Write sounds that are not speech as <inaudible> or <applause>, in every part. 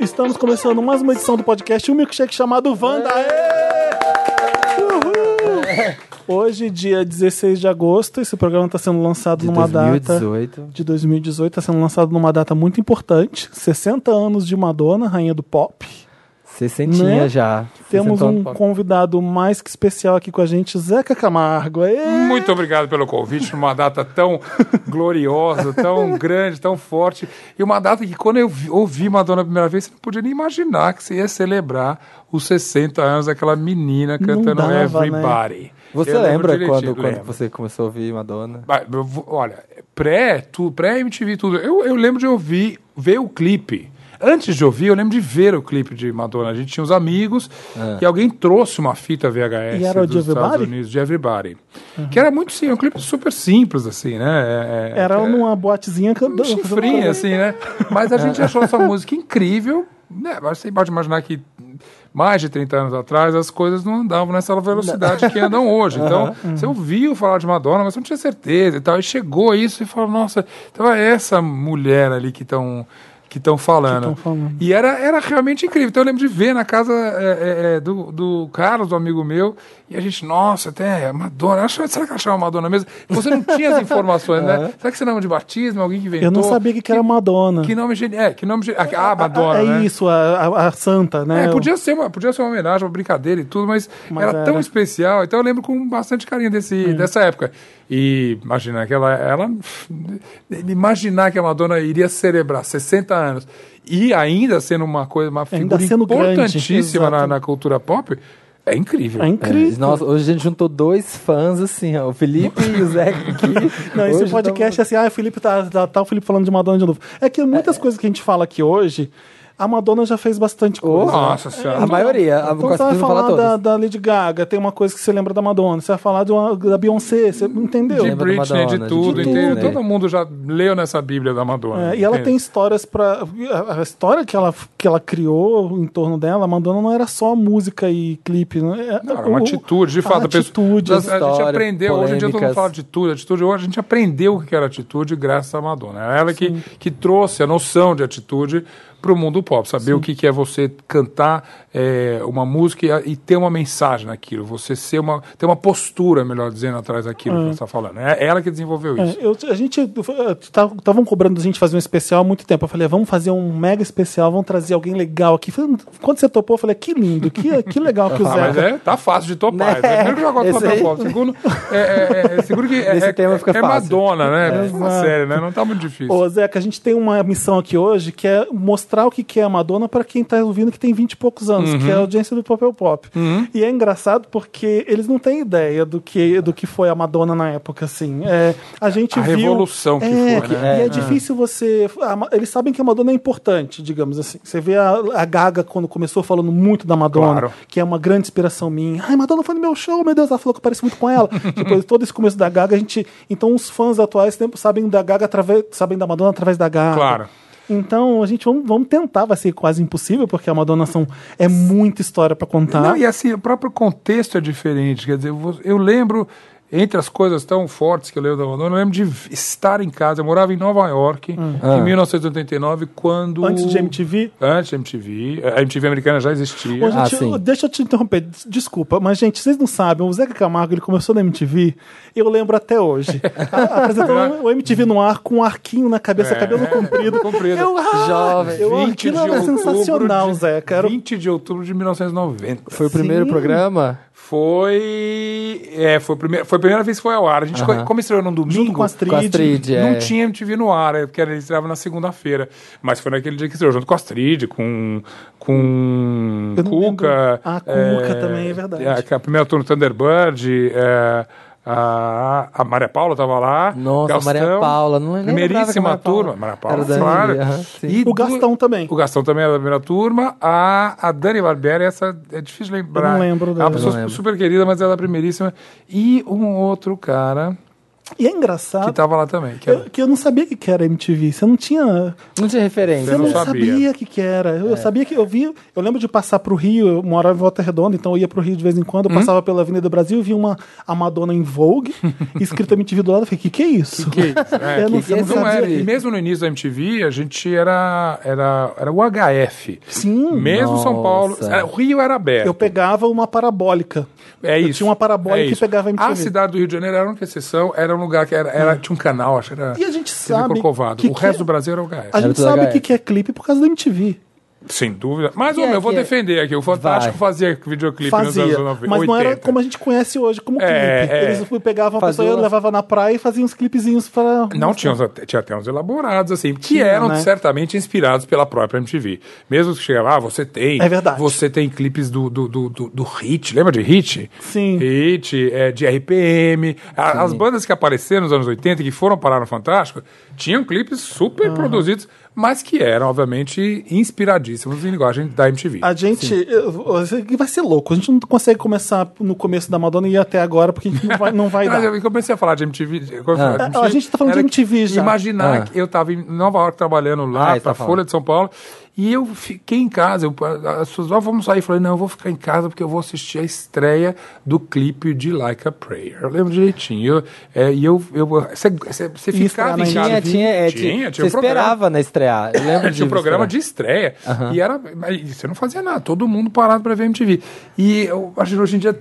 Estamos começando mais uma edição do podcast Um Milkshake chamado Wanda. Aê! Uhul! Hoje, dia 16 de agosto, esse programa está sendo lançado De numa data 2018. de 2018, está tá sendo lançado numa data muito importante, 60 anos de Madonna, rainha do pop. Sessentinha Né? já. Temos Sessentão um do pop. convidado mais que especial aqui com a gente, Zeca Camargo. Aê! Muito obrigado pelo convite, numa data <laughs> tão gloriosa, tão grande, tão forte. E uma data que, quando eu vi- ouvi Madonna a primeira vez, você não podia nem imaginar que você ia celebrar os 60 anos daquela menina cantando dava, né? Everybody. Você Eu lembro lembra direitinho, quando, quando lembro. você começou a ouvir né? Madonna? Mas, eu vou- Olha, pré, tu, pré MTV tudo. Eu, eu lembro de ouvir, ver o clipe. Antes de ouvir, eu lembro de ver o clipe de Madonna. A gente tinha uns amigos e alguém trouxe uma fita VHS É. E era o dos de Estados Everybody? Uhum. Unidos, de Everybody. Que era muito sim, um clipe super simples, assim, né? É- é- Era numa boatezinha um cantando. chifrinho, assim, né? Mas a gente achou essa música incrível, né? Mas Você pode imaginar que mais de 30 anos atrás as coisas não andavam nessa velocidade que andam hoje. Então, você ouviu falar de Madonna, mas você não tinha certeza e tal. E chegou isso e falou, nossa, então é essa mulher ali que estão que estão falando. Que tão falando. E era, era realmente incrível. Então eu lembro de ver na casa é, é, é, do, do Carlos, do amigo meu, e a gente, nossa, até é Madonna, acha, será que achava Madonna mesmo? Você não tinha as informações, <laughs> né? Será que esse nome de batismo, é alguém que É. inventou? Eu não sabia que, que era Madonna. Que nome geni- É, que nome geni- Ah, ah, Madonna, é né? isso, a, a- a santa, né? É, podia ser, uma, podia ser uma homenagem, uma brincadeira e tudo, mas, Mas era, tão era. Hum. especial. Então eu lembro com bastante carinho desse, dessa época. E imagina aquela. Ela, imaginar que a Madonna iria celebrar 60 anos e ainda sendo uma coisa, uma Ainda figura sendo grande, importantíssima na, exato. na cultura pop, é incrível. É É, incrível. nossa, hoje a gente juntou dois fãs, assim, ó, o Felipe e o Zé <laughs> aqui. Não, Hoje tá esse podcast é assim, ah, o Felipe tá, tá, tá o Felipe falando de Madonna de novo. É que muitas coisas que a gente fala aqui hoje, a Madonna já fez bastante coisa. Nossa senhora. A maioria, a Então quase você vai não falar falar todas. da, da Lady Gaga, tem uma coisa que você lembra da Madonna. Você vai falar de uma- da Beyoncé, você entendeu? de Lembra da Britney, Madonna, de de tudo, Britney. entendeu? Todo mundo já leu nessa Bíblia da Madonna. É, e ela entende? tem histórias para a a história que ela, que ela criou em torno dela, a Madonna não era só música e clipe, né? Não, era O- uma Uh, o- atitude, de fato. a a pessoa- atitude, a, as a gente histórias, aprendeu, hoje em dia todo mundo polêmicas. fala de atitude, atitude. Hoje a gente aprendeu o que era atitude graças à Madonna. Era ela que, que trouxe a noção de atitude para o mundo pop. Saber o que, que é você cantar é, uma música e a- e, ter uma mensagem naquilo. Você ser uma, ter uma postura, melhor dizendo, atrás daquilo Ah. que você está falando. É ela que desenvolveu isso. É, eu- eh, a gente estavam cobrando a gente fazer um especial há muito tempo. Eu falei, vamos fazer um mega especial, vamos trazer alguém legal aqui. Falei, Quando você topou, eu falei, que lindo, que, que <laughs> legal que o Ah, mas Zeca. é, tá fácil de topar. Né? <laughs> Primeiro que eu gosto de Esse papel aí. pop. Segundo, é, é, é, <laughs> seguro que é, Nesse é, tema fica é fácil. Madonna, né? Fala sério, né? Não tá muito difícil. Ô, Zeca, a gente tem uma missão aqui hoje que é mostrar o que que é a Madonna para quem tá ouvindo que tem 20 e poucos anos, que Uhum. é a audiência do Papel Pop. E é engraçado porque eles não têm ideia do que, do que foi a Madonna na época, assim. É, a gente A viu- revolução que É, foi, né? E é difícil você. a Ma- eles sabem que a Madonna é importante, digamos assim. Você vê a, a Gaga quando começou falando muito da Madonna, Claro. que é uma grande inspiração minha. Ai, Madonna foi no meu show, meu Deus, ela falou que eu pareço muito com ela. Depois todo esse começo da Gaga, a gente. Então os fãs atuais tempo sabem da Gaga através. sabem da Madonna através da Gaga. Claro. Então a gente vamos, vamos tentar, vai ser quase impossível, porque a Madonna são, é muita história pra contar. Não, e assim, o próprio contexto é diferente. Quer dizer, eu, vou- eu lembro, entre as coisas tão fortes que eu lembro da Madonna, eu lembro de v- estar em casa. Eu morava em Nova York, em 1989, quando. Ah. Antes de MTV, Antes de MTV. é, A MTV americana já existia. Ô, Ah, gente, sim. eu- deixa eu te interromper, des- desculpa, mas gente, vocês não sabem, o Zeca Camargo ele começou na MTV, eu lembro até hoje. A- Apresentando o MTV no ar com um arquinho na cabeça, É. cabelo <laughs> comprido. Comprido. Eu, ah, Jovem. eu aquilo era é sensacional, de, Zeca. Era- 20 de outubro de 1990. Foi o primeiro Sim. programa? Foi. É, foi a primeira, foi a primeira vez que foi ao ar. A gente, Aham. como estreou num domingo. Junto com Astrid. Com a Astrid, é. Não tinha MTV no ar, é, porque ele estreava na segunda-feira. Mas foi naquele dia que estreou, junto com a Astrid, com, com Eu não lembro. Cuca. Ah, com Cuca também, é verdade. A, a primeira turma do Thunderbird. é, a, a Maria Paula estava lá. Nossa, Gastão, Maria Paula, não lembrava que a Primeiríssima Maria Paula- turma. Maria Paula, Era da claro. MTV, aham, sim. E O duas- Gastão também. O Gastão também era da primeira turma. A, a Dani Barbera, essa é difícil lembrar. Eu não lembro É uma dela. pessoa Eu não lembro. super querida, mas ela é a primeiríssima. E um outro cara. E é que engraçado tava lá também. que era- eu- que eu não sabia o que que era MTV. Você não tinha. Não tinha referência. Eu não não sabia. sabia. É. o que que era. Eu eu sabia que eu vi, eu lembro de passar pro Rio, eu morava em Volta Redonda, então eu ia pro Rio de vez em quando, eu Uhum. passava pela Avenida Brasil, vi uma a Madonna em <laughs> Vogue, escrita MTV do lado, eu falei, que que é isso? Que isso, é, <laughs> Eu não que- sei, eu não não era. sabia. E mesmo no início da MTV, a gente era, era, era o HF. Sim. Mesmo São Paulo. Nossa. era- O Rio era aberto. Eu pegava uma parabólica. É eu isso. tinha uma parabólica é que isso. pegava MTV. A cidade do Rio de Janeiro era uma exceção, era um lugar que era, era- tinha um canal, acho que era. E a gente TV sabe Corcovado. que o que- resto do Brasil era o HF. A gente tudo sabe o HF. que que é clipe por causa da MTV. Sem dúvida. Mas, E homem, é eu vou que é- defender aqui. O Fantástico Vai. fazia videoclipe nos Fazia. anos 90. Mas não era 80. como a gente conhece hoje, como clipe. É, é. Eles pegavam a Fazia pessoa, uma- levava na praia e faziam uns clipezinhos pra. Não, tinha, uns, tinha até uns elaborados, assim, que Tinha, eram né? certamente inspirados pela própria MTV. Mesmo que chegava, ah, você tem. É verdade. Você tem clipes do, do, do, do- do Hit, lembra de Hit? Sim. Hit, é, de RPM. A- as bandas que apareceram nos anos 80 e que foram parar no Fantástico tinham clipes super produzidos, mas que eram, obviamente, inspiradíssimos em linguagem da MTV. A gente. eu- você- Vai ser louco. A gente não consegue começar no começo da Madonna e ir até agora, porque a gente não vai, não vai <laughs> Mas dar. eu comecei a falar de MTV. quando eu falava de Ah, a gente tá falando de era MTV já. Imaginar Ah. que eu tava em Nova York trabalhando lá Ah, você pra tá falando. Folha de São Paulo e eu fiquei em casa. Eu, as pessoas, "Ah, vamos sair. Eu falei, não, eu vou ficar em casa porque eu vou assistir a estreia do clipe de Like a Prayer. Eu lembro direitinho. Eu, é, E eu. eu Você você E ficava estrear em na casa. Tinha, tinha, é, tinha, Tinha, tinha Você um programa. esperava na estrear. Eu lembro de <laughs> Tinha um programa de estreia. Aham. E era. mas Você não fazia nada, todo mundo parado pra ver MTV. E eu acho que hoje em dia.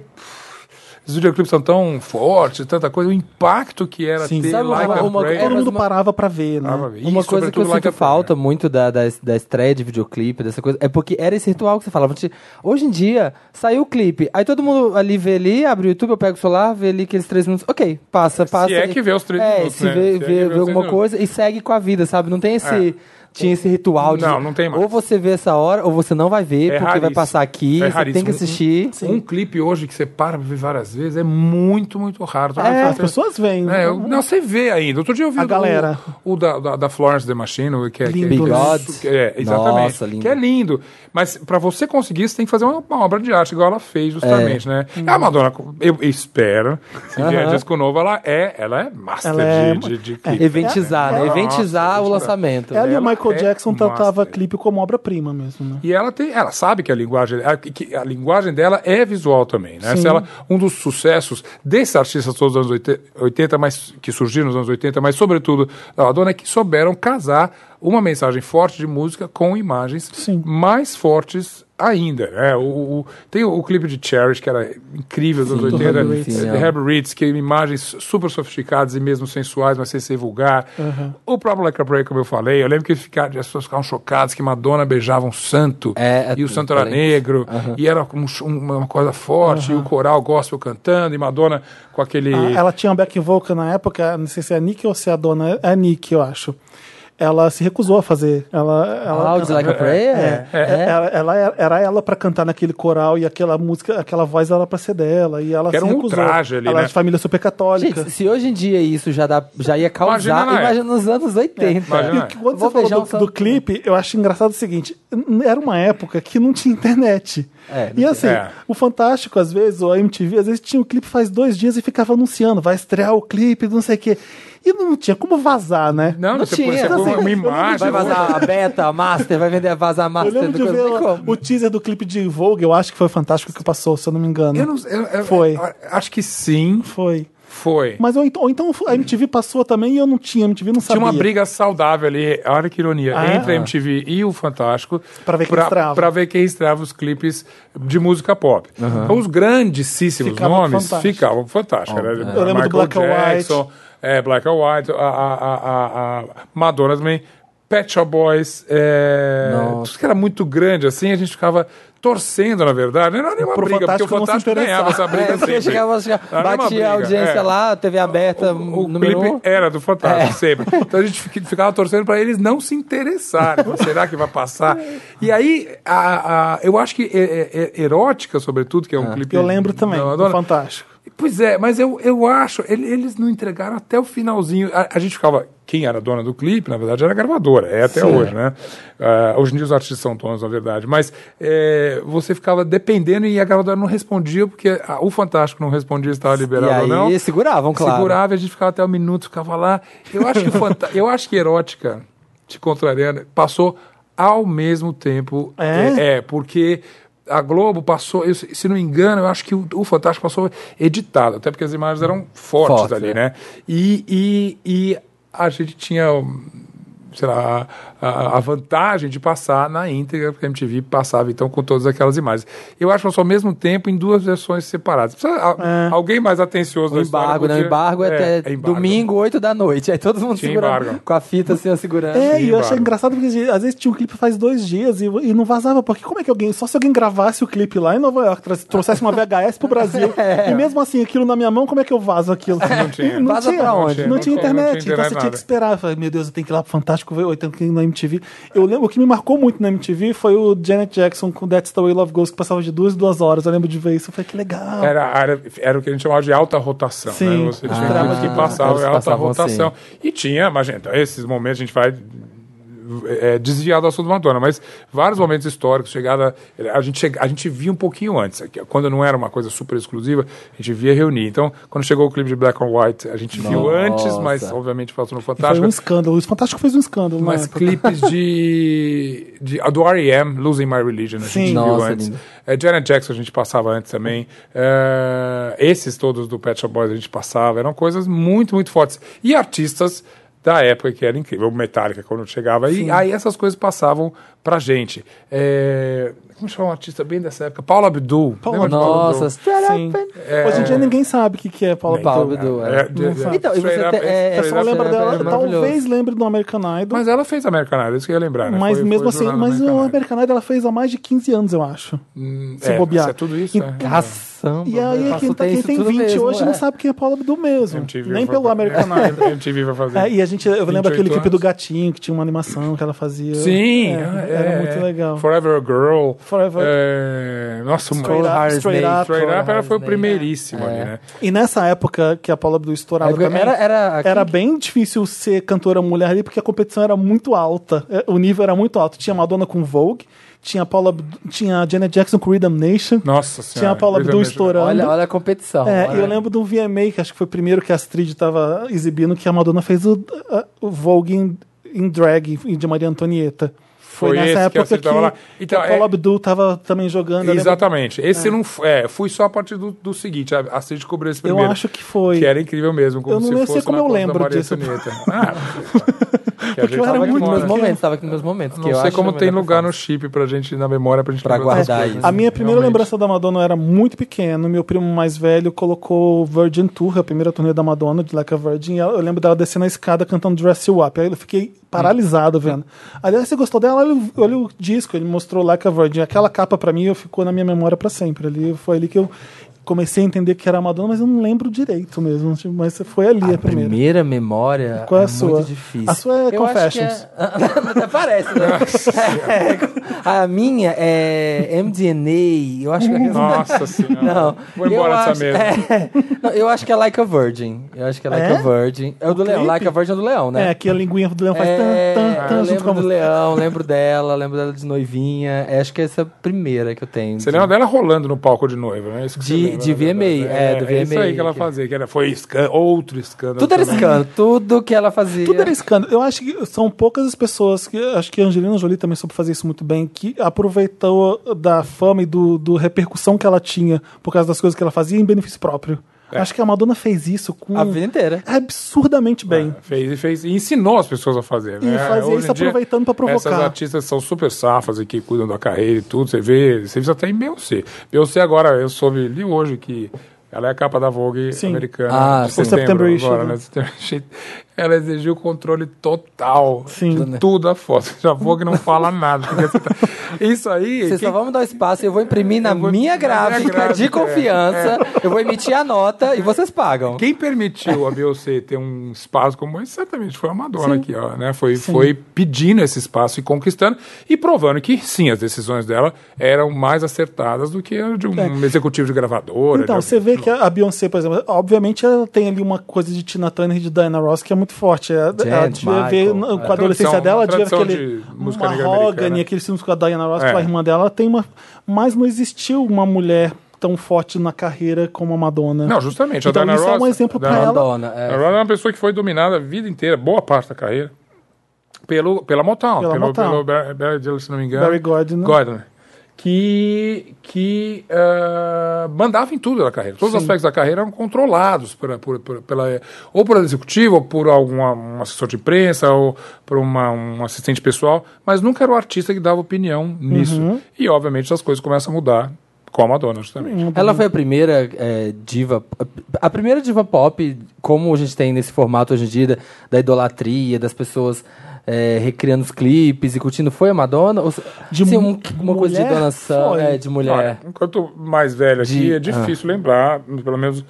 Os videoclipes são tão fortes, tanta coisa, o impacto que era Sim. ter Sabe like uma- a uma- prayer. é, Todo mas mundo uma- parava pra ver, né? Tava bem. Uma E, coisa que eu sobretudo, Like sinto a Prayer. falta muito da, da, da estreia de videoclipe, dessa coisa, é porque era esse ritual que você falava. Gente, Hoje em dia, saiu o clipe, aí todo mundo ali vê ali, abre o YouTube, eu pego o celular, vê ali aqueles três minutos, ok, passa, passa. é e- que vê os três é, minutos, se né? vê, Se é que vê, vê os vê três alguma minutos. É. coisa e segue com a vida, sabe? Não tem esse... Tinha esse ritual de. Não, não tem mais. Ou você vê essa hora, ou você não vai ver, É porque vai raríssimo. passar aqui, É você tem raríssimo. que assistir. Um clipe hoje que você para pra ver várias vezes é muito, muito raro. Todo mundo As fala, pessoas né? vêm. É, eu- não, você vê ainda. Outro dia eu vi A o- galera. o, da, da, da Florence The Machine, o que é Lindo. que é- Bigode. que é, exatamente. Nossa, lindo. Que é lindo. Mas pra você conseguir, você tem que fazer uma, uma obra de arte, igual ela É. fez, justamente, né? Uhum. A Madonna, eu espero, se vier Aham. disco novo, ela é, ela é master Ela é- de, de, de clipe. Eventizar, né? Nossa, Eventizar o eventizar. lançamento. Ela e o Ela Michael é Jackson master. tratava clipe como obra-prima mesmo, né? E ela tem, ela sabe que a linguagem, a, que a linguagem dela é visual também, né? Se ela, um dos sucessos desses artistas todos dos anos 80, 80, mas que surgiram nos anos 80, mas sobretudo da Madonna é que souberam casar uma mensagem forte de música com imagens Sim. mais fortes ainda, né? O, o- tem o, clipe de Cherish que era incrível dos anos do 80, Herbie Reeds. de Sim, Herbie Reeds, que é imagens super sofisticadas e mesmo sensuais, mas sem ser vulgar. O próprio Like a Prayer, como eu falei, eu lembro que fica- as pessoas ficavam chocadas que Madonna beijava um santo É, e o eu santo era falei. negro, e era um ch- uma uma coisa forte, e o coral gospel cantando, e Madonna com aquele... Ah, ela tinha um back vocal na época, não sei se é a Nick ou se é a dona. É a Nick, eu acho. Ela se recusou a fazer. Ela, ela, Ah, o de Like a Prayer? É. Ela, ela era- era ela pra cantar naquele coral e aquela música, aquela voz era pra ser dela. E ela Que era se um recusou. ultraje ali, ela é né? de família super católica. Gente, se hoje em dia isso já, dá, já ia causar, Imagina na imagina, época. nos anos 80. Imagina. é? E o que- quando Vou você beijar falou o do, santo. do clipe, eu acho engraçado o seguinte: n- era uma época que não tinha internet. É, não e tinha. assim, É. o Fantástico, às vezes, ou a MTV, às vezes tinha o clipe faz dois dias e ficava anunciando, vai estrear o clipe, não sei o quê. E não tinha como vazar, né? Não, Não você tinha, põe você então, põe assim, eu uma lembro de imagem... Vai vazar a beta, a master, vai vender a vazar a um Eu master. lembro do de coisa, ver não tem o, como. o teaser do clipe de Vogue, eu acho que foi o Fantástico que passou, se eu não me engano. Eu não, eu, eu- Foi. Acho que sim, Foi. foi. Mas ou então, ou então a MTV passou também e eu não tinha, a MTV não Tinha sabia. uma briga saudável ali, olha que ironia, Ah, é? entre a MTV e o Fantástico Pra ver quem estreava. pra ver quem estreava os clipes de música pop. Então, os grandíssimos Ficavam nomes Fantástico. ficavam fantásticos. Era Eu lembro do Michael Black and White. Jackson, É, Black and White, a, a, a, a- a Madonna também, Pet Shop Boys, é, Nossa. tudo que era muito grande assim, a gente ficava torcendo, na verdade. Não era nenhuma Pro briga, porque o Fantástico não se Fantástico ganhava essa interessar. <laughs> briga É, porque sempre. chegava, Era chegava, uma batia briga, a audiência é. lá, TV aberta, O número clipe é um. era do Fantástico, sempre. Então a gente fi- ficava torcendo para eles não se interessarem. Mas Será que vai passar? E aí, a, a- eu acho que é- é- é- Erótica, sobretudo, que é um clipe. Eu lembro também, da do Madonna, Fantástico. Pois é, mas eu, eu acho, ele- eles não entregaram até o finalzinho. A, a gente ficava, quem era dona do clipe, na verdade, era a gravadora, é até hoje, né? Ah, hoje em dia os artistas são donos, na verdade, mas é, você ficava dependendo e a gravadora não respondia, porque a- o Fantástico não respondia se estava liberado e aí ou não. seguravam, claro. Segurava e a gente ficava até o minuto, ficava lá. Eu acho que, o fanta- eu acho que erótica, te contrariando, passou ao mesmo tempo. É? É, porque a Globo passou, eu- se não me engano, eu acho que o, o Fantástico passou editado, até porque as imagens eram fortes Fortes, ali, é. né? E, e, e a gente tinha. hum, Sei lá, a, a- a vantagem de passar na íntegra, porque a MTV passava então com todas aquelas imagens. Eu acho que passou ao mesmo tempo em duas versões separadas. Precisa- a- Alguém mais atencioso É. O da história embargo, né? O podia- embargo é, até é embargo. domingo, 8 da noite. Aí todo mundo Tinha segurando embargo. com a fita assim, ó, segurando. É, e eu achei Bárbara. engraçado porque às vezes tinha um clipe faz dois dias e, e não vazava, porque como é que alguém, só se alguém gravasse o clipe lá em Nova York, tra- trouxesse uma VHS pro <laughs> Brasil, e mesmo assim, aquilo na minha mão, como é que eu vazo aquilo? Não É. tinha. Não Vaza tinha, pra não onde? tinha, Não tinha, internet, não tinha então você nada. tinha que esperar. Eu falei, meu Deus, eu tenho que ir lá pro Fantástico, ver, ou eu tenho que ir na MTV. Eu lembro, o que me marcou muito na MTV foi o Janet Jackson com That's the Way Love Goes, que passava de duas em duas horas, eu lembro de ver isso, eu falei, que legal. Era, a área- era o que a gente chamava de alta rotação, Ah, Sim. né? Você tinha Ah, clipes que passavam tá. eles em alta passavam rotação. E tinha, mas gente, então, esses momentos a gente vai é, desviar do assunto do Madonna, mas vários momentos históricos, chegada, a gente, chega- a gente via um pouquinho antes, aqui, quando não era uma coisa super exclusiva, a gente via reunir. Então, quando chegou o clipe de Black and White, a gente viu Nossa. antes, mas obviamente passou no Foi Fantástico. um escândalo, o Fantástico fez um escândalo, na Mas época. clipes de, de a do R.E.M., Losing My Religion, a gente Sim. viu Nossa, antes. lindo. É, Janet Jackson a gente passava antes também. É, esses todos do Pet Shop Boys a gente passava. Eram coisas muito, muito fortes. E artistas da época que era incrível. O Metallica, quando chegava. E aí essas coisas passavam pra gente. É, como chama um artista bem dessa época? Paula Abdul. Lembra de Paula Nossa, Abdul? straight Sim. up and- Hoje em dia ninguém sabe o que, que é Paula Paula Abdul. Abdul, É, é. de- Não é, Então, e você Straight te- Up, é, Straight Só Up, lembra é dela, maravilhoso. talvez lembre do American Idol. Mas ela fez American Idol, isso que eu ia lembrar, né? Mas Foi- mesmo foi né? assim, jurada mas American o Idol. American Idol ela fez há mais de 15 anos, eu acho. Hum, se é, bobear. isso É tudo isso, Uhum. E- né? Caçamba. E aí, Nossa, quem, tá- quem isso tem tudo 20 mesmo, hoje é. não sabe quem é Paula Abdul mesmo. MTV Nem vai- pelo <laughs> American né? Idol. MTV vai fazer. É, e a gente, eu lembro 28 aquele clipe do anos. gatinho, que tinha uma animação que ela fazia. Sim, É, ah, era é, muito é. legal. Forever a Girl. Forever. É, nossa, Straight uma- Up, Hard Straight Snake. Up. Straight Up era, foi o Hard Snake. primeiríssimo É. ali, né? E nessa época que a Paula Abdul estourava Era- também, era- era- era bem difícil ser cantora mulher ali, porque a competição era muito alta. É, O nível era muito alto. Tinha Madonna com Vogue, tinha a, Paula, Abdul- tinha a Janet Jackson com Rhythm Nation. Nossa senhora. Tinha a Paula Abdul Benjamin- estourando. Olha, olha a competição. É, olha. eu lembro do VMA, que acho que foi o primeiro que a Astrid tava exibindo, que a Madonna fez o, a- o Vogue em, em drag em- de Maria Antonieta. Foi, Foi esse nessa que a época que, Astrid tava lá. Então, a Paula é- Abdul tava também jogando. eu lembro- Exatamente. Esse não f- é, fui só a partir do, do seguinte, a, a Cid cobriu esse Eu primeiro. acho que foi. Que era incrível mesmo, como Eu não se sei fosse como na eu conta da lembro Maria disso. <laughs> Antonieta. Ah, que a gente eu era Tava tava aqui muito nos com meus ela. momentos, tava aqui nos meus momentos. que Não eu sei acho como a tem melhor lugar no performance. chip pra gente, na memória, pra gente Pra lembrar das guardar coisas. isso. A minha primeira Realmente. lembrança da Madonna eu era muito pequeno. Meu primo mais velho colocou Virgin Tour, a primeira turnê da Madonna, de Like a Virgin. e Eu lembro dela descendo a escada cantando Dress You Up. Aí eu fiquei paralisado vendo. Aliás, você gostou dela? Olha, o- olha o disco, ele mostrou Like a Virgin. Aquela capa pra mim eu ficou na minha memória pra sempre. Ali foi ali que eu comecei a entender que era a Madonna, mas eu não lembro direito mesmo. tipo, Mas foi ali a, A primeira memória Qual é a é sua? muito difícil. A sua é Eu acho que Confessions. é- <laughs> Até parece, né? É, <laughs> a minha é MDNA. Eu acho que é Nossa senhora. Não. Vou embora eu dessa acho, mesa. <laughs> é. Não, eu acho que é Like a Virgin. Eu acho que é Like É? a Virgin. É o do Leão. clipe? Like a Virgin é do Leão, É, né? aqui a linguinha do leão faz É, tan, tan, tan, eu junto com lembro a do música. Leão, lembro dela, lembro dela de noivinha. É, Acho que é essa primeira que eu tenho. Você lembra dela rolando no palco de noiva, né? Isso que De- você de lembra, na verdade. né? VMA, é, do Isso aí VMA, que ela que- fazia, que era, foi escândalo, outro escândalo. Tudo era também. escândalo, tudo que ela fazia. Tudo era escândalo. Eu acho que são poucas as pessoas que. Acho que a Angelina Jolie também soube fazer isso muito bem, que aproveitou da fama e do, do repercussão que ela tinha por causa das coisas que ela fazia em benefício próprio. Acho que a Madonna fez isso com. A vida inteira. Absurdamente bem. Fez e fez e ensinou as pessoas a fazer. E né? fazia Hoje isso em dia, aproveitando pra provocar. Essas artistas são super safas e que cuidam da carreira e tudo. Você vê, você vê isso até em Beyoncé. Beyoncé agora, eu soube, li hoje que ela é a capa da Vogue Sim. americana Ah, de sim. setembro, September issue, agora, né? né? Setembro issue. ela exigiu controle total Sim. de tudo a foto. <laughs> Já vou que não fala nada. porque você tá- Isso aí. Vocês quem- só vão me dar o espaço, eu vou imprimir na minha vou- na minha gráfica de gráfica, é. confiança, eu vou emitir a nota e vocês pagam. Quem permitiu a Beyoncé ter um espaço como esse, certamente foi a Madonna aqui, ó, né? Foi, foi pedindo esse espaço e conquistando e provando que sim, as decisões dela eram mais acertadas do que a de um executivo de gravadora. É. Então, de- você vê que a a Beyoncé, por exemplo, obviamente ela tem ali uma coisa de Tina Turner e de Diana Ross que é muito forte. Ela, Gente, ela devia ver, Michael. na- É. com a adolescência Tradição, dela, ela devia ver tradição aquele de música negra Mahogany, americana. aqueles filmes com a Diana Ross, É. com a irmã dela, ela tem uma... Mas não existiu uma mulher tão forte na carreira como a Madonna. Não, justamente. Então, a Diana isso Ross, é um exemplo pra Diana ela. Madonna, A é. Rihanna é uma pessoa que foi dominada a vida inteira, boa parte da carreira, pelo, pela Motown. Pela pelo, Motown. pelo Barry, Barry Diller, se não me engano. Barry Gordon, né? Gordon. Que, que ah, mandava em tudo da carreira. Todos os aspectos da carreira eram controlados pela, por, por- pela, ou por executivo, ou por algum um assessor de imprensa, ou por uma, um assistente pessoal, mas nunca era o artista que dava opinião nisso. Uhum. E, obviamente, as coisas começam a mudar com a Madonna, justamente. Uhum. Ela foi a primeira eh, diva, a primeira diva pop, como a gente tem nesse formato hoje em dia, da, da idolatria, das pessoas eh, recriando os clipes e curtindo, foi a Madonna? Ou, se- De sim, mu- um- uma coisa de mulher? donação, Foi. é, de Olha, mulher. enquanto mais velho aqui, De- Ah. é difícil lembrar, pelo menos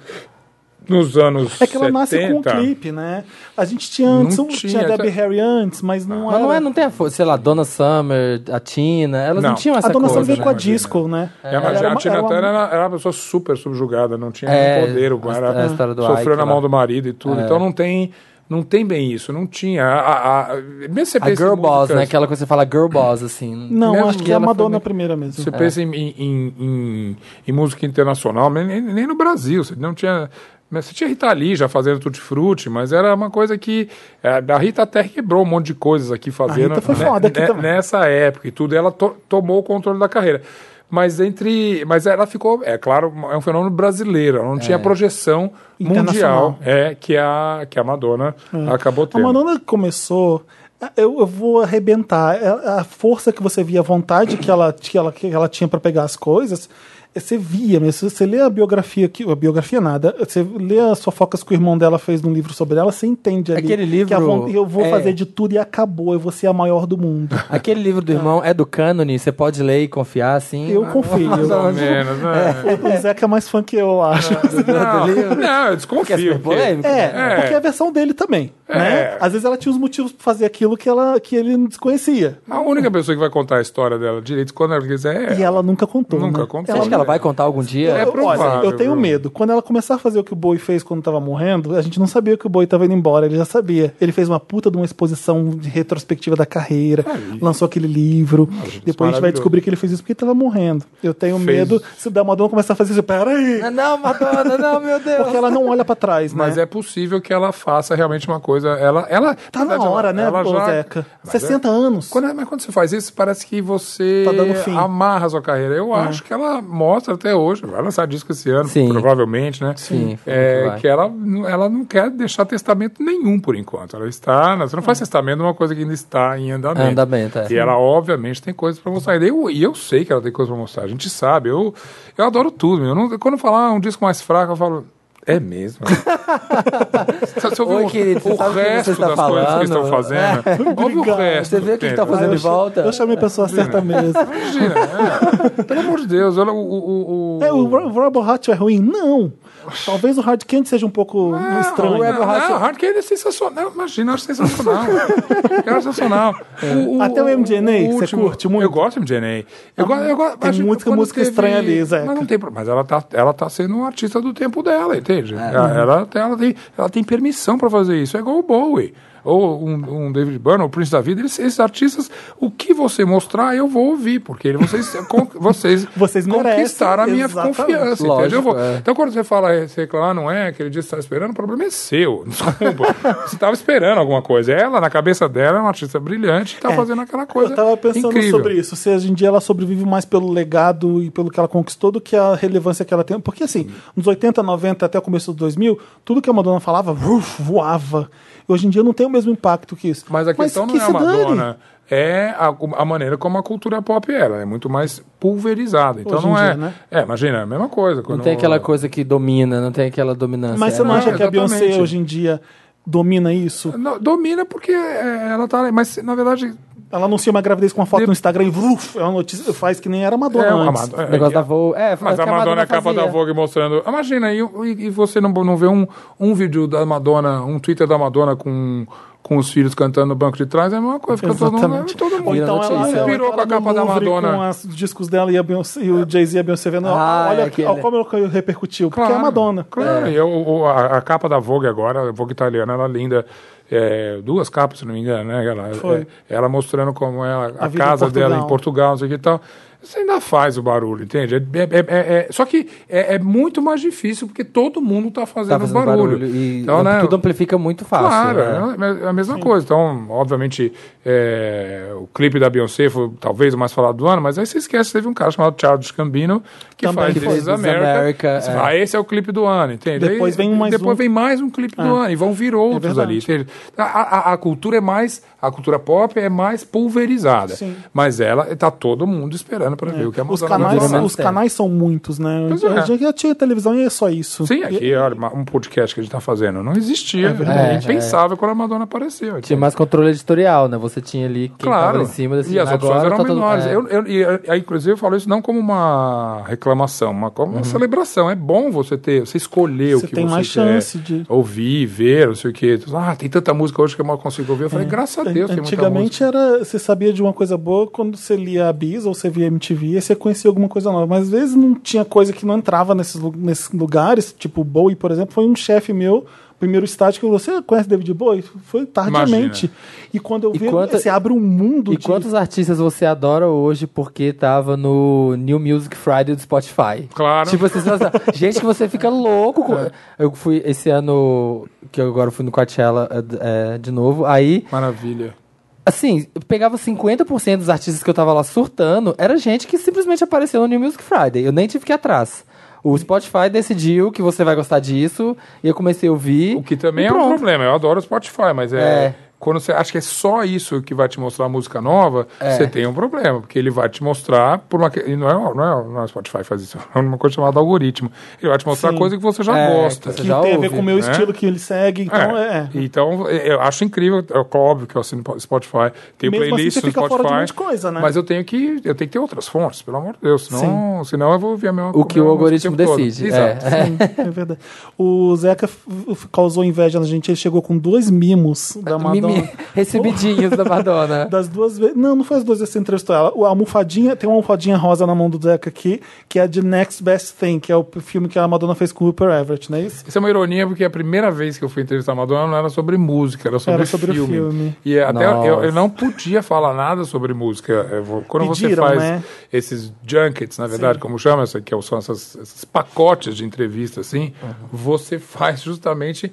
nos anos. É que ela nasce com um 70, clipe, né? A gente tinha antes, Não um- tinha, tinha, a Debbie essa- Harry antes, mas não Mas era... não, é, não tem a força, sei lá, Donna Summer, a Tina, elas não, Não. tinham essa a Dona coisa. Sam veio com a né? né? Disco, né? É, mas Ela a uma- Tina ela- Turner era, era uma pessoa super subjugada, não tinha É, nenhum poder, o a- era, a história do sofreu Ike na lá. É. mão do marido e tudo. Então não tem, não tem bem isso, não tinha. A, a, a, mesmo você A pensa em girl boss, músicas- né? Aquela coisa que você fala girl boss, assim. Não, Mesmo acho que que é a ela foi Madonna meio- primeira mesmo. Você pensa em, em- em- em- em música internacional, mas nem, nem no Brasil. Você não tinha. mas Você tinha Rita Lee já fazendo Tutti Frutti, mas era uma coisa que. eh, A Rita até quebrou um monte de coisas aqui fazendo. Rita foi né, foda aqui né, também. Nessa época e tudo, e ela to- tomou o controle da carreira. Mas entre. Mas ela ficou. É claro, é um fenômeno brasileiro. Ela não tinha a projeção É. Internacional. É. mundial é, que, a, que a Madonna acabou A tendo. Madonna começou. Eu, eu vou arrebentar. É, A- A força que você via, a vontade que ela, que ela, que ela tinha para pegar as coisas, eh, você via mesmo. Você lê a biografia, que, a biografia nada, você lê as fofocas que o irmão dela fez num livro sobre ela, você entende ali. Aquele que a livro von- eu vou é- fazer de tudo e acabou, eu vou ser a maior do mundo. Aquele livro do irmão é do cânone, você pode ler e confiar, assim. Eu confio. Mais ou menos, né? O Zeca é mais fã que eu, eu acho. Não, não, eu Quer desconfio. ser polêmico? É, É. porque é a versão dele também, né? É. Às vezes ela tinha os motivos pra fazer aquilo que, ela, que ele não desconhecia. A única pessoa que vai contar a história dela direito quando ela quiser é E ela nunca contou, Nunca né? contou. Você acha que ela vai contar algum dia? É provável. Olha, eu tenho viu? medo. Quando ela começar a fazer o que o Boi fez quando tava morrendo, a gente não sabia que o Boi tava indo embora, ele já sabia. Ele fez uma puta de uma exposição de retrospectiva da carreira, lançou aquele livro. Depois a gente vai maravilhoso. descobrir que ele fez isso porque tava morrendo. Eu tenho Fez. medo se da Madonna começar a fazer isso. Peraí! Ah, Não, Madonna, não, meu Deus. Porque ela não olha pra trás, né? Mas é possível que ela faça realmente uma coisa. Ela. ela Tá na verdade, ela- hora, né, ela ô já- Zeca? Mas 60 anos. é- Quando, mas quando você faz isso, parece que você Tá dando fim. amarra a sua carreira. Eu acho que ela mostra até hoje, vai lançar disco esse ano, É. Sim. provavelmente, né? Sim, foi muito É, vai. que ela, não- ela não quer deixar testamento nenhum por enquanto. Ela está. Você não faz testamento de uma coisa que ainda está em andamento. É. Andamento, é. E ela, obviamente, tem coisas pra mostrar. E eu, e eu sei que ela tem coisas pra mostrar. A gente sabe. Eu, eu adoro tudo. meu. Eu não- quando falar um disco mais fraco, eu falo. É <laughs> mesmo. Se eu Oi, o, querido, você o sabe o que você resto está das coisas que eles estão falando? É. fazendo, ouve o resto. Você vê o que tá está do tempo. Ah, fazendo eu de cha- volta. Eu chamei a É. pessoa certa mesmo. <laughs> Imagina, <laughs> é. Pelo amor de Deus, olha o. o, o- É, o Ro- Rebel Hot é ruim? Não. Talvez o Hard Candy seja um pouco Ah, estranho. o Rebel Heart. Não, o Hard Candy é sensacional. Imagina, eu acho sensacional. eu acho sensacional. O- É. Até o MDNA, que você último- curte muito? Ah, Eu gosto do MDNA. Eu gosto, eu gosto, tem acho- muita quando música estranha ali, Zeca. Mas não tem pro- Mas ela tá, ela tá sendo um artista do tempo dela, É. entende? Ela, ela, tem- ela tem, ela tem permissão pra fazer isso. É igual o Bowie. Ou um, um David Byrne, ou o Prince da Vida, eles- esses artistas, o que você mostrar, eu vou ouvir, porque vocês, <laughs> con- vocês, Vocês merecem, conquistaram a minha exatamente. confiança, Assim, entendeu? Lógico, Eu vou- é. então, quando você fala, você reclama, não é, aquele dia que você estava esperando, o problema é seu. <laughs> Desculpa. você estava esperando alguma coisa. Ela, na cabeça dela, é uma artista brilhante e está fazendo aquela coisa. É. Eu tava pensando incrível. sobre isso. Se hoje em dia ela sobrevive mais pelo legado e pelo que ela conquistou do que a relevância que ela tem. Porque assim, nos 80, 90 até o começo dos 2000, tudo que a Madonna falava uf, voava. E hoje em dia não tem o mesmo impacto que isso. Mas a questão que não é a se dane. Madonna. É a, a maneira como a cultura pop era. É muito mais pulverizada. Então Hoje em não é. dia, né? É, imagina, é a mesma coisa. Não tem aquela coisa que domina, não tem aquela dominância. Mas você É, não não, acha que a exatamente. Beyoncé hoje em dia domina isso? Não, domina porque é, ela tá. Mas, na verdade, Ela anuncia uma gravidez com uma foto De- no Instagram e vruf, é uma notícia, faz que nem era Madonna É, uma antes. Madonna. O negócio da Vogue. É, foi Mas o a que Madonna é a capa fazia. da Vogue mostrando. Imagina, e, e- e você não, não vê um, um vídeo da Madonna, um Twitter da Madonna com, com os filhos cantando no banco de trás, é a mesma coisa. Fica todo mundo. Exatamente. Todo mundo Ou então Vira ela, notícia. ela Virou entra com a no capa da Louvre Madonna. Com as- os discos dela e, a Beyoncé, e o Jay-Z e a Beyoncé vendo. Ah, olha é que- aquele. ó, como ela repercutiu, porque é a Madonna. Claro, e eu- o- a, a capa da Vogue agora, a Vogue italiana, ela é linda. É, duas capas, se não me engano, né? Ela, Foi. é, ela mostrando como ela, a, A vida em casa dela em Portugal. Portugal, não sei o que e tal. Isso ainda faz o barulho, entende? É- é- é- é- é- só que é, é muito mais difícil, porque todo mundo está Tá fazendo, fazendo barulho. Então, né? barulho. E tudo amplifica muito fácil. Claro, né? é a mesma coisa. Então, obviamente, é, o clipe da Beyoncé foi talvez o mais falado do ano, mas aí você esquece, teve um cara chamado Charles Gambino que Também faz que This fez is This is America. America, Você é. fala, "Ah, esse é o clipe do ano, entende? Depois Aí, vem mais depois um. É vem mais um clipe do ano e vão vir outros verdade. ali. entende? A, a- a cultura é mais, a cultura pop é mais pulverizada, Sim. É. mas ela está todo mundo esperando para ver o que é a Os Madonna vai canais, fazer. os canais são muitos, né? Pois Hoje é. hoje em dia tinha televisão e é só isso. Sim, E- aqui, olha, um podcast que a gente está fazendo. Não existia. verdade. É, impensável quando a Madonna apareceu. Tinha entende? mais controle editorial, né? Você tinha ali quem tava em cima desse e as opções agora eram tá todo- menores. é. Eu, eu, e, aí, inclusive, eu falo isso não como uma reclamação, mas como Uhum. uma celebração. É bom você ter, você escolher Você o que tem você mais quer chance de- ouvir, ver, não sei o quê. Ah, tem tanta música hoje que eu mal consigo ouvir. Eu falei, graças a Deus, tem muita música. É. Antigamente era, você sabia de uma coisa boa quando você lia a Bis ou você via MTV e você conhecia alguma coisa nova. Mas às vezes não tinha coisa que não entrava nesses, lu- nesses lugares, tipo o Bowie, por exemplo, foi um chefe meu, primeiro estágio que eu você conhece David Bowie? Foi tardiamente. E quando eu E vi, quanta- você abre um mundo E de quantos artistas você adora hoje porque tava no New Music Friday do Spotify? Claro. É. Tipo, assim, nossa, gente que você fica louco. <laughs> com- Eu fui esse ano, que eu agora fui no Coachella é, é, de novo, aí, Maravilha. assim, eu pegava 50% dos artistas que eu tava lá surtando, era gente que simplesmente apareceu no New Music Friday. Eu nem tive que ir atrás. O Spotify decidiu que você vai gostar disso, e eu comecei a ouvir. O que também e é um pronto. problema. Eu adoro o Spotify, mas é. É. Quando você acha que é só isso que vai te mostrar música nova, É. você tem um problema, porque ele vai te mostrar por uma. que- E não é, não é, não é o Spotify que faz isso, <laughs> é uma coisa chamada algoritmo. Ele vai te mostrar Sim. coisa que você já É, gosta. que você que já tem a ouve, ver com o meu né? estilo que ele segue, então é. Então, é, eu acho incrível, é óbvio que eu assino po- Spotify, tenho Mesmo assim, playlist você no fica fora de um Spotify, monte de coisa, né? mas eu tenho que eu tenho que ter outras fontes, pelo amor de Deus, senão, senão eu vou ouvir a mesma O que a o mesma algoritmo música o tempo decide. todo. Exato. É. É verdade. O Zeca f- f- causou inveja na gente, ele chegou com dois mimos da Madonna. Mimi, recebidinhos da Madonna. Das duas vezes. Não, não foi as duas vezes que você entrevistou ela. O- A almofadinha, tem uma almofadinha rosa na mão do Zeca aqui, que é a de Next Best Thing, que é o filme que a Madonna fez com o Rupert Everett, não é isso? Isso é uma ironia, porque a primeira vez que eu fui entrevistar a Madonna não era sobre música, era sobre, Era sobre filme. né? filme. E é, até Nossa. eu, eu não podia falar nada sobre música. Eu vou- Quando Pediram, você faz né? esses junkets, na verdade, como chama, essa- que são essas- esses pacotes de entrevista, assim, Uhum. você faz justamente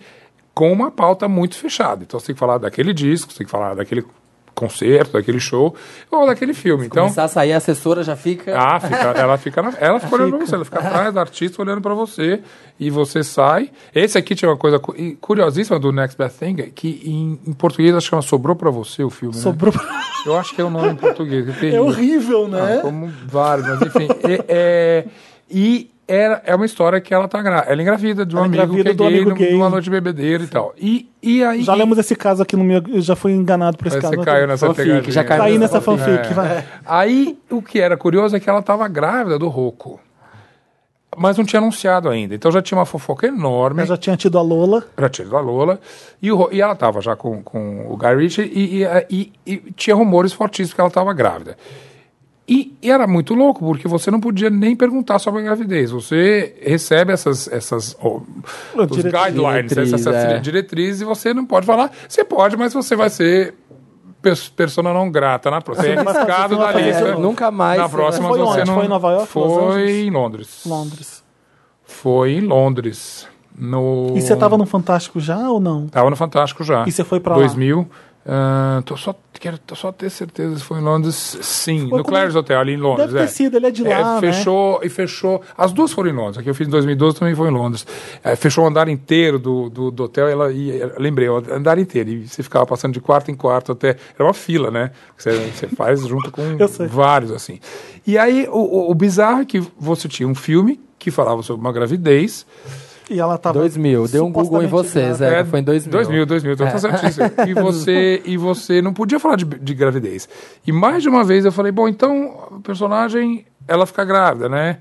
com uma pauta muito fechada. Então você tem que falar daquele disco, você tem que falar daquele concerto, daquele show, ou daquele filme. <laughs> Então, Começar a sair, a assessora já fica. ah, fica- ela fica, na- ela fica olhando pra você, ela fica atrás do artista olhando pra você e você sai. Esse aqui tinha uma coisa cu- e curiosíssima do Next Best Thing, é que em, em português acho que chama Sobrou Pra Você o filme, né? Sobrou. Eu acho que é o nome em português. que <laughs> tem- É horrível, né? Ah, como vários, mas enfim. E, é, e era, é uma história que ela tá gra... ela engravida de um Ela amigo que engravida é do gay, amigo num- gay. numa noite de bebedeira e tal. E, e aí... Já lemos esse caso aqui no meu. Eu já fui enganado por esse Você caso. né? caiu nessa Fanfic, pegadinha. já caiu Caí nessa nessa fanfic, É. vai. Aí o que era curioso é que ela estava grávida do Roco. Mas não tinha anunciado ainda. Então já tinha uma fofoca enorme. Eu já tinha tido a Lola. Já tinha ido a Lola. E, o Ro- e ela estava já com, com o Guy Ritchie. E, e- e- e tinha rumores fortíssimos que ela estava grávida. E, e era muito louco, porque você não podia nem perguntar sobre a gravidez. Você recebe essas, essas ó, os Diretrizes, guidelines, né? essas, essas é. diretrizes, e você não pode falar. Você pode, mas você vai ser pers- persona não grata na próxima. Você é não vai fazer- arriscado você não da vai fazer lista. isso nunca mais. Na próxima Foi você onde? não... Foi em Nova York, Los Foi Angeles? em Londres. Londres. Foi em Londres. No... E você tava no Fantástico já ou não? Tava no Fantástico já. E você foi pra lá? 2000. Ah, tô só, quero tô só ter certeza se foi em Londres. Sim, Foi como- no Claire's Hotel, ali em Londres. Deve ter é. sido, ele é de lá, né? Fechou, e fechou. As duas foram em Londres. A que eu fiz em 2012 também foi em Londres. É, fechou o andar inteiro do, do, do hotel. e Ela, e, é, lembrei, o andar inteiro. E você ficava passando de quarto em quarto até. Era uma fila, né? Que Você, você faz junto com <laughs> Eu sei. vários, assim. E aí, o, o, o bizarro é que você tinha um filme que falava sobre uma gravidez. E ela tava. 2000, deu um Google em você, supostamente grávida. Zé. É, foi em É. 2000. 2000, 2000, então tá <laughs> certíssimo. E você, e você não podia falar de, de gravidez. E mais de uma vez eu falei, bom, então o personagem, ela fica grávida, né?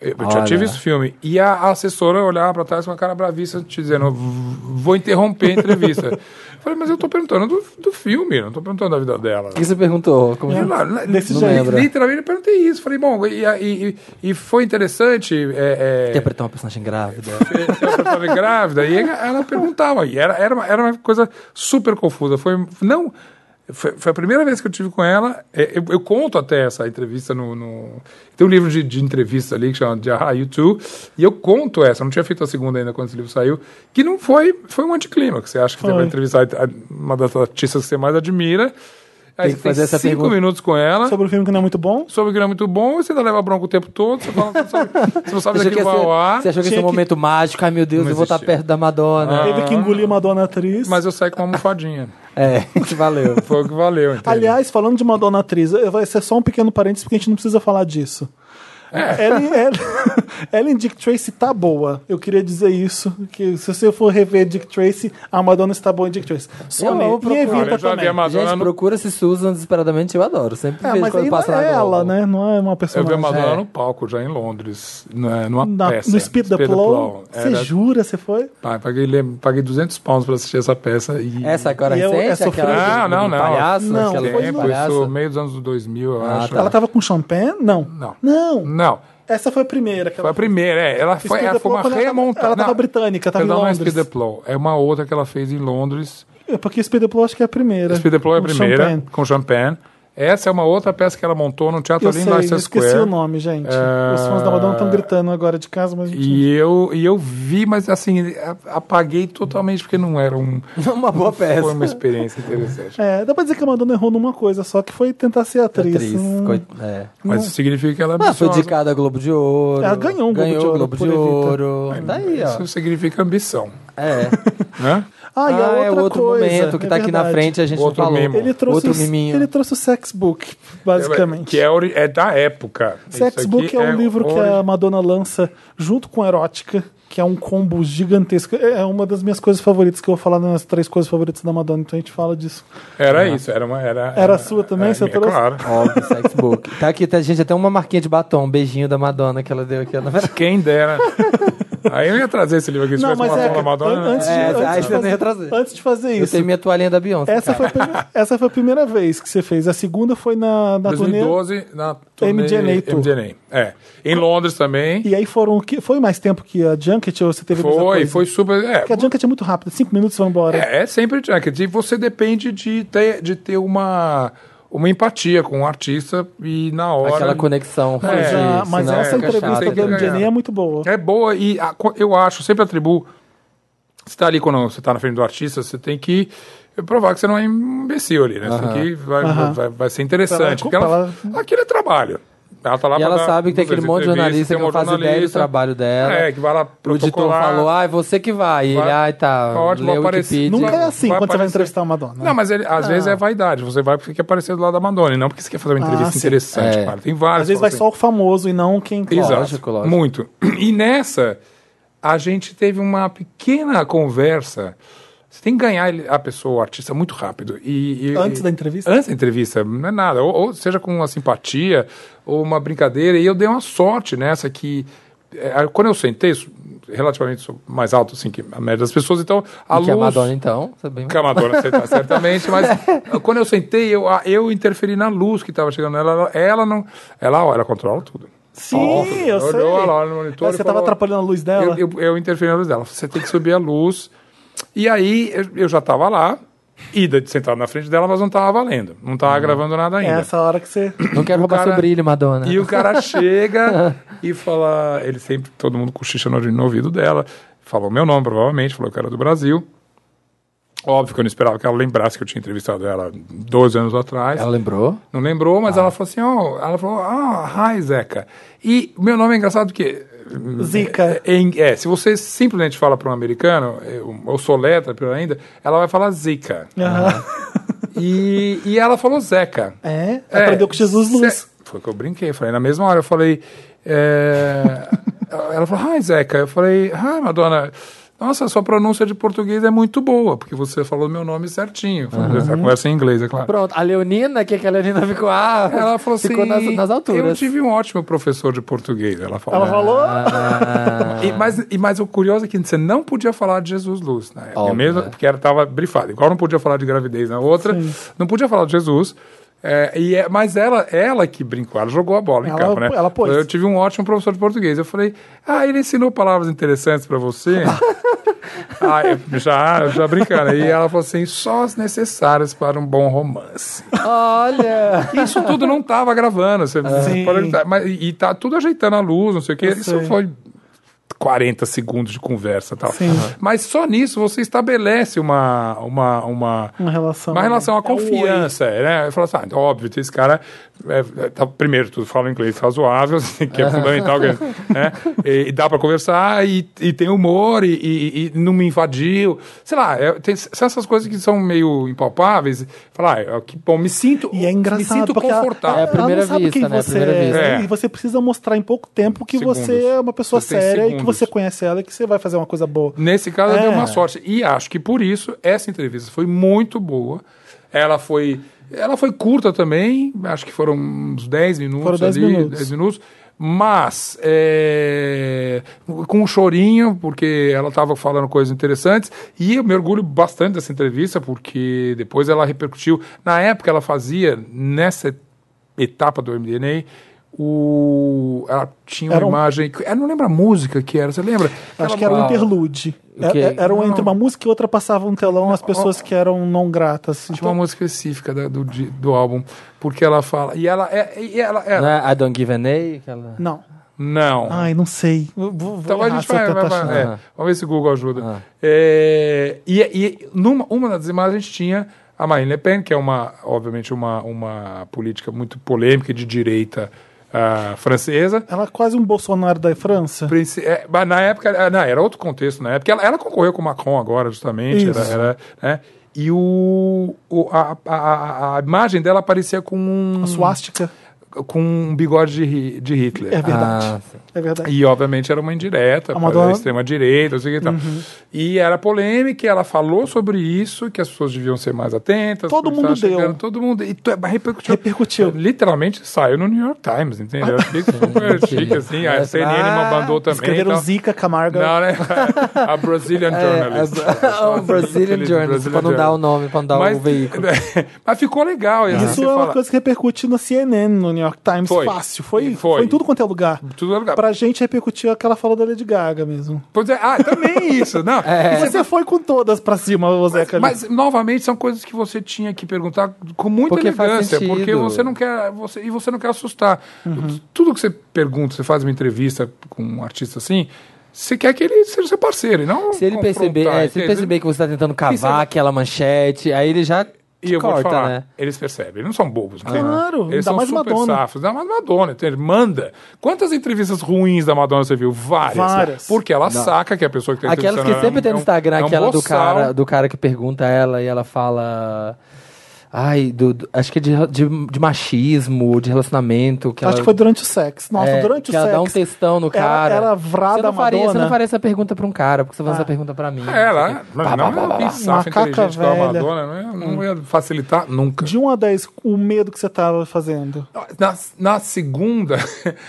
Eu já Olha. tive esse filme. E a assessora olhava pra trás com a cara bravíssima, te dizendo, vou interromper <laughs> a entrevista. Eu falei, mas eu tô perguntando do, do filme, não tô perguntando da vida dela. O que você perguntou? Como- Eu não- não- Desse li- jeito. Literalmente eu perguntei isso. Falei, bom, e, e, e- e foi interessante. É, é, Interpretar uma personagem grávida. ela estava grávida e ela perguntava. E era, era, uma, era uma coisa super confusa. Foi, não, foi, foi a primeira vez que eu tive com ela. É, Eu, eu conto até essa entrevista no. no- tem um livro de, de entrevista ali que chama de Ah, You Too. E eu conto essa. Eu não tinha feito a segunda ainda quando esse livro saiu. Que não foi. Foi um anticlímax. Você acha que você vai entrevistar a- a- uma das artistas que você mais admira. Aí Tem que você tem fazer essa cinco pergunta. minutos com ela. Sobre... Sobre o filme que não é muito bom. que não é muito bom, e você ainda leva bronca o tempo todo, você fala, você não sabe, você não sabe Você achou daqui que ia vai ao ser, ar. é você achou que ia ser Tinha um que- momento mágico? Ai, meu Deus, Não Ah. eu vou estar existiu. perto da Madonna. Teve que engolir Madonna atriz. Mas eu saí com uma almofadinha. É, <laughs> valeu. Foi o que valeu, entendeu? Aliás, falando de Madonna atriz, eh, vai ser só um pequeno parênteses porque a gente não precisa falar disso. É. <laughs> Ellen, Ellen, Ellen Dick Tracy tá boa. Eu queria dizer isso. Que se você for rever Dick Tracy, a Madonna está boa em Dick Tracy. Sony, me vou procurar. Olha, evita eu já vi também. a Madonna, Gente, no... procura se Susan desesperadamente, eu adoro. Sempre É, vejo mas quando aí não passa na é Globo. ela, né? Não é uma eu vi a personagem. Madonna é. no palco já em Londres, na- numa Na- peça. no Speed the Plow. Você Era... jura? Você foi? Pai, paguei, lem- paguei 200 pounds pra assistir essa peça. E... Essa agora E é eu- recente? essa aquela foi- do- Ah, Não, não, do não. Palhaço, né, Não, aquela foi foi no- Tempo, isso, palhaço. meio dos anos 2000, eu Ah, acho. tá. Ela tava com champanhe? Não. Não. Não. Não, Essa foi a primeira. Que foi ela... a primeira, é. Ela foi, Speed ela the foi Plow, uma quando ela tava- remontada. Ela tava Não, britânica, tava em perdão, não é Speed the Londres. Plow. É uma outra que ela fez em Londres. É Porque Speed the Plow acho que é a primeira. Speed the Plow é a Com primeira, champanhe. com Champagne. Essa é uma outra peça que ela montou no teatro Eu ali sei, em eu Leicester esqueci Square. o nome, gente. É. Os fãs da Madonna estão gritando agora de casa, mas a gente E eu, e eu vi, mas assim, a- apaguei totalmente, porque não <laughs> era um. <laughs> Uma boa peça. Foi uma experiência interessante. É, dá pra dizer que a Madonna errou numa coisa, só que foi tentar ser atriz. Atriz, Hum, coit- é. Mas isso significa que ela é Ah, foi ambiciosa. indicada a Globo de Ouro. Ela ganhou um Globo de o Ouro, Globo por de Evita. Ouro. Tá aí, ó. Isso significa ambição. É. Né? Ah, e a Ah, outra é outro coisa, momento que é tá aqui na verdade. frente a gente Outro não falou. mimo. Ele trouxe, Outro o, miminho. ele trouxe o Sex Book, basicamente. Que é, ori- é da época. Sex Isso Book aqui é um livro que ori- a Madonna lança junto com Erótica, que é um combo gigantesco. É uma das minhas coisas favoritas, que eu vou falar nas três coisas favoritas da Madonna, então a gente fala disso. Era isso, era uma. Era, Era a sua também, era você minha, trouxe? Claro. Óbvio, sexbook. Tá aqui, tá, gente, até uma marquinha de batom, um beijinho da Madonna que ela deu aqui. ó, na verdade. Quem <laughs> dera. Aí eu ia trazer esse livro aqui, se Não, tivesse mas uma é. foto da Madonna. né? an- Antes de, É, antes aí de você nem fazer, ia trazer. antes de fazer Eu isso. tenho minha toalhinha da Beyoncé. Essa foi, a primeira, <laughs> essa foi a primeira vez que você fez. A segunda foi na, na turnê. 2012, na turnê MDNA Tour. MDNA. É. Em Londres também. E aí foram. o que- Foi mais tempo que a Junket ou você teve a mesma Foi, coisa? foi super. É, Porque a Junket é muito rápida, cinco minutos vão embora. É, é sempre junket. E você depende de ter, de ter uma, uma empatia com o artista e na hora. Aquela conexão. mas é, a- mas senão essa fica chato, entrevista do tem que MDNA ganhar. é muito boa. É boa e a co- eu acho, sempre atribuo. Você tá ali quando você tá na frente do artista, você tem que provar que você não é imbecil ali, né? Você tem que vai, vai, vai, vai ser interessante. Pra Porque ela- ela, aquilo é trabalho. Ela tá lá E pra ela dar sabe que tem aquele 200 monte de jornalista que entrevistas, tem um não faz ideia do jornalista. trabalho dela. É, que vai lá o editor protocolar. falou, ah, é você que vai. E ele, Vai- ai, tá. Ótimo, leu o aparece- Wikipedia. Nunca é assim Vai quando você vai aparecer. entrevistar a Madonna. Não, mas ele- às vezes é vaidade. Você vai porque quer aparecer do lado da Madonna, e não porque você quer fazer uma entrevista sim. interessante, Ah, É. cara. Tem vários. Às vezes fala vai só o famoso e não quem. Exato. Lógico, lógico. Muito. E nessa, a gente teve uma pequena conversa. Você tem que ganhar ele- a pessoa, o artista, muito rápido. E, e- Antes e- da entrevista? Antes da entrevista, não é nada. Ou, ou seja com uma simpatia, ou uma brincadeira. E eu dei uma sorte nessa que... é, quando eu sentei, sou- relativamente sou mais alto assim, que a média das pessoas, então a E que a luz- Madonna, então. Tá bem... Camadora, certa- certamente, mas quando eu sentei, eu, eu interferi na luz que estava chegando nela. Ela, ela não. Ela, ela controla tudo. Sim, Óbvio. eu Olhou, sei. ela olha no monitor Mas e você falou, tava atrapalhando a luz dela? Eu, eu, eu interferi na luz dela. Você tem que subir a luz. E aí eu- eu já estava lá, ida de sentar na frente dela, mas não estava valendo. Não estava gravando nada É ainda. essa hora que você. Não quero roubar cara- seu brilho, Madonna. E o cara chega e fala. Ele sempre, todo mundo cochicha no, no ouvido dela. Falou meu nome, provavelmente, falou que era do Brasil. Óbvio que eu não esperava que ela lembrasse que eu tinha entrevistado ela 12 anos atrás. Ela lembrou? Não lembrou, mas ela falou assim: ó, ela falou, ah, hi, Zeca. E meu nome é engraçado porque. Zica. Em- é, se você simplesmente fala para um americano, eu- ou soletra pior ainda, ela vai falar Zica. Aham. E, e ela falou Zeca. É, aprendeu com Jesus cê- Luz. Foi o que eu brinquei, falei na mesma hora. Eu falei. é, <laughs> ela falou, ai, Zeca. Eu falei, ai, Madonna, nossa, sua pronúncia de português é muito boa, porque você falou meu nome certinho. Eu falei, Essa conversa em inglês, é claro. Pronto, a Leonina, que, é que a Leonina ficou, ah, Ela falou assim, ficou nas, nas eu alturas. tive um ótimo professor de português. Ela falou. Ela falou? <laughs> Ah, E, mas, e, mas o curioso é que você não podia falar de Jesus Luz na época, Óbvio, mesmo né? porque ela estava brifada. Igual não podia falar de gravidez na outra, não podia falar de Jesus. É, e é- mas ela, ela que brincou, ela jogou a bola em Ela- campo, né? ela pôs. Eu tive um ótimo professor de português. Eu falei, ah, ele ensinou palavras interessantes para você? ah, eu- já, já brincando. E ela falou assim, só as necessárias para um bom romance. olha! Isso tudo não tava gravando. Você É. Sim. pode acreditar. Mas, e e tá tudo ajeitando a luz, não sei o quê. Eu Isso sei. foi 40 segundos de conversa e tal. Mas só nisso você estabelece uma, uma, uma, Uma relação. uma relação, uma É um oi. confiança, né? Eu falo assim, ah, óbvio, esse cara, é, é, tá- primeiro, tu fala inglês razoável, <laughs> assim, que é fundamental, que, né? E, e dá pra conversar, e, e tem humor, e, e- e não me invadiu. Sei lá, é, tem, são essas coisas que são meio impalpáveis. Falar, ah, que bom, me sinto, E é engraçado. me sinto porque ela- confortável. Ela, É a primeira não sabe vista, quem né? A você primeira é. vista. né? É. E você precisa mostrar em pouco tempo que Segundos. você é uma pessoa Você tem séria e que segundos. você conhece ela e que você vai fazer uma coisa boa. Nesse caso, É. eu dei uma sorte. E acho que por isso essa entrevista foi muito boa. Ela foi, ela foi curta também, acho que foram uns 10 minutos Foram 10 ali, minutos. 10 minutos. Mas é, com um chorinho, porque ela estava falando coisas interessantes, e eu me orgulho bastante dessa entrevista, porque depois ela repercutiu. Na época ela fazia, nessa etapa do MDNA, o... ela tinha uma Era um- imagem. Eu não lembro a música que era, você lembra? Acho que era um Aquela- interlude. O quê? Era, era um- entre uma música e outra passava um telão as pessoas que eram não gratas. Tipo, Tinha Tipo uma música específica da- do, di- do álbum, porque ela fala. E ela é. E ela é- Né? I don't give an A. Aquela... Não. Não. Ai, não sei. Vou, Ah, vou então a errar gente se eu vai. tô vai- vai- achando. é. Ah. Vamos ver se o Google ajuda. Ah. É, e e numa, uma das imagens a gente tinha a Marine Le Pen, que é uma, obviamente, uma, uma política muito polêmica e de direita ah, francesa. Ela é quase um Bolsonaro da França. Princi- é, mas na época, é, não, era outro contexto na época. Ela, ela concorreu com o Macron agora, justamente. Isso. Era, era, né? E o, o- a, a- a- a imagem dela aparecia com um. A suástica. com um bigode de, Hi- de Hitler. É verdade. Ah, sim. É verdade. E, obviamente, era uma indireta, A Madonna- para a extrema-direita, não sei o que e tal. E era polêmica, e ela falou sobre isso, que as pessoas deviam ser mais atentas. Todo porque mundo estava chegando, deu. Todo mundo. E tu- é, repercutiu. Repercutiu. Literalmente saiu no New York Times, entendeu? Eu achei que super chique, assim. Ah, A CNN me mandou também. Escreveram então- Zika, Camargo. Não, né? <laughs> A Brazilian <laughs> Journalist. É, <laughs> o Brazilian Aquele Journalist, é, Brazilian pra não dar o Journalist. nome, pra não dar o veículo. <laughs> mas ficou legal. e assim, Isso você é uma fala- coisa que repercute na CNN, no New York Times, Foi. fácil. Foi, E foi. foi. em tudo quanto é lugar. Tudo é Tá legal. Pra gente repercutiu aquela fala da Lady Gaga mesmo. Pois é, ah, também isso. Não, É. E você foi com todas pra cima, ô Zeca. Mas, novamente, são coisas que você tinha que perguntar com muita Porque faz elegância, sentido. Uhum. porque você não quer. Você, e você não quer assustar. Tudo que você pergunta, você faz uma entrevista com um artista assim, você quer que ele seja seu parceiro, e não. Se ele perceber, um confrontar, é, se ele entende? perceber que você tá tentando Isso é- cavar aquela manchete, aí ele já te E eu vou te corta, falar, né? eles percebem, eles não são bobos. né? Claro, eles ainda são mais super Madonna. safos, dá mais Madonna, entende? Manda. Quantas entrevistas ruins da Madonna você viu? Várias. Várias. Porque ela saca que a pessoa que tá Aquelas que entrevistando sempre ela tem é um- no Instagram, é um aquela do boçal. cara, do cara que pergunta ela e ela fala. Ai, do, do- acho que é de, de, de machismo, ou de relacionamento. Que Acho ela, que foi durante o sexo. Nossa, é, durante o que ela dá um sexo. textão no ela- cara. ela vrada você, não faria, você Madonna. não faria essa pergunta pra um cara, porque você faz Ah. essa pergunta pra mim. um É, Não ela é- sei o quê. Pá, não, pá, pá, é pá, Hum. pá. bizarra, Macaca inteligente com a velha. Madonna, não, é- não ia facilitar nunca. De 1 a 10, o medo que você tava fazendo. Na, na segunda,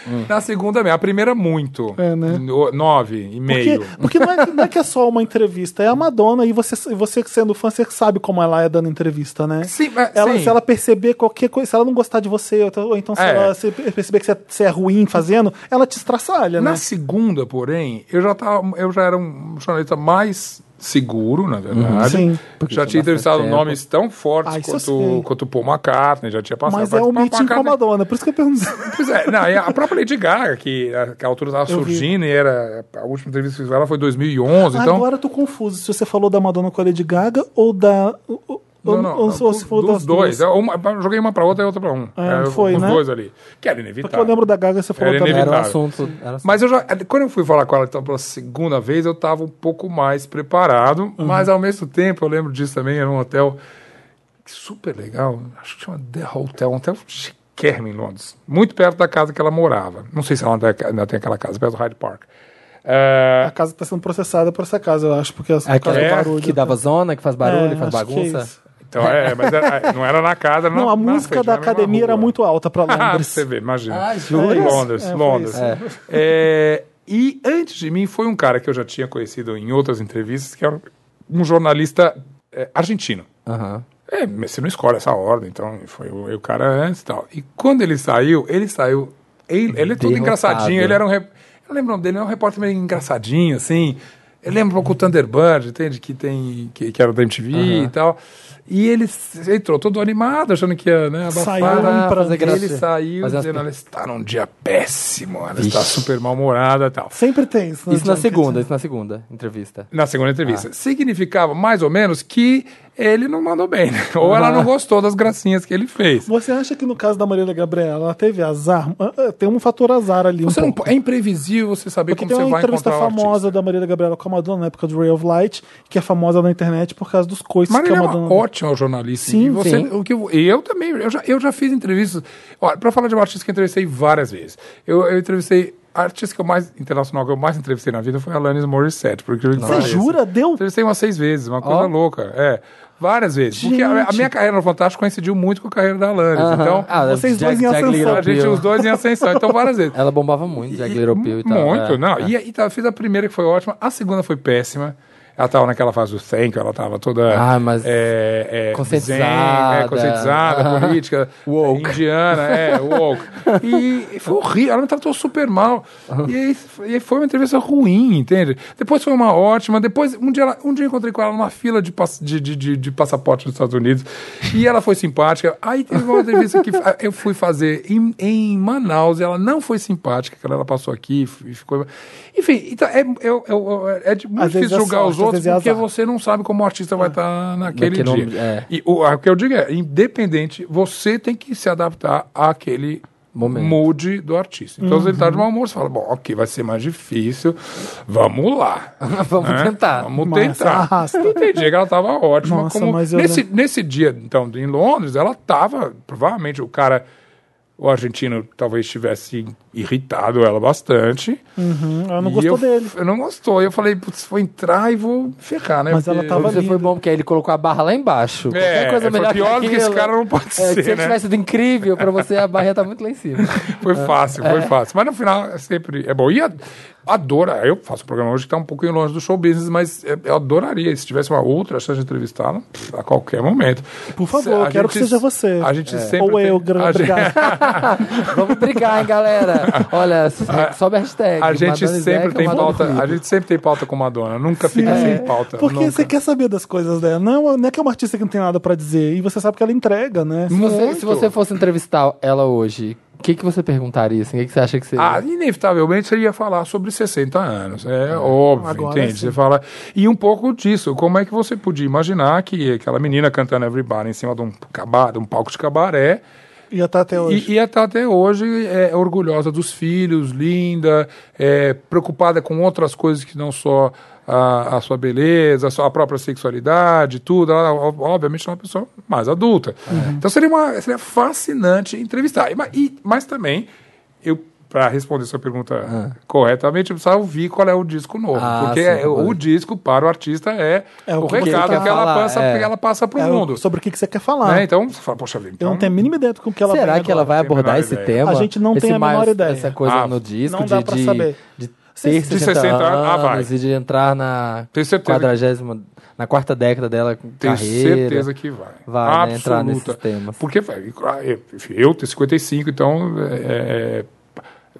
Hum. <laughs> na segunda mesmo, a primeira muito. É, né? No- Nove e Porque, meio. porque não, é, não é que é só uma entrevista, é a Madonna e você, e você sendo fã, você sabe como ela é dando entrevista, né? Sim, mas- Ela- sim. Se ela perceber qualquer coisa, se ela não gostar de você, ou t- ou então se É. ela se perceber que você é, você é ruim fazendo, ela te estraçalha, né? Na segunda, porém, eu já, tava, eu já era um jornalista mais seguro, na verdade. Sim. Uhum. Porque já isso é tinha entrevistado bastante tempo. nomes tão fortes Ah, isso eu sei. quanto, quanto Paul McCartney, já tinha passado Mas pra- é um pra- meeting com a McCartney- Madonna, por isso que eu perguntei. Pois é, não, e a própria Lady Gaga, que a- que a altura estava vi. surgindo, e era a última entrevista que fiz com ela foi em 2011, então... Agora eu tô confuso se você falou da Madonna com a Lady Gaga ou da. Ou, ou- Não, não, ou não, se você falou dos das dois. é duas. Eu, uma- eu joguei uma pra outra e outra pra um. É, É, foi, os né? dois ali. Que era Porque inevitável. eu lembro da Gaga e você falou Era também. Era um Inevitável. assunto. Era um assunto. Mas eu já. é, Quando eu fui falar com ela então, pela segunda vez, eu tava um pouco mais preparado. Uhum. Mas ao mesmo tempo, eu lembro disso também, era um hotel super legal. Acho que chama The Hotel, um hotel chiquérrimo Kerm, em Londres, muito perto da casa que ela morava. Não sei se ela ainda é, ainda tem aquela casa, perto do Hyde Park. É, A casa tá sendo processada por essa casa, eu acho, porque essa É Aquela casa É, barulho. que dava zona, que faz barulho, É, faz acho que é bagunça. isso. então, é, mas era- não era na casa, era Não, na- a na música frente, da na mesma academia era rua. muito alta pra <laughs> Ah, pra Londres. você vê, imagina. Ah, jura? Londres, É, foi Londres. isso. É. É, e antes de mim foi um cara que eu já tinha conhecido em outras entrevistas, que era um jornalista é, argentino. Aham. É, mas você não escolhe essa ordem, então foi o, o cara antes e tal. E quando ele saiu, ele saiu. Ele, ele é todo Derrotado. né? engraçadinho, ele era um. rep- Eu lembro o nome dele, ele é um repórter meio engraçadinho, assim. Eu lembro um pouco o Thunderbird, entende? Que, tem, que, que era da MTV e tal. E ele s- entrou todo animado, achando que ia né, abafar. Saiu um né? pra- Ele saiu Fazer as- dizendo, ela está num dia péssimo, ela está Vixe. super mal-humorada e tal. Sempre tem isso. né, Isso na Junket? segunda, isso na segunda entrevista. Na segunda entrevista. Ah. Significava, mais ou menos, que ele não mandou bem. né? Ou ela não gostou das gracinhas que ele fez. Você acha que no caso da Marília Gabriela, ela teve azar? Ah, ah, Tem um fator azar ali. Você um não, pouco. po- é imprevisível você saber Porque como tem você uma vai entrevista encontrar o famosa da Marília Gabriela com a Madonna na época do Ray of Light, que é famosa na internet por causa dos coices Marília que é a uma Madonna. ótima jornalista. Sim, e você- sim. O que eu, e eu também, eu já, eu já fiz entrevistas. Olha, para falar de um artista que eu entrevistei várias vezes. Eu, eu entrevistei. A artista que eu mais, internacional que eu mais entrevistei na vida foi a Alanis Morissette. Porque Você jura? Deu? Entrevistei umas seis vezes, uma coisa Ó. louca. É, várias vezes. Porque a, a minha carreira no Fantástico coincidiu muito com a carreira da Alanis. Aham. Então, Ah, vocês dois em ascensão. Little a gente, Pill. os dois em ascensão. Então, <laughs> várias É. vezes. Ela bombava muito, Jack Little Pill e tal. Muito, é, não. é. E, aí, tá, fiz a primeira que foi ótima, a segunda foi péssima. Ela tava naquela fase do thank, you, ela tava toda. Ah, mas É, é, conscientizada. zen, é, conscientizada, Aham. política. Woke. Indiana, <laughs> é, woke. E, e foi horrível, ela me tratou super mal. E, aí, e aí foi uma entrevista ruim, entende? Depois foi uma ótima. Depois, um dia, ela- um dia eu encontrei com ela numa fila de, pass- de, de, de- de passaporte nos Estados Unidos. E ela foi simpática. Aí teve uma entrevista que fa- eu fui fazer em, em Manaus. e Ela não foi simpática, que ela passou aqui e ficou. Enfim, então é, eu- eu- é de- muito Às vezes difícil é julgar sorte, os às outros vezes é porque azar. Ah. você não sabe como o artista vai estar naquele Naquele dia. é. E o, a- o que eu digo é, independente, você tem que se adaptar àquele Momento. mood do artista. Então, se ele está Uhum. de mau humor, você fala, bom, ok, vai ser mais difícil, vamos lá. <laughs> Vamos né? tentar. Vamos Mas tentar. arrasta. Entendi que ela estava ótima. Nossa, como- mas eu nesse, nesse dia, então, em Londres, ela estava, provavelmente, o cara... O argentino talvez tivesse irritado ela bastante. Uhum, ela não E gostou eu, dele. Eu não gostou. Eu falei, putz, vou entrar e vou ferrar, né? Mas ela tava Você foi bom porque aí ele colocou a barra lá embaixo. É, Qualquer coisa foi melhor pior do que esse aquilo. cara não pode É, ser, se ele né? tivesse sido incrível pra você, a barra ia tá muito lá em <laughs> cima. Foi É, fácil, foi fácil. Mas no final é sempre é bom. E a- adoro, eu faço um programa hoje que está um pouquinho longe do show business, mas é- eu adoraria. Se tivesse uma outra chance de entrevistá-la, pff, a qualquer momento. Por favor, Se- a quero que seja você. É. A gente sempre. Ou eu, tem- grande a gente- <laughs> tá obrigado. Vamos brigar, hein, galera? Olha, s- sobe a hashtag. A gente Madonna é sempre Zeca, tem Madonna pauta. Comigo. A gente sempre tem pauta com Madonna. Nunca fica sem pauta. É. Porque nunca. você quer saber das coisas dela. Não, não é que é uma artista que não tem nada pra dizer. E você sabe que ela entrega, né? Se você, Muito. se você fosse entrevistar ela hoje, o que, que você perguntaria? Assim? O que, que você acha que seria? Ah, inevitavelmente você ia falar sobre 60 anos, é óbvio, Agora entende? sim. Você fala. E um pouco disso, como é que você podia imaginar que aquela menina cantando Everybody em cima de um, cabaré, um palco de cabaré Ia estar até hoje. e, e até, até hoje é orgulhosa dos filhos, linda, é, preocupada com outras coisas que não só a, a sua beleza, a, sua, a própria sexualidade, tudo. Ela, ó- obviamente, é uma pessoa mais adulta. Uhum. Então seria, uma, seria fascinante entrevistar. E, ma- e- mas também, eu para responder sua pergunta Ah. corretamente, eu precisava ouvir qual é o disco novo. Ah, porque sim, é- claro. o disco para o artista é, É o o, que você recado quer que ela falar, passa, é. ela passa para É o o- mundo. sobre o que que você quer falar. né? Então, você fala, poxa vida, Eu então, não tenho a mínima ideia do que ela Será vem que ela agora. vai Tem a abordar menor esse ideia. tema? A gente não Esse tem a menor milestone, ideia. Essa coisa Ah, no disco não dá de, pra de, saber. de ter De 60, 60, ah, vai. anos e de entrar na Tenho certeza que- quadragésima, na quarta década dela com Tenho carreira. certeza que vai. vai, né, Absoluta. entrar nesses temas. Porque, velho, enfim, eu tenho 55, então é, é,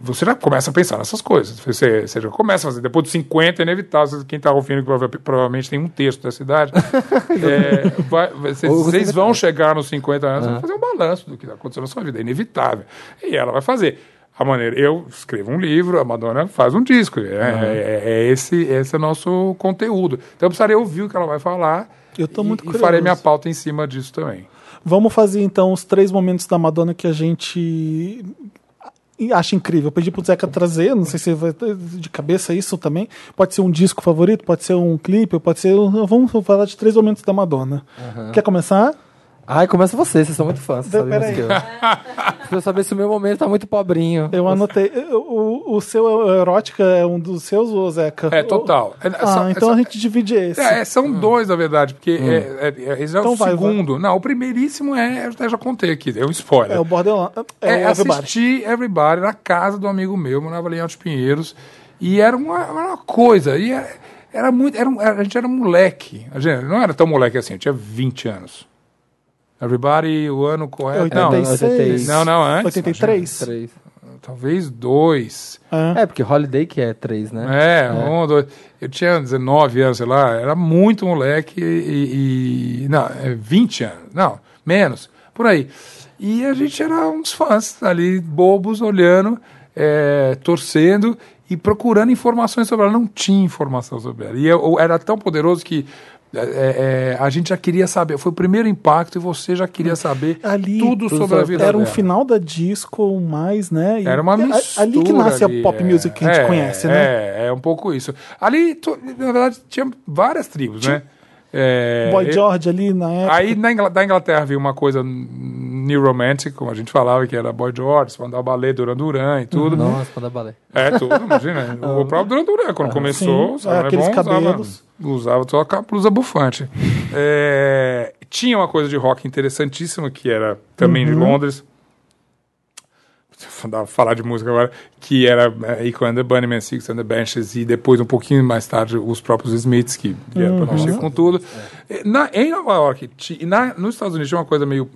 você já começa a pensar nessas coisas. Você, você já começa a fazer. Depois dos 50 é inevitável. Quem está ouvindo que prova- provavelmente tem um texto <laughs> da cidade. é, vai- vocês, Ou você vocês vai- vão chegar nos 50 anos Ah. vão fazer um balanço do que aconteceu na sua vida. É inevitável. E ela vai fazer. A maneira, eu escrevo um livro, a Madonna faz um disco. É, Ah. é- é esse, esse é o nosso conteúdo. Então eu precisaria ouvir o que ela vai falar. Eu tô E- muito e, curioso. farei minha pauta em cima disso também. Vamos fazer então os três momentos da Madonna que a gente acha incrível. Eu pedi pro Zeca trazer, não sei se vai ter de cabeça isso também. Pode ser um disco um, favorito, pode ser um clipe, pode ser. Vamos falar de três momentos da Madonna. Quer começar? Ai, começa você, vocês são muito fãs, vocês sabem Peraí. <laughs> mais que eu. Pra eu saber se o meu momento tá muito pobrinho. Eu anotei. O, o seu erótica é um dos seus, ô Zeca? É total. É, Ah, só- é então só- a gente divide esse. É, é, são dois, na verdade, porque é, é, é, esse é Então o vai, segundo. Não, o primeiríssimo é, eu até já contei aqui, é um spoiler. É o Borderlands. É, É, o Everybody. assisti Everybody na casa do amigo meu, morava ali em Altos Pinheiros, e era uma, era uma coisa, e era, era muito, era, um- a gente era moleque, a gente não era tão moleque assim, eu tinha 20 anos. Everybody, o ano É, correto, não, 86. não, não, antes, 83? Três. talvez dois, Ah. É, porque Holiday que é três, né? é, um, dois. Eu tinha 19 anos, sei lá, era muito moleque e. e- não, é 20 anos, não, menos, por aí. E a gente era uns fãs ali, bobos, olhando, é, torcendo e procurando informações sobre ela. Não tinha informação sobre ela. E eu- era tão poderoso que. é, é, a gente já queria saber, foi o primeiro impacto e você já queria saber Ali tudo sobre a vida era um dela. final da disco ou mais, né? E Era uma a- mistura. Ali que nasce ali, a pop é. music que a gente É, conhece, né? É, é um pouco isso. Ali, to- na verdade, tinha várias tribos, né? É, Boy e- George ali né? na época. Aí na Ingl- da Inglaterra veio uma coisa new romantic, como a gente falava, que era Boy George, Spandau Ballet, Duran Duran e tudo. Uhum. Nossa, quando Então, a balé. É, <laughs> tudo, imagina. o próprio Duran Duran, quando começou, Ah, sim. sabe, É, aqueles bom, cabelos. Usava, usava só a blusa bufante. É, tinha uma coisa de rock interessantíssima, que era também Uhum. de Londres. Dá pra falar de música agora, que era é, Eco and the Bunnymen, Six and the Benches, e depois, um pouquinho mais tarde, os próprios Smiths, que vieram pra Uhum. mexer com tudo. E Na, em Nova York, ti- e na, nos Estados Unidos, tinha uma coisa meio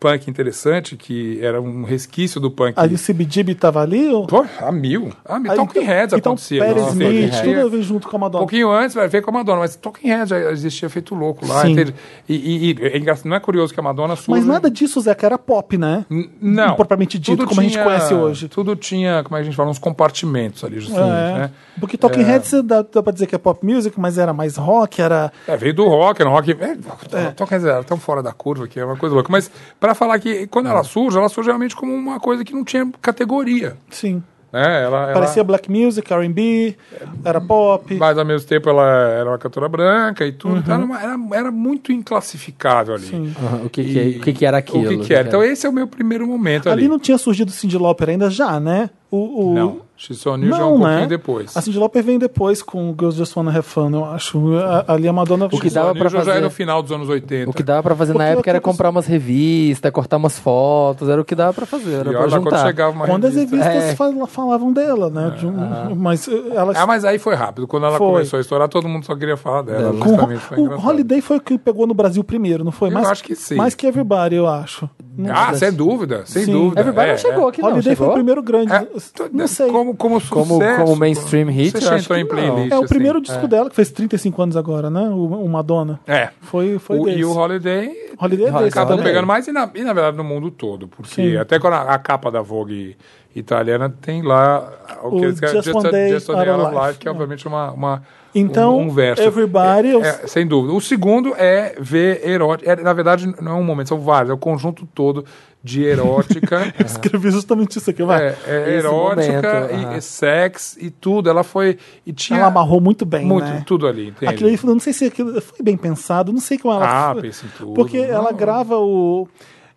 punk interessante, que era um resquício do punk. Ali o CBGB tava ali? ou- Pô, a mil. A mil. Aí, Talking Heads então, acontecia. Pérez Nossa, Smith, gente. tudo eu vi junto com a Um Madonna. pouquinho antes, vai ver com a Madonna, mas Talking Heads já existia feito louco lá. Sim. entende? E, e- e é engraçado, não é curioso que a Madonna surge... Mas nada disso, Zeca, era pop, né? N- Não. propriamente dito, Tudo como a gente conhece hoje. Tudo tinha, como a gente fala, uns compartimentos ali, justamente, é. né? Porque Talking Heads dá, dá pra dizer que é pop music, mas era mais rock, era. É, veio do rock, era um rock. É, Talking Heads era tão fora da curva que é uma coisa louca. Mas pra falar que quando É. ela surge, ela surge realmente como uma coisa que não tinha categoria. Sim. Né? Ela, ela- Parecia black music, RB, era pop. Mas ao mesmo tempo ela era uma cantora branca e tudo. Uhum. então era, uma- era- era muito inclassificável ali. Aham, o, que que é- o que que era aquilo? O que, que era? Então esse é o meu primeiro momento ali. Ali não tinha surgido Cindy Lauper ainda já, né? O, o... Não, She's on You já é um Não, né? pouquinho depois. A Cindy Lauper vem depois com Girls Just Wanna Have Fun, eu acho. A- Ali a Madonna... que She's dava on You pra já já fazer- era no final dos anos 80. Então, O que dava pra fazer na Porque época era aquilo- comprar umas revistas, cortar umas fotos, era o que dava pra fazer, era E pra olha lá quando juntar. chegava uma Quando as revista. revistas É. fal- falavam dela, né? De um- Mas eh, elas... Ah, mas aí foi rápido. Quando ela Foi. começou a estourar, todo mundo só queria falar dela. com- Justamente foi o engraçado. Holiday foi o que pegou no Brasil primeiro, não foi? Eu mais, acho que sim. Mais que Everybody, eu acho. Ah, sem dúvida, sem né? Sim. dúvida. Everybody é, não chegou aqui, não. Holiday foi o chegou? primeiro grande. É. não É, sei. Como, como sucesso. Como- como mainstream hit, Você eu já acho entrou que em não. playlist. é o assim. primeiro disco dela, que fez 35 anos agora, né? O, o Madonna. É. Foi, foi O, desse. e o Holiday Holiday é Holiday, desse acabam Olha também. aí. pegando mais e na, e na verdade no mundo todo, porque Sim. até quando a, a capa da Vogue italiana tem lá o que O eles querem- Just One a- Day Just One Out Day of Out of Life, Life, que é né? obviamente uma, uma Então, um, um verso. Everybody, é, eu- é, sem dúvida. O segundo é ver erótica. É, na verdade não é um momento, são vários, é o conjunto todo <laughs> de erótica. Escrevi justamente isso aqui, vai. É, é Esse erótica, momento, e- aham. e, sex e tudo. Ela foi. E tinha Ela amarrou muito bem, muito, né? tudo ali, entende? Aquilo ali, eu não sei se aquilo foi bem pensado, não sei como ela. Ah, pensa em tudo. Porque ela Não. grava o.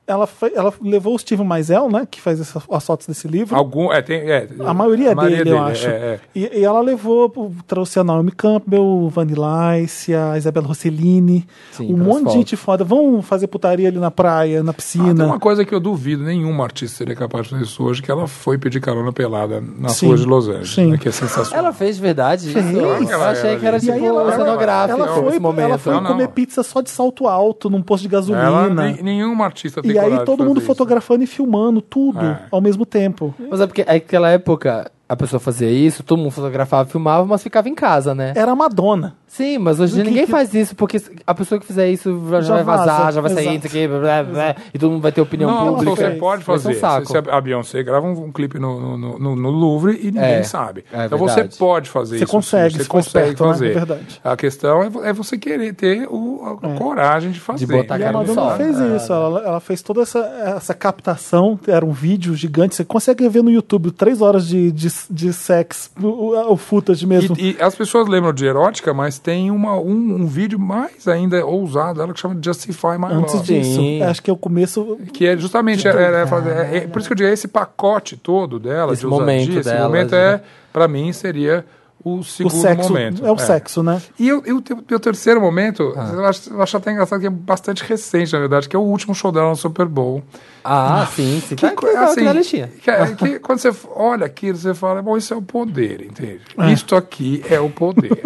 Ela, fe- ela levou o Steve Maisel, né? Que faz essa- as fotos desse livro. Algum, é, tem, é, A maioria, dele, eu acho. é, é. E, e ela levou, pô, trouxe a Naomi Campbell, o Vanilla Ice, a Isabela Rossellini, Sim, um pras monte de fotos. gente foda. Vão fazer putaria ali na praia, na Ah, tem piscina. uma coisa que eu duvido, nenhuma artista seria capaz de fazer isso hoje, que ela foi pedir carona pelada nas Sim. ruas de Los Angeles, Sim. né, que é sensacional. Ela fez de verdade isso? Fez. Eu achei que era E tipo aí ela- é ela- cenográfico ela foi, esse momento. ela foi Não, não. comer pizza só de salto alto num posto de gasolina. nem- nenhuma artista tem é E aí coragem de todo mundo fazer isso. fotografando e filmando tudo É. ao mesmo tempo. Mas é porque naquela época a pessoa fazia isso, todo mundo fotografava, filmava, mas ficava em casa, né? Era a Madonna. Sim, mas hoje em dia que- ninguém que- faz isso, porque a pessoa que fizer isso já, Já vai vazar, vaza, já vai sair, exato. isso aqui, blá, blá, blá, e todo mundo vai ter opinião Não, ela pública. você fez. pode Vai ser um fazer. saco. Se- se a Beyoncé grava um, um clipe no, no, no- no Louvre e ninguém É, sabe. é então você verdade. pode fazer Você isso. consegue, sim, se você for consegue esperto, né? fazer. É verdade. A questão é, vo- é você querer ter o, a coragem de fazer. botar a E a Cara, Madonna não fez É. sabe. isso, ela, ela fez toda essa, essa captação, era um vídeo gigante, você consegue ver no YouTube três horas de, de de sex, o, o footage mesmo. E, e as pessoas lembram de erótica, mas tem uma, um, um vídeo mais ainda ousado, ela que chama Justify My Antes Love. disso, Sim. acho que é o começo. Que é justamente, era- era fazer- né? é- é- por isso que eu digo, é esse pacote todo dela, Esse de ousadia, momento esse dela, né? momento de- é, pra mim, seria o O segundo sexo momento. é o sexo, Ah. né? E o meu terceiro momento, eu, acho, eu acho até engraçado que é bastante recente, na verdade, que é o último show dela no Super Bowl. É, Ah, sim, sim. Que assim, Tá- coisa, tá aqui na listinha. que- é, que quando você <laughs> olha aquilo, você fala, bom, isso é o poder, entende? Isto aqui é o <laughs> poder.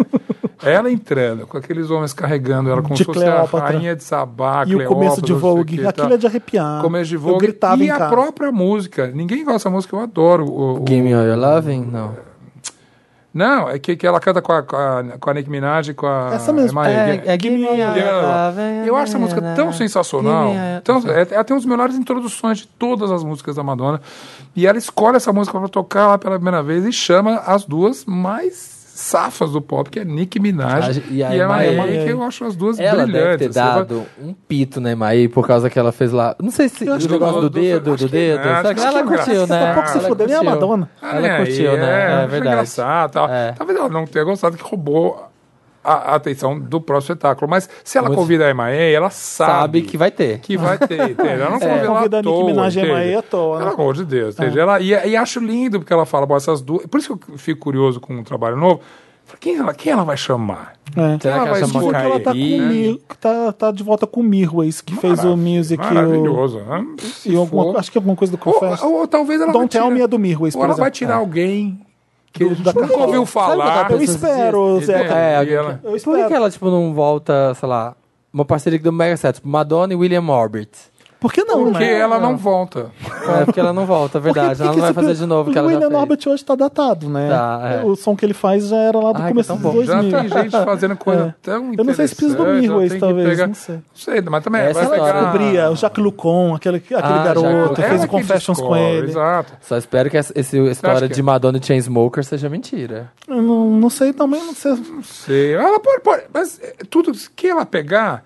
ela entrando, com aqueles homens carregando ela como De se fosse a Cleópatra. rainha de Sabá, E o começo de Cleópatra, não sei o Vogue. que e tal. Aquilo é de arrepiar. Começo de Eu Vogue. gritava e em a casa. própria música. Ninguém gosta dessa música, eu adoro. O, o- Give me all your loving? Não. Não, é que, que ela canta com a, com a, com a Nicki Minaj e com a Essa mesmo. é, Emma Ege- É, é give me all your loving. Eu acho essa música tão sensacional. Tão, é, ela tem uma das melhores introduções de todas as músicas da Madonna. E ela escolhe essa música para tocar lá pela primeira vez e chama as duas mais safas do pop, que é Nicki Minaj A- e Ah, e a a Emma Emma Ege, Ege. que eu acho as duas Ela deve brilhantes. ter assim, Você vai- dado um pito na Emaí por causa que ela fez lá. Não sei se o acho que negócio do do- do- dedo, acho do que- dedo. é, Só acho que que ela é curtiu, engraçado. né? Daqui a tá pouco se Ela fuder, nem a curtiu. Madonna. Ela É, curtiu, e né? É acho verdade. engraçado, tal. É. Talvez ela não tenha gostado que roubou a a atenção do próxrio espetáculo. Mas se ela Muito. convida a Emma Ege, ela sabe, Sabe que vai ter. que vai ter, entende? <laughs> Ela não É. convida, Convida à a Nicki toa, Minaj e a Emma entende? Ege à toa, né? Pelo amor de Deus, entende? Ela, e, e acho lindo porque ela fala, bom, essas duas... Por isso que eu fico curioso com um trabalho novo. Fala, Quem ela, quem ela vai chamar? É. Será Ela que ela vai chama Porque ela tá, com Kylie? o Mir, tá, tá de volta com o Mirways, que fez o music e o, Maravilhoso. né? Se e alguma, for- acho que alguma coisa do Confess. ou, ou talvez ela vai Don't Tell tirar- Me é do Mirways, Ou por ela exemplo. vai É. tirar alguém que Do- a gente da nunca Coca-Cola. ouviu falar. Sabe o Eu que espero, Esses Zé. entende? É, E ela- Eu Por que que espero. ela, tipo, não volta, sei lá, uma parceria que deu mega certo? Tipo, Madonna e William Orbit. Por que não, Porque né? ela não volta. É, porque ela não volta, é verdade. Por que- por ela que não vai esse- fazer de novo o que O ela já William fez. Norbert hoje tá datado, né? Tá, é. O som que ele faz já era lá do Ai, que começo tão dos bom. 2000. Já tem gente <laughs> fazendo coisa É. tão Eu não sei se precisa do interessante, ela Mirways, tem que talvez, pegar- não sei. Não sei, mas também Essa vai ela pegar... Descobria, o Jacques Lucon, aquele, aquele Ah, garoto, Jacques fez Ela é o que Confessions com descobre, ele. Exato. Só espero que essa esse- a acha história que- de Madonna e Chainsmokers seja mentira. Eu Não, não sei também, não sei. Sei. Ela pode, pode- mas é, tudo que ela pegar,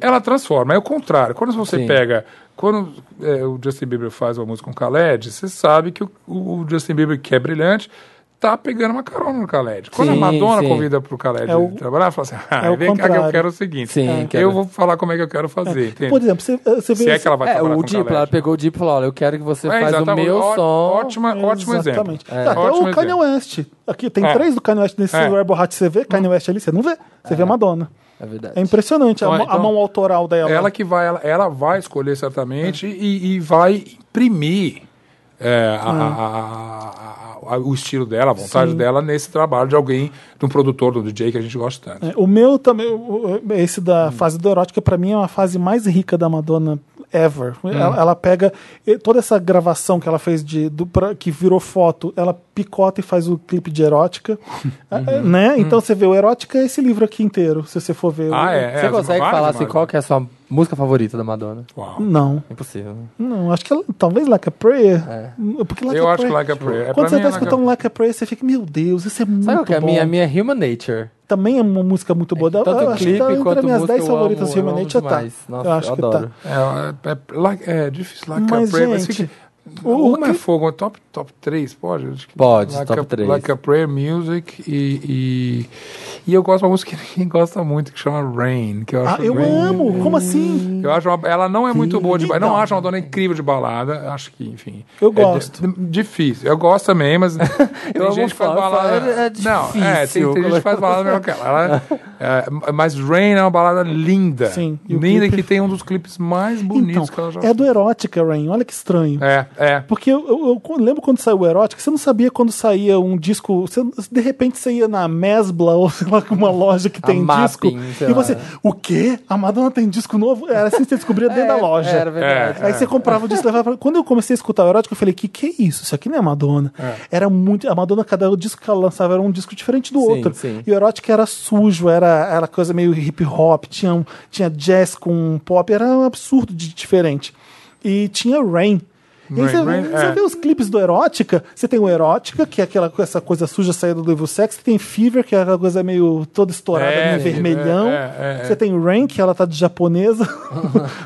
ela transforma. É o contrário. Quando você Sim. pega. Quando é, o Justin Bieber faz uma música com o Khaled, você sabe que o, o Justin Bieber, que é brilhante, tá pegando uma carona no Khaled. Quando a Sim, Madonna sim. convida pro Khaled É o- trabalhar, ela fala assim: ah, é o vem cá que eu contrário. quero o seguinte. Sim, Eu quero- vou falar como é que eu quero fazer. entende? Por exemplo, você, eh, você vê. Se é que ela vai É, trabalhar o com Diplo, Khaled. ela pegou o Diplo e falou, olha, eu quero que você É, faça o exatamente. meu Ó- som. É. Ótima, ótimo exemplo. É, Exatamente. Tá, É, Até Ótimo o Kanye exemplo. West. Aqui tem É. três do Kanye West nesse É. Rebel Hat. Você vê Kanye West ali, você não vê. Você vê a Madonna. É verdade. É impressionante a, Então, mão- a então, mão autoral dela. Ela que vai, ela, ela vai escolher É. certamente e, e vai imprimir é, a- a- a- a- o estilo dela, a vontade dela nesse trabalho de alguém, de um produtor, de um DJ que a gente gosta tanto. É, O meu também, o- o- esse da fase do erótica, pra mim é uma fase mais rica da Madonna ever. Ela, ela pega eh, toda essa gravação que ela fez de do, pra- que virou foto, ela picota e faz o clipe de erótica, eh, né? Então você vê o erótica é esse livro aqui inteiro, se você for ver. Ah, é, Você é, consegue várias falar assim, imagens. qual que é a sua música favorita da Madonna? Uau. Não, Impossível, né? É. não, acho que ela- talvez Like a Prayer. Porque Like Eu a acho que Prayer- Like a Prayer. É, pra Quando você mim tá é Like a- escutando Like a Prayer, você fica, meu Deus, isso é muito Sabe qual que é a bom. minha? A minha é Human Nature. Também é uma música muito boa. Tanto eu acho que clipe tá entre quanto as minhas música 10 eu amo, favoritas de eu amo Humanate, tá. demais. Nossa, eu acho eu que tá. adoro. É, é, é, like- é difícil lá Mas, Prayer, mas gente, fica, o- uma o é que- fogo, é top, top 3, pode? Acho que- Pode, Like top a, três. Like a Prayer Music e, e, e eu gosto de uma música que ninguém gosta muito, que chama Rain. Que eu Ah, acho eu Rain- amo! Como assim? Eu acho uma- ela não é muito boa de balada. Então. Não acho uma dona incrível de balada. Acho que, enfim. Eu é di- gosto. d- difícil. Eu gosto também, <laughs> mas. tem amo gente que faz falar, balada. falar é não, é, tem, difícil. tem gente que faz balada melhor que ela. Ela- é, mas Rain é uma balada linda. Sim, e o Linda clipe- que tem um dos clipes mais Então, bonitos que ela já é do Erótica, Rain. Olha que estranho. É, é. Porque eu, eu- eu lembro quando saiu o Erótica, você não sabia quando saía um disco. Você, de repente você ia na Mesbla ou <laughs> sei lá, com uma loja que tem disco. Mapping, sei e lá. é. você, o quê? A Madonna tem disco novo? Era assim que você descobria <laughs> dentro da loja. É, É, Era verdade. Aí você comprava o disco, levava pra... Quando eu comecei a escutar o erótico, eu falei, que que é isso? Isso aqui não é Madonna. Era muito... A Madonna, cada disco que ela lançava era um disco diferente do Sim, outro. sim. E o erótico era sujo, era, era coisa meio hip hop, tinha, um- tinha jazz com pop, era um absurdo de diferente. E tinha Rain, E aí você, Brain, você é. vê os clipes do Erótica, você tem o Erótica, que é aquela, essa coisa suja saída do Evil Sex, você tem Fever, que é aquela coisa meio toda estourada, É, meio vermelhão. é, é, é. Você tem Rain, que ela tá de <laughs> japonesa,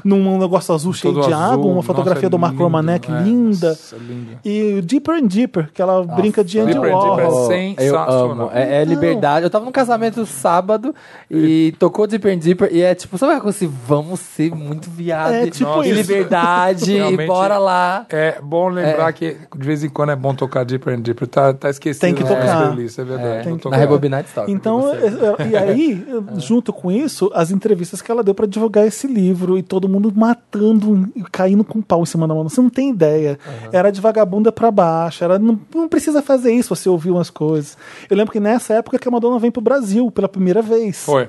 num negócio azul cheio Todo de azul. água, um uma fotografia Nossa, é do Mark lindo, Romanek é. linda. Nossa, é lindo. E o Deeper and Deeper, que ela brinca de Andy Deeper and Deeper é Warhol. Eu sensacional. amo. É, é Então. liberdade. Eu tava num casamento sábado e tocou Deeper and Deeper e é tipo, sabe aquela coisa assim, vamos ser muito viado. É, tipo e isso. liberdade, e <laughs> Realmente. bora lá. É bom lembrar que de vez em quando é bom tocar Deeper and Deeper. Tá, tá esquecido. Tem que na tocar. nossa playlist, é verdade. É, Vou na tocar. Rebobinar Stock. Então, é- é- e <laughs> aí, junto com isso, as entrevistas que ela deu pra divulgar esse livro e todo mundo matando e caindo com um pau em cima da mão. Você não tem ideia. Era de vagabunda pra baixo, era não, não precisa fazer isso, você ouviu umas coisas. Eu lembro que nessa época que a Madonna vem pro Brasil pela primeira vez. Foi.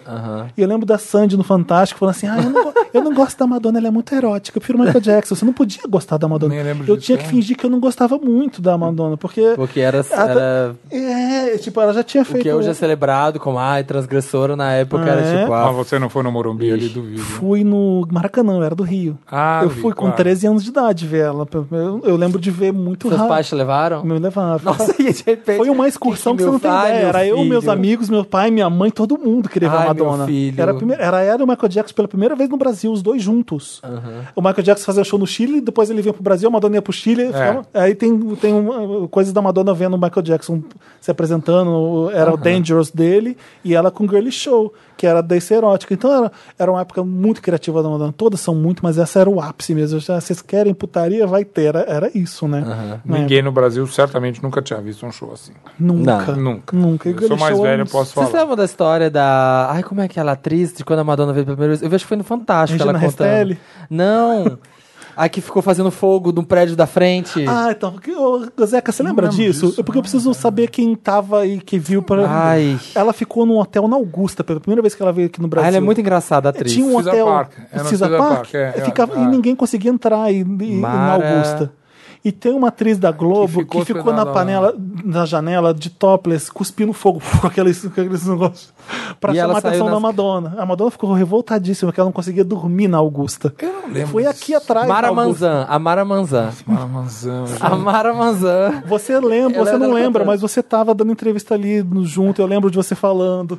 E eu lembro da Sandy no Fantástico falando assim: ah, eu não, go- <laughs> eu não gosto da Madonna, ela é muito erótica. Eu prefiro Michael Jackson. Você não podia gostar da Madonna. Nem lembro eu disso, tinha que é. fingir que eu não gostava muito da Madonna, porque. Porque era, Ah, tá. era É, tipo, ela já tinha o feito. que hoje é celebrado como ai, transgressora na época Ah, era é? tipo. Ah, Ah, você não foi no Morumbi ali, duvido. Fui no Maracanã, eu era do Rio. Ah, eu vi, fui com claro. 13 anos de idade ver ela. Eu, eu lembro de ver muito seus rápido. pais te levaram? Me levaram. <laughs> Nossa, e de repente. Foi um uma excursão que, meu você não tem pai, ideia. meu Era eu, meus filho. amigos, meu pai, minha mãe, todo mundo queria ver Ai, a meu Madonna. filho. Era, a primeira, era ela e o Michael Jackson pela primeira vez no Brasil, os dois juntos. O Michael Jackson fazia show no Chile, depois ele vinha pro Brasil, a Madonna ia pro Chile. ficava- Aí tem, tem uma- coisas da Madonna vendo o Michael Jackson se apresentando, era o Dangerous dele, e ela com Girly Show, que era desse erótica. Então era, era uma época muito criativa da Madonna. Todas são muito, mas essa era o ápice mesmo. Já, Vocês querem putaria? Vai ter. Era, era isso, né? Né? Ninguém no Brasil certamente nunca tinha visto um show assim. Nunca. Não. Nunca. Nunca. E Eu sou Girly mais Show é velho, um- eu posso Vocês falar. lembram da história da. Ai, como é que é ela, atriz? De quando a Madonna veio pela primeira vez? Eu vejo que foi no Fantástico Regina ela contando. Restelli? Não! a que ficou fazendo fogo de um prédio da frente. Ah, então, porque, ô, Zeca, você lembra lembro disso? disso, É porque eu preciso saber quem tava e que viu pra. Ai. Ela ficou num hotel na Augusta pela primeira vez que ela veio aqui no Ah, Brasil. ela é muito engraçada, a atriz. Tinha um Cisa hotel Park. Era no Cisa Cisa Park, Park, é, é, ficava, é. e ninguém conseguia entrar e, e- na Mara. Augusta. E tem uma atriz da Globo que ficou ficou, na hospedada lá. panela, na janela de topless, cuspindo fogo <laughs> com aqueles, com aqueles negócios pra E chamar ela a atenção saiu da nas- Madonna. A Madonna ficou revoltadíssima que ela não conseguia dormir na Augusta. Eu não lembro. Foi aqui atrás. Mara da Augusta. Manzan, a Mara Manzan. Ah, Maramazão. A Mara Manzan. Você lembra, Ela você era não da lembra, mas Cantante. você tava dando entrevista ali no junto, eu lembro de você falando.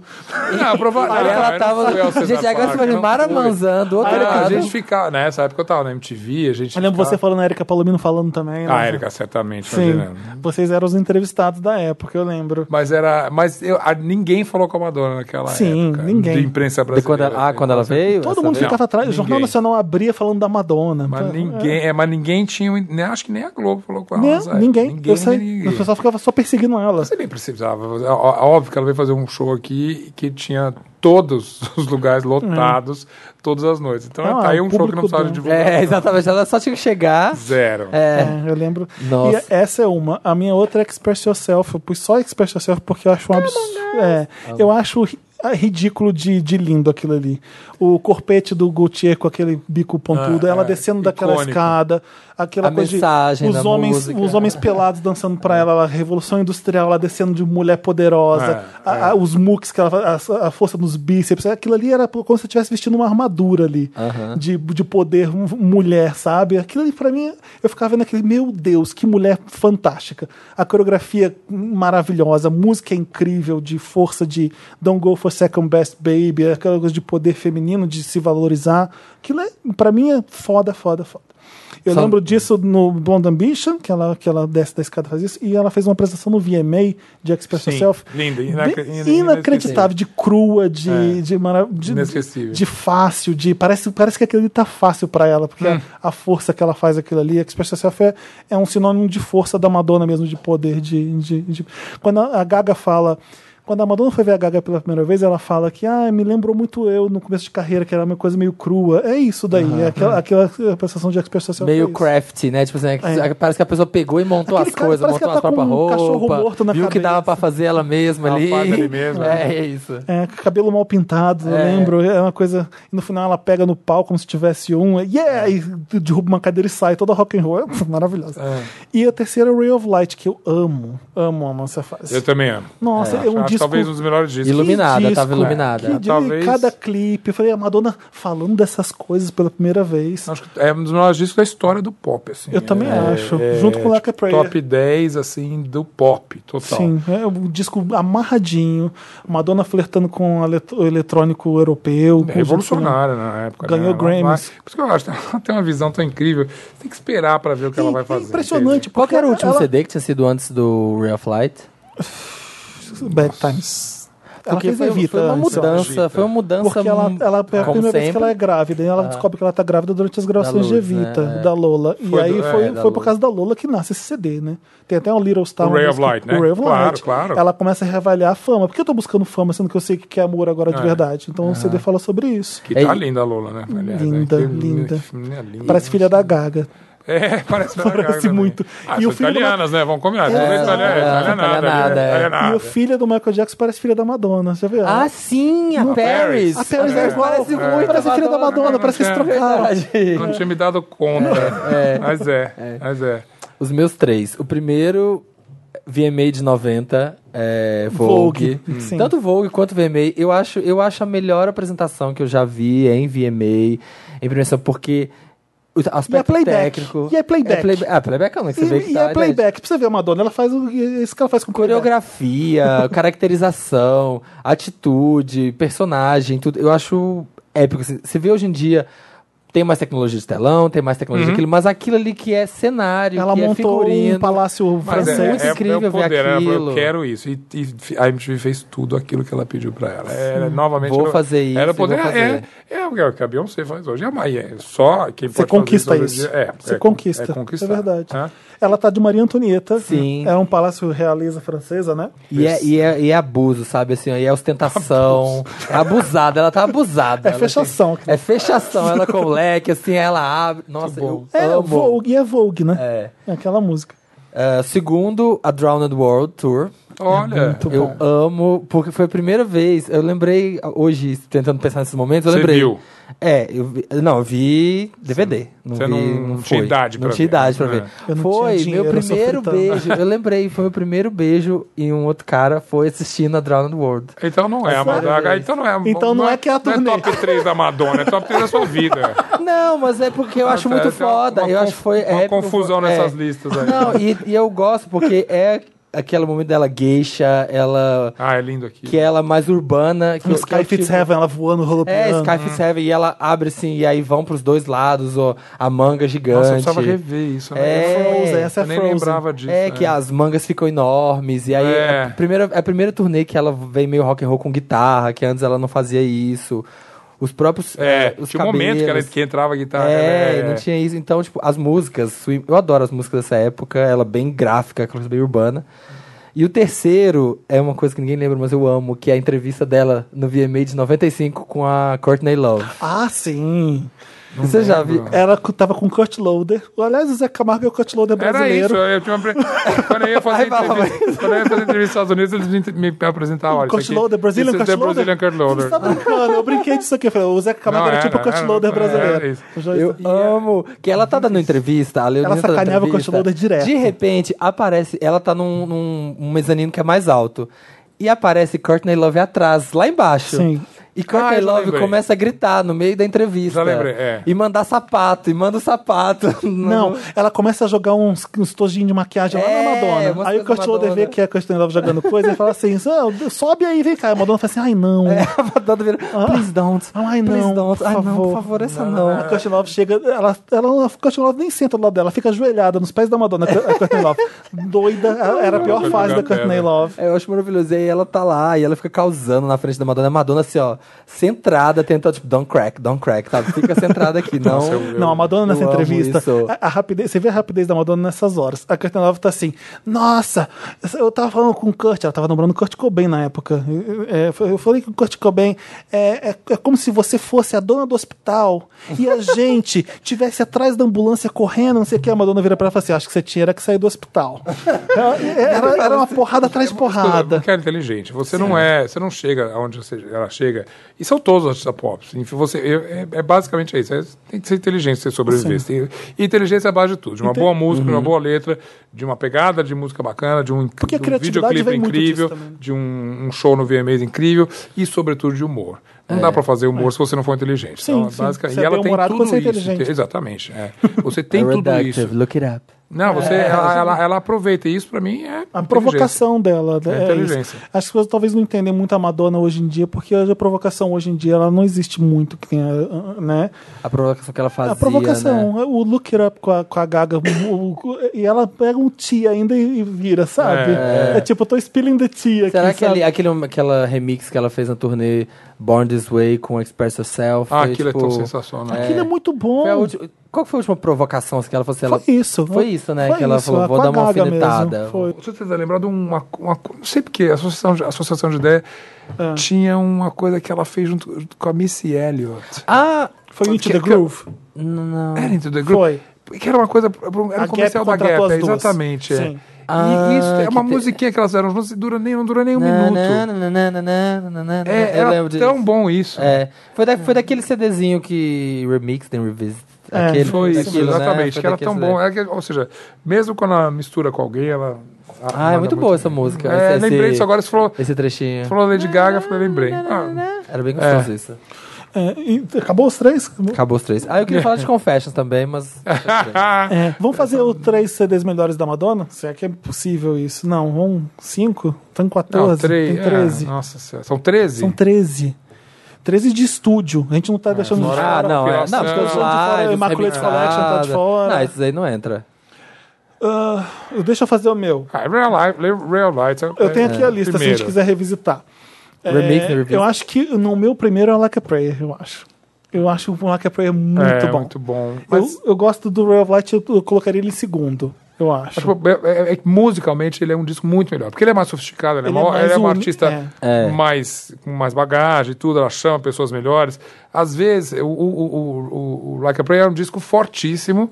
Não, Ah, provavelmente. Aí ela tava. Gente, agora você imagina Mara Manzan do outro Ah, a lado. gente ficava. Nessa época eu tava na MTV, a gente. Eu lembro ficava- você falando, a Erika Palomino falando também. né? Ah, Erika, certamente. Sim. imaginando. Vocês eram os entrevistados da época, eu lembro. Mas era. Mas eu, a- ninguém falou com a Madonna naquela Sim, época. ninguém. De imprensa De quando brasileira. assim. ela- ah, quando ela veio? Todo essa mundo vez? ficava atrás. O Jornal ninguém. Nacional abria falando da Madonna. Mas Então, ninguém, é, mas ninguém tinha. um- nem- Acho que nem a Globo falou com ela. Né? nessa época. ninguém. ninguém. eu sei. ninguém. O pessoal ficava só perseguindo ela. Você nem precisava. É, Ó- Óbvio que ela veio fazer um show aqui que tinha todos os lugares Hum. lotados todas as noites. Então Ah, tá aí um show que público não precisava de bom. divulgar. É, exatamente. Ela só tinha que chegar. Zero. É. É, eu lembro. Nossa. E essa é uma. A minha outra é Express Yourself. Eu pus só Express Yourself porque eu acho um absurdo. É, eu acho ri- ah, ridículo de, de lindo aquilo ali. O corpete do Gaultier com aquele bico pontudo, Ah, ela é, descendo daquela icônico. escada, aquela A coisa de mensagem os da homens, música. os homens pelados dançando pra ela, a revolução industrial, ela descendo de mulher poderosa, É, a- a- os muques que ela faz, a, a força nos bíceps, aquilo ali era como se você estivesse vestindo uma armadura ali de, de poder m- mulher, sabe? Aquilo ali pra mim, eu ficava vendo aquele, meu Deus, que mulher fantástica. A coreografia maravilhosa, a música incrível de força de Don't Go for Second Best Baby, aquela coisa de poder feminino, de se valorizar. Aquilo é, pra mim é foda, foda, foda. Eu Só- lembro disso no Blonde Ambition, que ela, que ela desce da escada e faz isso, e ela fez uma apresentação no VMA de Express Sim, Yourself. linda, Bem inac- ina- inacreditável, de crua, de, de, mara- de, Inesquecível. de fácil, de parece, parece que aquilo ali tá fácil para ela, porque a, a força que ela faz aquilo ali, Express Yourself é, é um sinônimo de força da Madonna mesmo, de poder, de, de, de- quando a a Gaga fala quando a Madonna foi ver a Gaga pela primeira vez, ela fala que ah, me lembrou muito eu no começo de carreira, que era uma coisa meio crua. É isso daí, é aquela, aquela sensação de Express Yourself. é Meio isso. crafty, né? Tipo assim, É. parece que a pessoa pegou e montou Aquele as cara coisas, parece que montou ela as tá próprias com um roupas. cachorro morto na viu que cabeça. dava pra fazer ela mesma Ela ali. faz ali mesma. <laughs> É, é isso. É, cabelo mal pintado, eu É. lembro. É uma coisa. E no final ela pega no pau como se tivesse um. é, Yeah! E derruba uma cadeira e sai toda rock and roll. É <laughs> maravilhosa. E a terceira, Ray of Light, que eu amo. Amo, amo essa fase. Eu também amo. Nossa, é, um Acho disco. talvez um dos melhores discos. Que Iluminada, tava disco, iluminada. Que disco, Talvez- cada clipe. Eu falei, a Madonna falando dessas coisas pela primeira vez. Acho que é um dos melhores discos da história do pop, assim. Eu também É acho. junto com Like a Prayer. Top 10, assim, do pop, total. Sim, é um disco amarradinho. Madonna flertando com o elet- o eletrônico europeu. com- Revolucionária na época. Ganhou né? É Ela vai- Grammys. Por isso que eu acho <laughs> que ela tem uma visão tão incrível. Você tem que esperar pra ver o que ela vai É fazer. impressionante. Qual que era o porque último ela- CD que tinha sido antes do Real Flight? Bad Times. Ela Porque fez foi, Evita. foi uma antes, eu acho. mudança, foi uma mudança. Porque ela, ela é a como primeira vez que sempre. Ah. ela é grávida, e ela descobre que ela tá grávida durante as gravações Da Lourdes, de Evita, né? É. da Lola. E Foi do- aí é, foi, da foi Lola. por causa da Lola que nasce esse CD, né? Tem até um Little Star. O uma Ray of música- Light, né? O Ray of Claro, Light. claro. Ela começa a reavaliar a fama. Por que eu tô buscando fama, sendo que eu sei o que é amor agora de É. verdade? Então o Ah. CD fala sobre isso. Que É- tá linda a Lola, né? Aliás, Linda, né? Que- linda. né, linda. Parece filha da Gaga. <laughs> É, parece filha da Parece Gaga também. muito. Ah, E são o filho do italianas, né? Vamos combinar. Tudo É, italiano, é, italianada, né? italianada, E é. o italianada. filho do Michael Jackson parece filha da Madonna. Já viu? Ah, sim, a, Paris. Paris. a Paris é, é, igual. parece muito Parece a filha da Madonna. né? Madonna, parece que se É. trocaram. Não tinha me dado conta. Mas é, mas é. Os meus três. O primeiro, VMA de 90, é, Vogue, Vogue. Hum. sim. Tanto Vogue quanto VMA, eu acho, eu acho a melhor apresentação que eu já vi é em VMA, em premiação, porque o aspecto playback. técnico... E é playback. É playba- ah, playback é um, que você vê que E, e tá, é né? playback. Pra você ver a Madonna, ela faz o, isso que ela faz com playback. <laughs> Coreografia, caracterização, atitude, personagem, tudo. Eu acho épico. assim. Você vê hoje em dia, tem mais tecnologia de telão, tem mais tecnologia daquilo, mas aquilo ali que é cenário, Uhum. Ela que é montou figurino. é, um palácio Mas francês. muito incrível o poder, ver ela falou, aquilo. Eu quero isso. E, e a MTV fez tudo aquilo que ela pediu pra ela. É, novamente, Vou ela- fazer isso Ela e vou fazer. É, é o que a Beyoncé faz hoje. É, mas é só quem Você pode fazer conquista hoje em isso. dia- É, Você é, conquista. É, conquistar. É verdade. Hã? Ela tá de Maria Antonieta. Sim. É um palácio realeza francesa, né? E é, e, é, e é abuso, sabe? Assim, ó, e é ostentação. Abusada, ela tá abusada. É Ela fechação. tem- é fechação, ela com leque, assim, ela abre. Nossa, eu É, amo. Vogue. E é Vogue, né? É. É aquela música. Ah, segundo, a Drowned World Tour. Olha, Muito eu bom. amo, porque foi a primeira vez. Eu lembrei hoje, tentando pensar nesses momentos, eu Você lembrei. viu? É, eu vi, não, eu vi DVD. não você vi, não não, tinha foi. idade Não pra tinha ver. idade pra É. ver. Eu não Foi tinha dinheiro, meu eu só primeiro fritando. beijo. Eu lembrei, foi meu primeiro beijo em um outro cara foi assistindo a Drowned World. Então não é a Madonna. Então não é, Então não é que é a Não turnê. é top 3 da Madonna, é top 3 da sua vida. Não, mas é porque <laughs> eu acho Tá, muito tem uma- foda. uma eu con- acho que foi. Uma épico, confusão foi- nessas é. listas aí. Não, e, e eu gosto porque é aquele momento dela gueixa, ela. Ah, é lindo aqui. que ela mais urbana. Que, No que é Sky o tipo- Fits Heaven, Uhum. ela voando, É, rodopiando. Sky Fits Heaven, e ela abre assim, e aí vão pros dois lados, ó, a manga gigante. Nossa, eu precisava rever isso. né? É. Frozen, essa é eu nem Frozen. lembrava disso. né? É, que as mangas ficam enormes, e aí É. é. a primeira, é a primeira turnê que ela vem meio rock and roll com guitarra, que antes ela não fazia isso. Os próprios. É, eh, os tinha um momento que, ela, cabelos. que entrava a guitarra. É, né? não tinha isso. Então, tipo, as músicas, Swim- eu adoro as músicas dessa época, ela é bem gráfica, aquela coisa bem urbana. E o terceiro é uma coisa que ninguém lembra, mas eu amo, que é a entrevista dela no VMA de 95 com a Courtney Love. Ah, sim. Você já viu? lembro. Ela cu- tava com o Kurt Loader. Aliás, o Zé Camargo é o Kurt Loader Era brasileiro. isso, eu tinha uma... pre- quando, eu ia fazer Aí falava entrevista, quando eu ia fazer entrevista nos Estados Unidos, eles me, me apresentavam. Olha, Kurt isso aqui- Loader, Brazilian this is Kurt the Loader. Brazilian Kurt Você tá Loader. brincando? Eu brinquei disso aqui. Eu falei, o Zé Camargo Não, era, tipo o era, Kurt era, Loader era brasileiro. isso. Eu já- Eu amo que ela tá dando entrevista, a Leonina Ela tá dando sacaneava o entrevista, Kurt Loder direto. De repente, aparece, ela tá num, num um mezanino que é mais alto. E aparece Courtney Love atrás, lá embaixo. Sim. E Courtney Ah, já Love lembrei. começa a gritar no meio da entrevista. Já lembrei, é. E mandar sapato, e manda o sapato. Não, <laughs> ela começa a jogar uns, uns tojinhos de maquiagem É, lá na umas Madonna. Aí o coisas da Kurt Loder vê Madonna. que é a Kurt Loder jogando coisa e fala assim: "Ah, sobe aí, vem cá. A Madonna fala assim: ai não. É, <laughs> A Madonna vira, please don't. Ah. Ai, não, Please don't. por Ai, não, por favor." favor, essa não. A Kurt Love chega, ela, ela, a Kurt Love nem senta do lado dela, fica ajoelhada nos pés da Madonna, a Kurt Love. Doida, era a pior Vai fase da jogar Kurt pedra. Love. É, Eu acho maravilhoso. E aí ela tá lá e ela fica causando na frente da Madonna. A Madonna, assim, ó, centrada, tentando, tipo, don't crack, don't crack, sabe? Fica centrada aqui, não. Nossa, eu- Não, a Madonna nessa eu amo entrevista, isso. a, a rapidez, você vê a rapidez da Madonna nessas horas. A Kurt Nova tá assim, nossa, eu tava falando com o Kurt, ela tava namorando o Kurt Cobain na época. É, Eu falei que o Kurt Cobain é, é, é como se você fosse a dona do hospital e <laughs> a gente tivesse atrás da ambulância correndo, não sei o que. A Madonna vira pra ela e fala assim, acho que você tinha era que sair do <laughs> hospital. é, Era, era uma porrada atrás de porrada. Porque era inteligente. Você não é, você não chega aonde você, ela chega E são todos os artistas pop. Enfim, você, eu- é, é basicamente isso. É, tem que ser inteligente você sobreviver. Você tem- e inteligência é a base de tudo. De uma boa música, de uma boa letra, de uma pegada de música bacana, de um, inc- Uhum. Porque a de um criatividade videoclipe vem muito incrível, disso também. né? de um, um show no VMAs incrível e, sobretudo, de humor. Não dá pra fazer humor se você não for inteligente. É. Sim, então, sim. básica- Você é e ela tem bem-humorado tudo quando você é isso. inteligente. Tem- Exatamente. é. <laughs> Você tem tudo Reductive, isso. look it up. Não, você, ela, ela, ela aproveita. E isso, pra mim, É, é A inteligência. provocação dela. É né, É isso. inteligência. As pessoas talvez não entendem muito a Madonna hoje em dia, porque a provocação hoje em dia ela não existe muito, que tem a- né? A provocação que ela fazia, a provocação, né? o look it up com a, com a Gaga, o- o- e ela pega um tia ainda e e vira, sabe? É. É, tipo, eu tô spilling the tia aqui, Será que é- sabe? ali, aquele, aquela remix que ela fez na turnê Born This Way com Express Yourself? Ah, foi, aquilo tipo, é tão sensacional. Aquilo é, muito bom. foi a ulti- Qual que foi a última provocação assim, que ela falou assim? Ela... Foi isso. Foi isso, né? Foi que ela isso, falou, vou com a dar uma Gaga alfinetada. mesmo, foi. Você tá lembrado uma, uma co- não sei porque, a associação de, a associação de ideia Ah. tinha uma coisa que ela fez junto com a Missy Elliott. Ah! Foi Into Que- é the que- Groove. Não, não. Era Into the Group. Ah. Foi. Que era uma coisa, era um A Gap comercial da contratou Gap, as é, duas. exatamente. é. Sim. E Ah, isso é que uma te- musiquinha que elas eram juntas e dura nem, não dura nem um Na, minuto. na, na, na, na, na, na, na, na. É, eu era lembro disso. tão bom isso. É, foi, da- foi daquele CDzinho que Remix tem Revisit. É, Aquele, Foi isso, daquilo, né? exatamente. Foi Que era daquele tão CD. bom. é. Era que- ou seja, mesmo quando ela mistura com alguém, ela. Ah, é muito boa essa música. É, esse, lembrei esse- disso agora, você falou, Esse trechinho. você falou Lady Gaga, eu falei, lembrei. Ah, Era bem gostoso isso. É, e acabou os três? Acabou os três. Ah, eu queria falar de Confessions também, <laughs> mas. É, vamos fazer os três CDs melhores da Madonna? Será que é possível isso? Não, vamos cinco? Tem 14, Não, três, tem 13. É, nossa, senhora. são 13? São 13. 13 de estúdio. A gente não tá deixando de Ah, fora. não, é. Não, Piração. porque Tá os de fora, lives, Immaculate remixada. Collection tá de fora. Não, esses aí não entra. Ah, deixa eu fazer o meu. Ah, Real Life, Real Life. é, Eu tenho aqui a lista, se a gente quiser revisitar. É, Remix, né, revisitar. eu acho que no meu primeiro é o Like a Prayer, eu acho. Eu acho o Like a Prayer muito é, bom. Muito bom. Eu, Mas, eu gosto do Ray of Light, eu, eu colocaria ele em segundo, eu acho. tipo, é- é- é que musicalmente, ele é um disco muito melhor. Porque ele é mais sofisticado, ele, Ele é, é maior- mais ele é um uni- artista é. É. Mais, com mais bagagem e tudo, ela chama pessoas melhores. Às vezes, o, o, o, o- o Like a Prayer é um disco fortíssimo,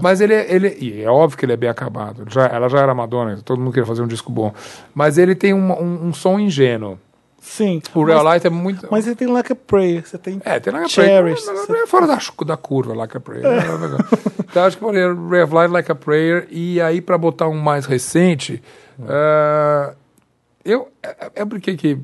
mas ele, é- ele... E é óbvio que ele é bem acabado. Já, ela já era Madonna, todo mundo queria fazer um disco bom. Mas ele tem um, um, um som ingênuo. Sim. O Real mas, Light é muito... mas você tem Like a Prayer, você tem. É, tem Like a Prayer. Cherish. Não, não, não é fora da, da curva, Like a Prayer. <laughs> então, acho que eu falei Rev Light, Like a Prayer. E aí, pra botar um mais recente, ah, eu. É, é porque que.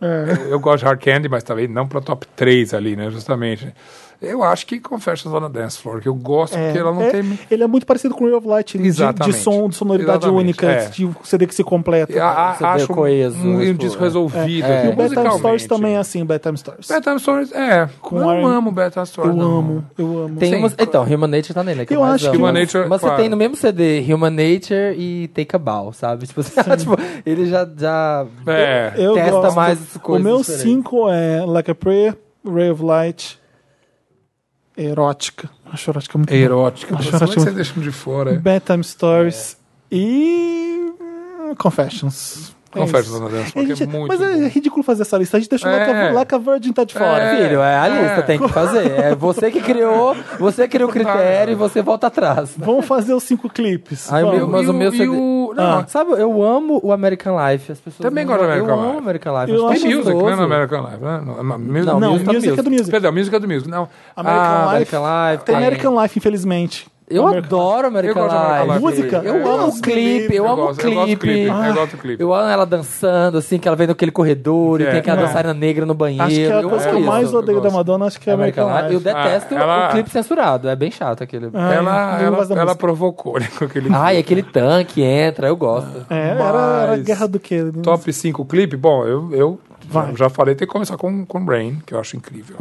É. Eu gosto de Hard Candy, mas também não pra top 3 ali, né? Justamente. Eu acho que Confessions on the Dance Floor, que eu gosto, É, porque ela não é, tem. Ele é muito parecido com o Ray of Light, de- de, Exatamente. som, de sonoridade Exatamente, única, é. de um CD que se completa. a- Então, a- Você vê acho coeso, um, um explora. disco resolvido. É. E o Bedtime musicalmente. Stories também é assim, Bedtime Stories. Bedtime Stories, é. Com eu R&B. amo Bedtime Eu Stories. né? é não. amo, eu amo. Tem Sim. umas... Então, Human Nature tá nele. é que Eu mais acho amo. que- Human Nature, Mas você claro. tem no mesmo CD Human Nature e Take a Bow, sabe? <laughs> Tipo, assim, tipo ele já. já É. Eu Testa gosto. mais O coisas meu diferentes. 5 é Like a Prayer, Ray of Light, Erótica. Acho erótica muito boa. Erótica. Acho Nossa, como é que ótimo. você deixa de fora? é. Bedtime Stories e. hum, Confessions. É Confesso, isso. Dona Dance, E a porque gente- é muito. mas é bom. ridículo fazer essa lista. A gente deixou É. Like a- Like a Virgin tá de fora. É. Filho, é a lista, É. tem que fazer. É você que criou, você criou o critério e você volta atrás. Vamos fazer os cinco clipes. Ai, Vamos. meu- mas E o meu e CD o- é- não, Ah, sabe, eu amo o American Life. As pessoas Também não- gosto do American Eu Life. amo American Life. Eu acho Tem acho music, gostoso. né? No American Life, né? No- ma- music- Não, Não, music music, tá é do music. Perdão, music é do music. Não. Ah, American Life. American Life. Tem American Life, infelizmente. Eu American- adoro American Eu gosto de American Life. Life. Música? Eu amo o Nossa, clipe, eu Eu amo o gosto, eu gosto do clipe. Ah, clipe. Eu gosto do clipe. Eu amo ela dançando, assim, que ela vem naquele corredor e É, tem aquela é. dançarina negra no banheiro. Acho que a eu coisa que amo eu isso. mais eu odeio da gosto. Madonna acho que é American American Life. Eu Life. detesto Ah, ela- o clipe censurado, é bem chato aquele. Ah. Ela, eu ela, gosto da ela música. provocou né, com aquele Ai, aquele tanque entra, eu gosto. É, era, era Mas- guerra do quê? top 5 clipe. Bom, eu, eu Vai. já falei, tem que começar com, com Rain, que eu acho incrível.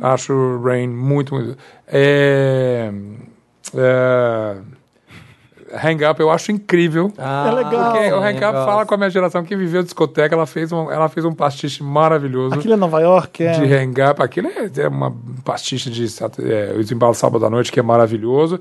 Acho Rain muito, muito. É, é, hang Up, eu acho incrível. Ah, É legal. Porque Não, o Hank Up fala com a minha geração que viveu discoteca, ela fez um, ela fez um pastiche maravilhoso Aquilo é Nova York? É. de Hang Up. Aquilo é, é uma pastiche de sat- é, os embalos sábado à noite, que é maravilhoso.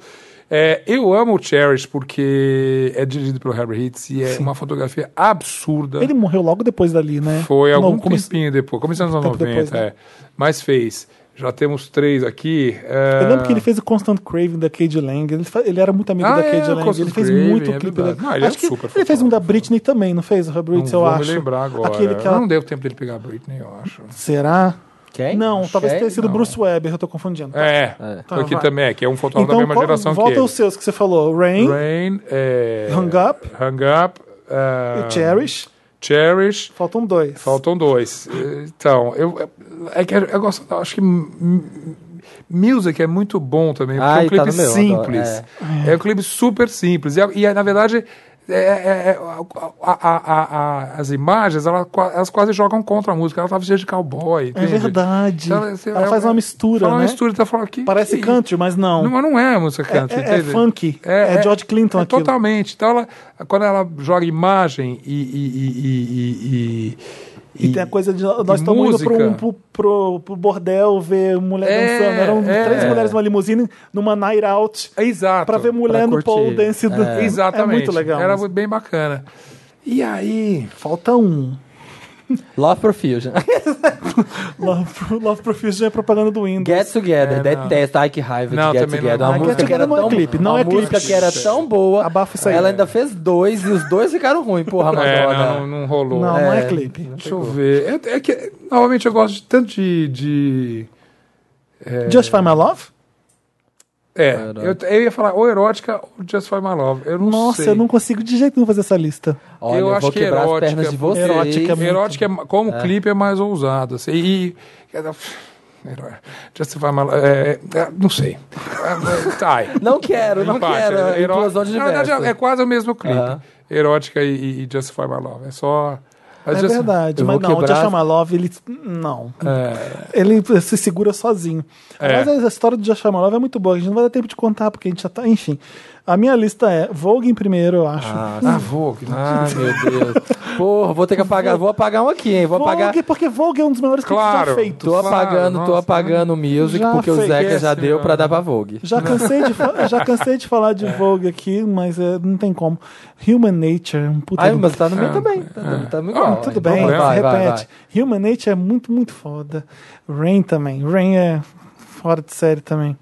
É, eu amo o Cherish porque é dirigido pelo Herbert Hitz e é uma fotografia absurda. Ele morreu logo depois dali, né? Foi Não, algum começou- tempinho depois, começou nos anos Tempo 90, depois, né? é. mas fez. Já temos três aqui. é, Eu lembro que ele fez o Constant Craving da Cade Lang. Ele, fa- ele era muito amigo Ah, da é, Cade o Lang. Constant Ele fez Craving, muito é clipe verdade. da- Não, ele é Acho que super ele fez um fotógrafo. da Britney também, não fez? O Hub Não Ritz, eu vou acho. me lembrar agora. Aquele que Eu ela- Não deu tempo dele pegar a Britney, eu acho. Será? Quem? Não, talvez Quem? tenha sido Não. Bruce Weber, eu tô confundindo. É, Tá, aqui vai. também, que é um fotógrafo Então, da mesma qual- geração volta que ele. aos seus que você falou. Rain, Rain, é... Hung Up, Hung Up, ah, e Cherish. Cherish. Faltam dois. Faltam dois. Então, eu, é que eu gosto, eu acho que m- m- Music é muito bom também, Ah, porque é Ai, um tá clipe no meu, simples. É. um clipe super simples. E, é- e é, na verdade, é- é- é- a- a- a- a- as imagens, ela qua- elas quase jogam contra a música. Ela tá vestida de cowboy. É entende? verdade. Então, assim, ela é- faz uma mistura, Fala né? uma mistura, tá falando que... Parece que- country, mas não. Não, mas não é música É- country, é, é entende? funk. É, É- é- George Clinton É aquilo. totalmente. Então, ela, quando ela joga imagem e. e- e- e- e- E, tem a coisa de nós e estamos indo música. pro, um- pro, pro- pro bordel ver mulher É, dançando. Eram é. três mulheres numa limusine, numa night out, É Exato. pra ver mulher no curtir. pole dance. do- É. Exatamente. É muito legal. Era mas bem bacana. E aí. Falta um. <laughs> Love Profusion. É, Love, Pro- Love Profusion é propaganda do Windows. Get Together, É, não. detesto. Ai, que raiva Não, de Get também não. Together. Ah, Uma Get música que Together era não é tão clipe, não uma é clipe. música que era tão boa. Abafa isso aí. Ela ainda fez dois e os dois ficaram ruins, porra, É, Madonna. não, não rolou. Não, não é Ah, É. clipe. Deixa eu ver. É, é que, novamente, eu gosto de tanto de. de é, Justify My Love? é, eu, eu ia falar ou erótica ou Just For My Love. Eu não Nossa, sei. eu não consigo de jeito nenhum fazer essa lista. Olha, eu, Eu acho vou que quebrar erótica, as pernas de vocês. erótica é muito. Erótica, é ma- como clipe, é mais ousado. Assim, e. Justify My Love. é, é, não sei. É, tá. aí. Não quero, não Empate, quero. é, eró- Explosão de Na verdade, diversos. é, é quase o mesmo clipe. Aham. Erótica e, e Justify My Love. É só. É verdade, assim, eu mas vou não, o quebrar- Justify My Love, ele. Não. É, Ele se segura sozinho. É. Mas a história do Josh Malov é muito boa, a gente não vai dar tempo de contar, porque a gente já tá. Enfim. A minha lista é Vogue em primeiro, eu acho. ah, Vogue. Ai, meu Deus. Porra, vou ter que apagar. Vou apagar um aqui, hein? Vou Vogue, apagar. porque Vogue é um dos maiores clipes já Claro. feitos. Tô Claro, apagando, tô nossa, apagando o music, Já porque o foi Zeca já péssimo, deu pra né? dar pra Vogue. Já cansei, de fa- já cansei de falar <laughs> É. de Vogue aqui, mas é, não tem como. Human Nature, é um puta. Ai, do- mas tá no meu também. Tá, no- tá no igual. Tudo Então bem, vai, vai, vai, repete. Human Nature é muito, muito foda. Rain também. Rain é fora de série também.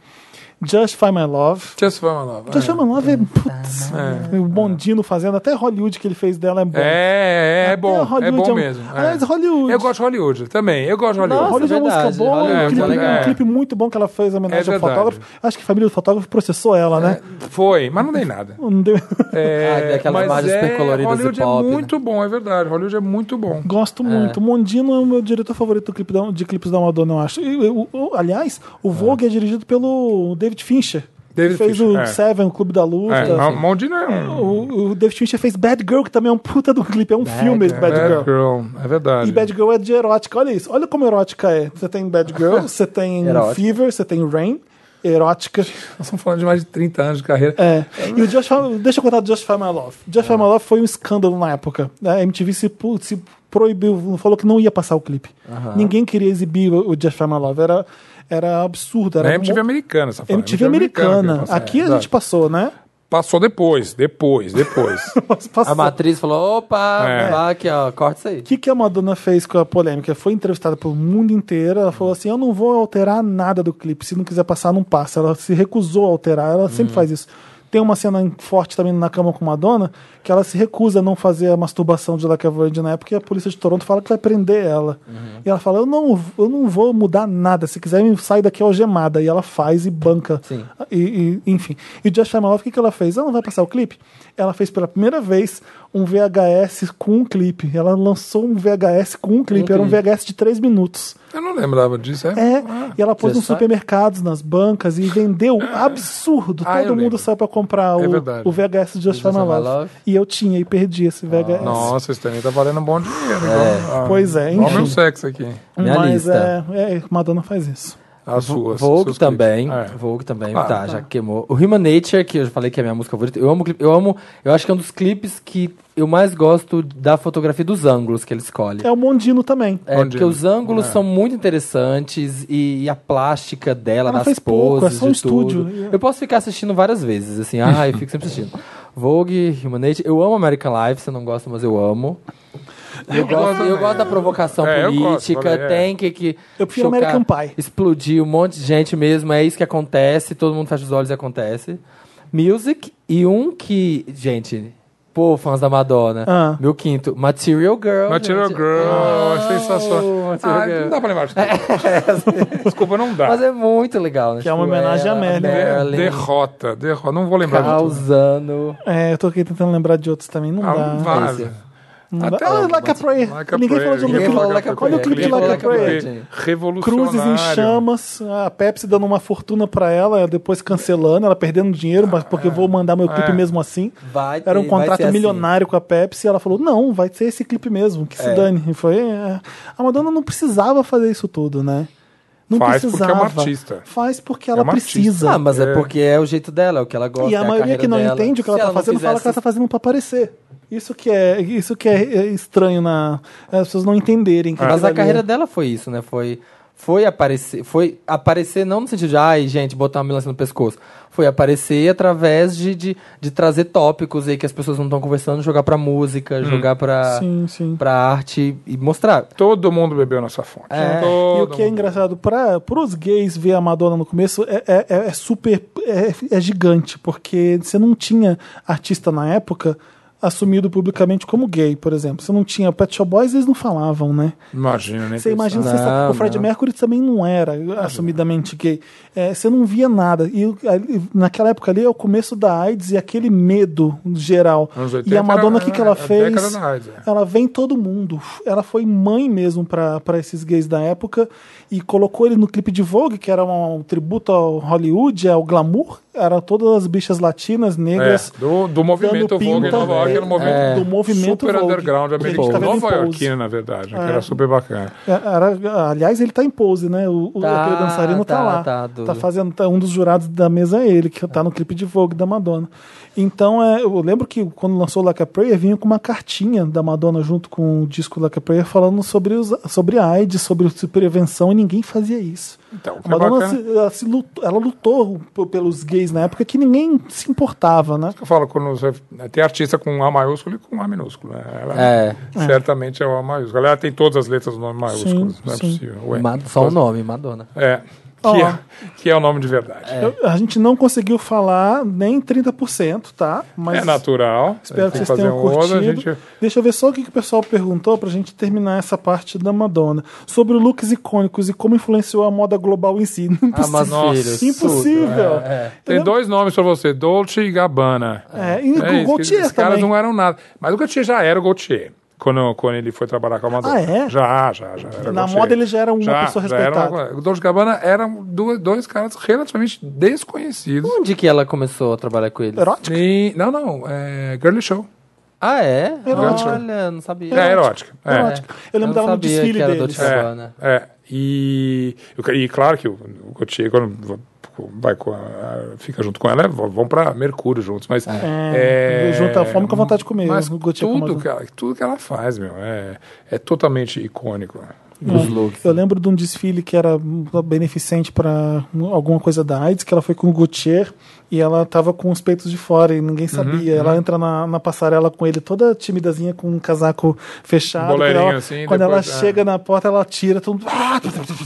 Justify My Love. Justify My Love. Justify My Love é. Putz, é. o Bondino fazendo, até Hollywood que ele fez dela é bom. É, é, é, Até bom. É Hollywood bom um- mesmo. é. Aliás, Hollywood. Eu gosto de Hollywood também. Eu gosto de Hollywood. Nossa, Hollywood é uma verdade, música boa, Hollywood um, é clipe, muito legal. um clipe muito bom que ela fez em homenagem É ao verdade. É. fotógrafo. Acho que a família do fotógrafo processou ela, né? Foi, mas não dei nada. Não deu- <laughs> É, Ah, tem aquelas mas imagens super coloridas e Hollywood pop, é né? muito bom, é verdade. Hollywood é muito bom. Gosto muito. Mondino é o meu diretor favorito do clipe da- de clipes da Madonna, eu acho. E, o- o- aliás, o Vogue é dirigido pelo David Fincher. David que fez Fincher, o é. Seven, o Clube da Luta. É, Ma- Maldino é um O, o David Fincher fez Bad Girl, que também é um puta do clipe. É um filme de Bad Girl. É verdade. E Bad Girl é de erótica. Olha isso. Olha como erótica é. Você tem Bad Girl, você tem Erótica. Fever, você tem Rain. Erótica. Nós estamos falando de mais de 30 anos de carreira. Né, É. E o Just deixa eu contar do Justify My Love. Justify My Love foi um escândalo na época. É, A MTV se, pu- se proibiu, falou que não ia passar o clipe. Ninguém queria exibir o o Justify My Love. Era, era absurdo. Era É MTV mo- é americana, essa fala. MTV é americana. que eu Aqui a faço. gente passou, né? Passou depois, depois, depois. <laughs> Passou. A matriz falou: opa, É. vai aqui, ó, corta isso aí. O que, que a Madonna fez com a polêmica? Foi entrevistada pelo mundo inteiro. Ela falou assim: Eu não vou alterar nada do clipe. Se não quiser passar, não passa. Ela se recusou a alterar. Ela sempre faz isso. Tem uma cena forte também na cama com Madonna que ela se recusa a não fazer a masturbação de Like a Virgin na época e a polícia de Toronto fala que vai prender ela. E ela fala: eu não, eu não vou mudar nada. Se quiser, me sai daqui algemada. E ela faz e banca. Sim. E, e- enfim. E Just Time Love, o que, que ela fez? Ela não vai passar o clipe? Ela fez pela primeira vez um VHS com um clipe. Ela lançou um VHS com um clipe. Era um VHS de 3 minutos. Eu não lembrava disso. É? É, e ela pôs Você nos sabe? supermercados, nas bancas e vendeu absurdo. Ah, eu Todo mundo lembro. saiu pra comprar o, verdade. o VHS de Just Time Time Love. Love. E eu tinha e perdi esse VHS. Nossa, isso também tá valendo um bom dinheiro. igual- ah, Pois é, Igual enfim. meu sexo aqui. Minha Mas lista. é, é, Madonna faz isso. As suas. Vogue seus também. clipes. É. Vogue também. Claro. tá, já queimou. O Human Nature, que eu já falei que é a minha música favorita. Eu amo, o clipe- eu amo. Eu acho que é um dos clipes que eu mais gosto da fotografia dos ângulos que ele escolhe. É o Mondino também. É, Onde- porque os ângulos Ah. são muito interessantes e, e a plástica dela Ela nas fez poses pouco, é só um de tudo. estúdio. Eu posso ficar assistindo várias vezes, assim, <laughs> ah, eu fico sempre assistindo. Vogue, Human Nature, eu amo American Life, você não gosta, mas eu amo. Eu gosto, eu gosto da provocação É, eu gosto, política, falei, é. tem que, que. Eu prefiro American Pie. Explodir um monte de gente mesmo, é isso que acontece, todo mundo fecha os olhos e acontece. Music e um que. Gente, pô, fãs da Madonna. Ah. Meu quinto, Material Ah, Girl. Material gente. Girl, Não, sensacional. Material Ah, Girl. não dá pra lembrar de <laughs> tudo. É, Desculpa, não dá. Mas é muito legal, né? Que é uma homenagem à Marilyn. De- Merlin. derrota, derrota. Não vou lembrar de tudo. Causando. É, eu tô aqui tentando lembrar de outros também. Não Ah, dá. vaza. Esse. Não dá. Até Ah, o like a prayer. Like a Ninguém Prayer, falou de ninguém Like a falou Prayer. Like a Olha o clipe de Like a Prayer, ninguém falou Like a Prayer. Prayer. gente. Revolucionário. Cruzes em chamas, a Pepsi dando uma fortuna pra ela, depois cancelando, ela perdendo dinheiro, mas porque eu vou mandar meu clipe É. mesmo assim. Vai ter- Era um vai contrato ser assim. milionário com a Pepsi, e ela falou: "Não, vai ser esse clipe mesmo, que se É. dane". E foi, é. a Madonna não precisava fazer isso tudo, né? Não Faz porque é precisava. uma artista. Faz porque É ela uma artista. precisa. Ah, mas é. É. porque é o jeito dela, é o que ela gosta. E a é maioria carreira que não dela. entende o que ela Se tá não fazendo fala que ela fizesse- tá fazendo pra aparecer. Isso que é, isso que é estranho na as pessoas não entenderem que Mas aquilo a ali carreira é- dela foi isso, né? Foi, foi aparecer. Foi aparecer não no sentido de, ai, gente, botar uma ambulância no pescoço. Foi aparecer através de, de, de trazer tópicos aí que as pessoas não estão conversando, jogar pra música, Hum. jogar pra, Sim, sim. pra arte e mostrar. Todo mundo bebeu nessa fonte. E É. Todo o que é mundo. engraçado, para os gays ver a Madonna no começo é, é- é- é super. É, é gigante, porque você não tinha artista na época assumido publicamente como gay, por exemplo. Você não tinha Pet Shop Boys, eles não falavam, né? Imagina, né? Você imagina, Não, você sabe, o Fred não. Mercury também não era assumidamente gay. É, você não via nada. E o- ali- naquela época ali é o começo da AIDS e aquele medo geral. Anos 80 E a Madonna, o era- que, que ela era a década fez? da AIDS, é. Ela vem todo mundo. Ela foi mãe mesmo para esses gays da época e colocou ele no clipe de Vogue, que era um, tributo ao Hollywood, ao glamour. Era todas as bichas latinas, negras. É, do- do movimento dando Vogue em pinta, é, Nova York, era um movimento do movimento super Vogue, underground que ele americano. tava em Nova pose. É. Yorkina, na verdade, que era super bacana. Era- aliás, ele tá em pose, né? O, o- Tá, aquele dançarino tá, tá, lá. tá, Tá, do- fazendo. tá- um dos jurados da mesa é ele, que tá no clipe de Vogue da Madonna. Então, é, eu lembro que quando lançou Like a Prayer, vinha com uma cartinha da Madonna junto com o disco Like a Prayer falando sobre, os, sobre a AIDS, sobre o- prevenção, e ninguém fazia isso. Então, a que Madonna bacana. se- ela, se lutou, ela lutou p- pelos gays na época que ninguém se importava, né? Eu falo, quando você é, tem artista com A maiúsculo e com A minúsculo. Né? Ela É. certamente é o A maiúsculo. Ela tem todas as letras do nome maiúsculo. Sim, não é sim. possível. Ué. Ma- Só o nome, Madonna. É. Que, Ó. é, que é o nome de verdade. É, Eu- a gente não conseguiu falar nem 30%, tá? É, Mas natural. Espero que Tem vocês tenham fazer um outro, curtido. a gente- Deixa eu ver só o que, que o pessoal perguntou pra gente terminar essa parte da Madonna. Sobre looks icônicos e como influenciou a moda global em si. <laughs> Ah, mas filhos, Impossível. tudo, é, é. Eu Tem lembro- dois nomes pra você, Dolce e Gabbana. É, e o isso, que Gaultier esses caras também. não eram nada. Mas o Gaultier já era o Gaultier. Quando, quando ele foi trabalhar com a Madonna. Ah, é? Já, já, já. era Na Gaultier. moda ele já era uma pessoa já era uma respeitada. coisa. o Dolce e Gabbana eram dois, dois caras relativamente desconhecidos. Onde que ela começou a trabalhar com eles? Erótica? E- não, não, é Girly Show. Ah, é? Erótica. Olha, não sabia. É erótica. É. Erótica. Eu lembro Eu não dela no sabia desfile que era deles. Dolce É. Gabbana. É, é. E, e claro que o o Gaultier, quando vai com a- fica junto com ela, é, vão pra Mercúrio juntos, mas... É, junta a fome com a vontade de comer, Mas o Gaultier com a tudo, vontade. que ela, tudo que ela faz, meu, é, é totalmente icônico. Dos É. looks. Eu lembro de um desfile que era hum, beneficente para alguma coisa da AIDS, que ela foi com o Gautier e ela tava com os peitos de fora e Uhum, ninguém sabia. ela entra na, na passarela com ele toda timidazinha, com um casaco fechado. Um boleirinho Quando ela, assim, quando depois- ela ah. chega na porta, ela tira, todo mundo. Ah,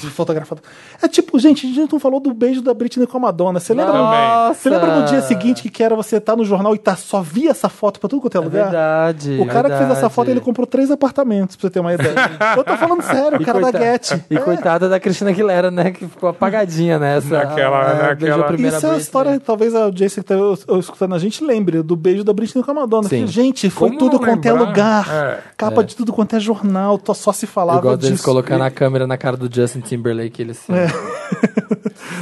fotografado. É tipo, gente, a gente não falou do beijo da Britney com a Madonna. Você lembra, Não. Nossa! você lembra no dia seguinte que, que era você estar no jornal e tá, só via essa foto pra tudo quanto é É lugar? verdade. O cara que fez essa verdade. foto, ele comprou três apartamentos, pra você ter uma <laughs> ideia. Eu tô falando sério, o E cara coita- da É. Get. E coitada da Cristina Aguilera, né? Que ficou apagadinha nessa. Naquela- Ah, naquela- beijou a primeira né? Isso é uma Britney. história, talvez a audiência que tá eu- escutando a gente lembre do beijo da Britney com a Madonna. Sim. Que, Gente, foi Como tudo não quanto é lembrar? lugar. É. Capa de tudo quanto é jornal, tô- só se falava Eu gosto deles disso. colocando a câmera na cara do Justin Timberlake. Ele assim,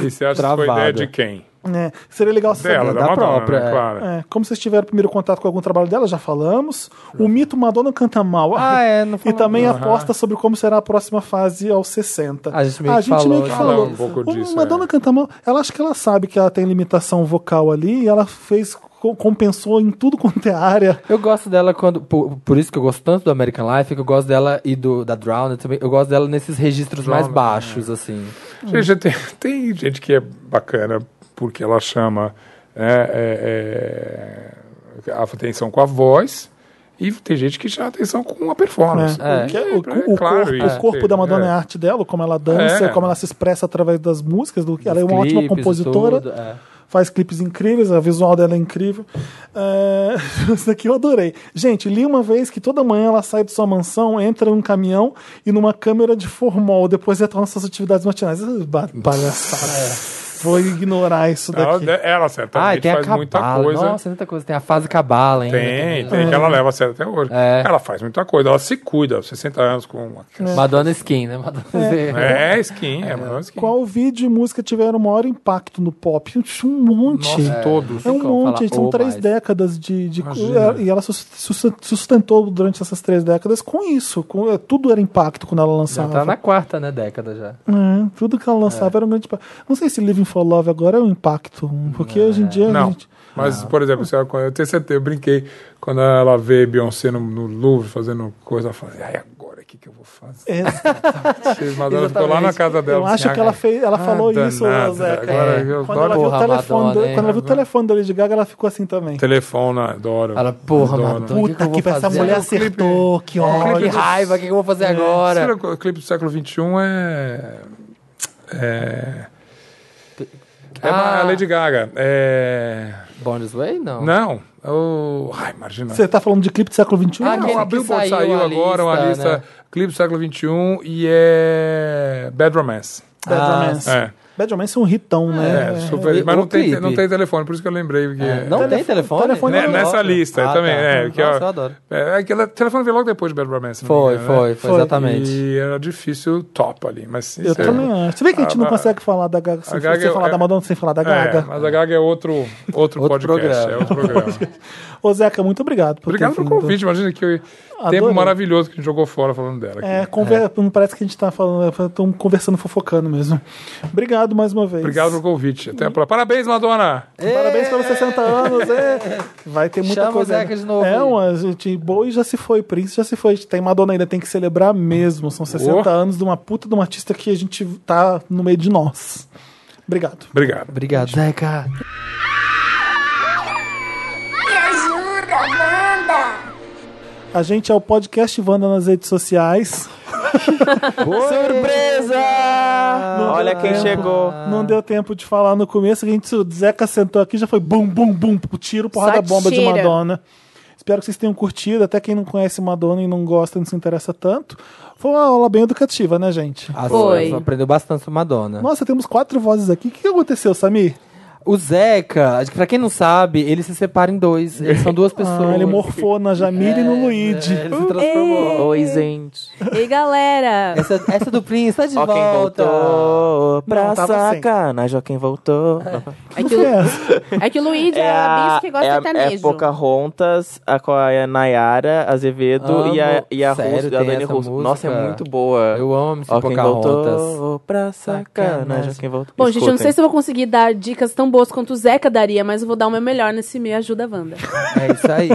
E você acha que foi Travado. ideia de quem? É, seria legal saber. Dela, da da, Madonna, própria, né, é. claro. É, como vocês tiveram primeiro contato com algum trabalho dela, já falamos. O mito Madonna canta mal. Ah, é, <laughs> não E falamos. também aposta sobre como será a próxima fase aos 60. A gente meio que falou meio que disso. falou. Falou um pouco O disso, Madonna é. canta mal. Ela acha que ela sabe que ela tem limitação vocal ali e ela fez co- compensou em tudo quanto é área. Eu gosto dela quando. Por, por isso que eu gosto tanto do American Life, que eu gosto dela e do, da Drowned também. Eu gosto dela nesses registros mais Drowned, é. baixos, assim. Gente, tem, tem gente que é bacana porque ela chama né, é, é, a atenção com a voz. E tem gente que chama atenção com a performance. É. É. Que é o, o claro corpo, isso, o corpo da Madonna é. é. a arte dela, como ela dança, É. como ela se expressa através das músicas. Do, ela é Os uma ótima clipes e compositora, tudo, é. faz clipes incríveis, a visual dela é incrível. É, <laughs> isso daqui eu adorei. Gente, li uma vez que toda manhã ela sai de sua mansão, entra num caminhão e numa câmera de formol, depois retorna às suas atividades matinais. Isso é ba- É. Palhaçada. Vou ignorar isso Ela, é, daqui. ela certamente Ah, tem a faz muita cabala. coisa. Nossa, muita coisa. Tem a fase cabala ainda. né? Tem, tem, que ela leva a sério até hoje. É. Ela faz muita coisa, ela se cuida, 60 anos com uma. É. Madonna Skin, né? Madonna É, skin, é, mano, skin. Qual vídeo e música tiveram o maior impacto no pop? Um monte. Nossa, todos. É um Tem como monte, falar são ou três mais. décadas de. de- Imagina. e ela sus- sus- sustentou durante essas três décadas com isso. com- é, tudo era impacto quando ela Já lançava. tá na quarta, né? Década já. É, tudo que ela lançava era um grande impacto. Não sei se Living for Love agora é um impacto, porque hoje em dia. a Não. gente- Ah. Mas, por exemplo, se ela- eu tenho certeza, eu brinquei quando ela vê Beyoncé no, no Louvre fazendo coisa, ela fala, ai, agora o que, que eu <laughs> vou fazer? <laughs> É, Vocês mandaram, ficou lá na casa dela. assim, "Ah, eu acho que ela fez, ela falou isso, Zeca. é. Agora É. eu Quando ela, adoro viu o Porra, telefone Madonna, da- hein? quando ela viu o telefone da Lady Gaga, ela ficou assim também. o telefone, adoro. Fala, porra, adoro. Madonna. o que que Puta eu que, vou essa fazer? mulher É. É um clipe- acertou, que um clipe Que ódio. Olha. raiva, o que, que eu vou fazer Será agora? que o clipe do século XXI é. É. É Ah. a Lady Gaga. É. Born This Way? Não. Não. é O... Ai, imagina. Você tá falando de clipe do século um? XXI? Não. Ah, aquele Não, a que Billboard saiu Então, saiu a agora, uma lista, lista. né? Clipe do século XXI e é. Bad Romance. Bad Ah, Romance. É. Bad Romance é um ritão, né? É, super. e mas o não tem, clipe? não tem telefone, por isso que eu lembrei. Porque... É, não tem telefone? telefone é Ne- Né, nessa lista, Ah, também. tá. É, que, Nossa, ó, eu adoro. É, aquela, telefone veio logo depois de Bad Romance. se não me Foi, engano, né? foi, foi, Foi. exatamente. E era difícil top ali, mas Eu sei lá. também acho. Você vê que a gente Ah, não a- consegue falar da Gaga sem, a Gaga sem é- falar da é- Madonna sem falar da É, Gaga. mas a Gaga é outro, outro, Outro podcast. programa. É <laughs> outro programa. Ô, Zeca, muito obrigado por Obrigado ter pelo vindo. convite. Imagina que eu- tempo Adorei. maravilhoso que a gente jogou fora falando dela. aqui. É, conver... não Parece que a gente tá falando, estamos conversando, fofocando mesmo. Obrigado mais uma vez. Obrigado pelo convite. Até a próxima. Parabéns, Madonna! É. Parabéns pelos 60 anos. é. Vai ter muita Chama o coisa. Zeca ainda. de novo É, aí. uma, gente, Bowie já se foi, Prince já se foi. Tem Madonna ainda, tem que celebrar mesmo. São 60 Oh. anos de uma puta de uma artista que a gente tá no meio de nós. Obrigado. Obrigado. Obrigado, Zeca. Me ajuda, Wanda! A gente é o podcast Wanda nas redes sociais. Surpresa! Não Olha deu quem tempo. chegou. Não deu tempo de falar no começo. A gente, o Zeca sentou aqui já foi bum, bum, bum, tiro, porrada, Só bomba de tira. Madonna. Espero que vocês tenham curtido. Até quem não conhece Madonna e não gosta, não se interessa tanto. Foi uma aula bem educativa, né, gente? Ah, Foi. você Aprendeu bastante sobre É. Madonna. Nossa, temos quatro vozes aqui. O que aconteceu, Samir? O Zeca, pra quem não sabe, ele se separa em dois. Eles são duas <laughs> pessoas. Ah, ele morfou na Jamile e no Luigi. É, ele se transformou. Oi, gente. Ei, galera! Essa, essa do Prince tá de Ó quem volta. voltou pra Não, tava sem. sacanagem, ó quem voltou. É que, Que é o- essa? é que o Luigi é, a bicha que gosta de é, é sertanejo. Pocahontas, a, com a Nayara Azevedo e a, Amo. e a, Sério, Russo- a tem Dani essa Russo. música? Nossa, é muito boa. Eu amo esse Ó quem Pocahontas. voltou pra sacanagem, ó quem voltou. Bom, gente, eu não sei Escutem. se eu vou conseguir dar dicas tão boas quanto o Zeca daria, mas eu vou dar o meu melhor nesse Me Ajuda, Wanda. É isso aí,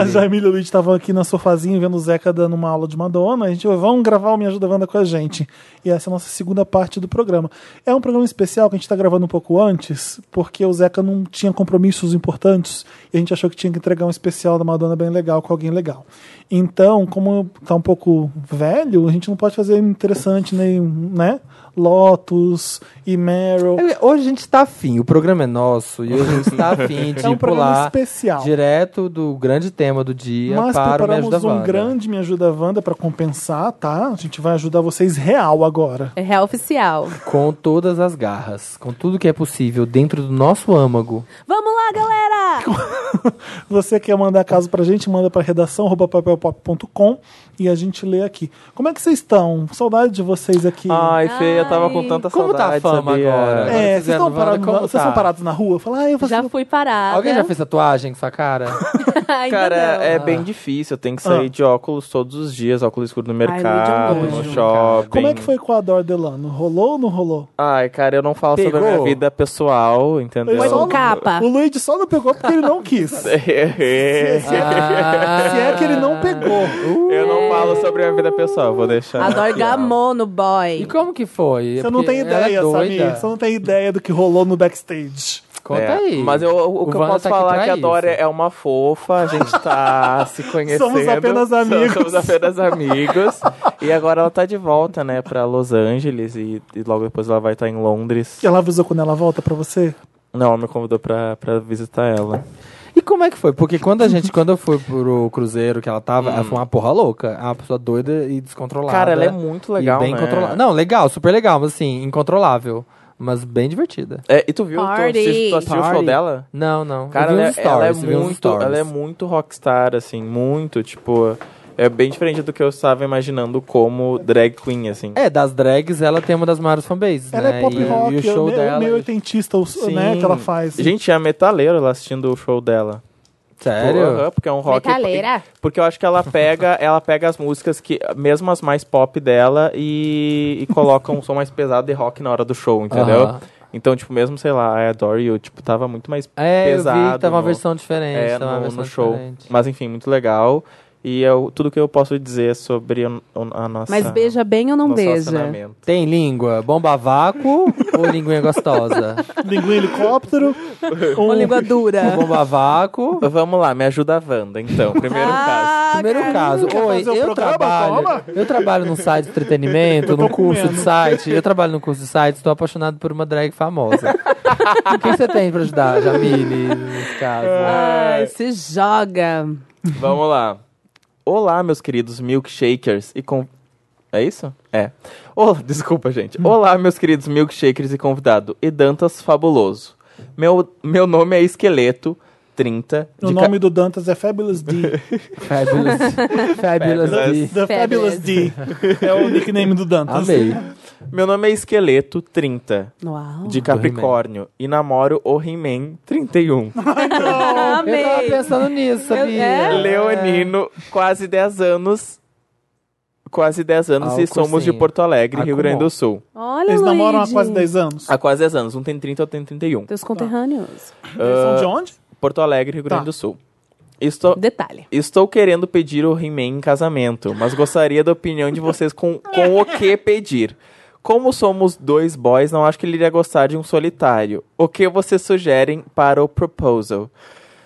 <laughs> A Jamile e o Luigi estavam aqui na sofazinha vendo o Zeca dando uma aula de Madonna. A gente falou, vamos gravar o Me Ajuda Wanda com a gente. E essa é a nossa segunda parte do programa. É um programa especial que a gente está gravando um pouco antes, porque o Zeca não tinha compromissos importantes e a gente achou que tinha que entregar um especial da Madonna bem legal com alguém legal. Então, como tá um pouco velho, a gente não pode fazer interessante nem, né? Lotus e Meryl. É, Hoje a gente tá afim, o programa é nosso e hoje a gente tá afim <laughs> de É um programa pular especial. direto do grande tema do dia Mas para o Me Ajuda preparamos um Wanda. grande Me Ajuda Wanda para compensar, tá? A gente vai ajudar vocês real agora. É real oficial. Com todas as garras, com tudo que é possível dentro do nosso âmago. Vamos lá, galera! Você quer mandar caso pra gente, manda pra redação arroba papelpop.com e a gente lê aqui. Como é que vocês estão? Saudade de vocês aqui. Ah, Ai, Fê, eu tava Ai. com tanta Como tá a saudade, fama sabia? agora? é, vocês Suzana, estão Wanda, parados, como vocês tá? estão parados na rua? Fala, ah, eu faço... Já fui parada. Alguém já fez tatuagem com sua cara? <laughs> Ainda Cara, não. Ah. é bem difícil. Eu tenho que sair Ah. de de óculos todos os dias, óculos escuro no Luigi, é um mercado, nojo, no cara. shopping. Como é que foi com a Dor Delano? Rolou ou não rolou? Ai, cara, eu não falo sobre a Pegou? minha vida pessoal, entendeu? Ele Foi só com não- capa. O Luigi só não pegou porque ele não quis. se, é- se é- Ah. se é que ele não pegou. <laughs> Eu não falo sobre a vida pessoal, vou deixar. Adoro aqui, ó. gamono, boy. E como que foi? É Você não tem ideia, Samir. Você não tem ideia do que rolou no backstage. Conta É, aí. Mas eu, o, O que eu Wanda posso tá aqui falar pra é que a Dora isso. é uma fofa, a gente <laughs> tá se conhecendo. apenas Som- amigos. Somos apenas amigos. e agora ela tá de volta, né, pra Los Angeles e, e logo depois ela vai estar em Londres. Ela avisou quando ela volta pra você? Não, ela me convidou pra, pra visitar ela. E como é que foi? Porque quando a gente, quando eu fui pro cruzeiro que ela tava, ela foi uma porra louca. É Uma pessoa doida e descontrolada. Hum. Cara, ela é muito legal, e bem né? controla- Não, legal, super legal, mas assim, incontrolável. Mas bem divertida. É, e tu viu? Tu Party. assistiu, tu assistiu o show Party. dela? Não, não. Cara, eu vi ela, uns é- stories, ela é eu vi uns muito, stories. ela é muito rockstar, assim, muito, tipo, é bem diferente do que eu estava imaginando como drag queen, assim. É, das drags, ela tem uma das maiores fanbases, Ela né? é pop e, rock, e o show meio, dela. meio oitentista, o- né, que ela faz. Gente, é metaleiro ela assistindo o show dela. Sério? Aham, porque é um rock. Metaleira? Porque, porque eu acho que <laughs> ela pega, ela pega as músicas que mesmo as mais pop dela e, e coloca um som mais pesado de rock na hora do show, entendeu? Aham. Então, tipo, mesmo, sei lá, I Adore You, tipo, tava muito mais É, pesado. eu vi que tava uma no- versão diferente. é, tava uma no, versão no show. diferente. Mas enfim, muito legal. E é o- tudo que eu posso dizer sobre a, a nossa. Mas beija bem ou não nosso beija? relacionamento. Tem língua, bomba vácuo <laughs> ou linguinha <laughs> gostosa? Linguim helicóptero. Uma um- língua dura. bomba vácuo. Vamos lá, me ajuda a Wanda, então. Primeiro Ah, Ah. caso. Primeiro caso, quer oi, Ah, fazer o eu programa? trabalho, Toma. eu trabalho num site de entretenimento, num curso de site, eu trabalho num curso de site, estou apaixonado por uma drag famosa. o que você tem pra ajudar, Jamile, nesse caso? É. Ai, se joga. Vamos lá. Olá, meus queridos milkshakers e com... É isso? É. Olá, desculpa, Hum. gente. Olá, meus queridos milkshakers e convidado. E Dantas Fabuloso. Meu, meu nome é Esqueleto, 30. O de ca- nome do Dantas é Fabulous D. <laughs> Fabulous. Fabulous. D. The Fabulous D. É o nickname do Dantas. Amei. Meu nome é Esqueleto, 30. Uau. De Capricórnio. E namoro o He-Man, 31. Ah. Eu tava Amei. pensando nisso, sabia? é? Leonino, quase 10 anos. Quase 10 anos Ah, o e somos de cursinho. Porto Alegre, Ah, Rio como? Grande do Sul. Olha, Eles namoram há Luigi. quase 10 anos. Há quase 10 anos. Um tem 30, outro tem 31. Teus conterrâneos. Eles são de onde? Porto Alegre, Rio Grande Tá. do Sul. Estou, Detalhe. estou querendo pedir o He-Man em casamento, mas gostaria da opinião de vocês com, com o que pedir. Como somos dois boys, não acho que ele iria gostar de um solitário. O que vocês sugerem para o proposal?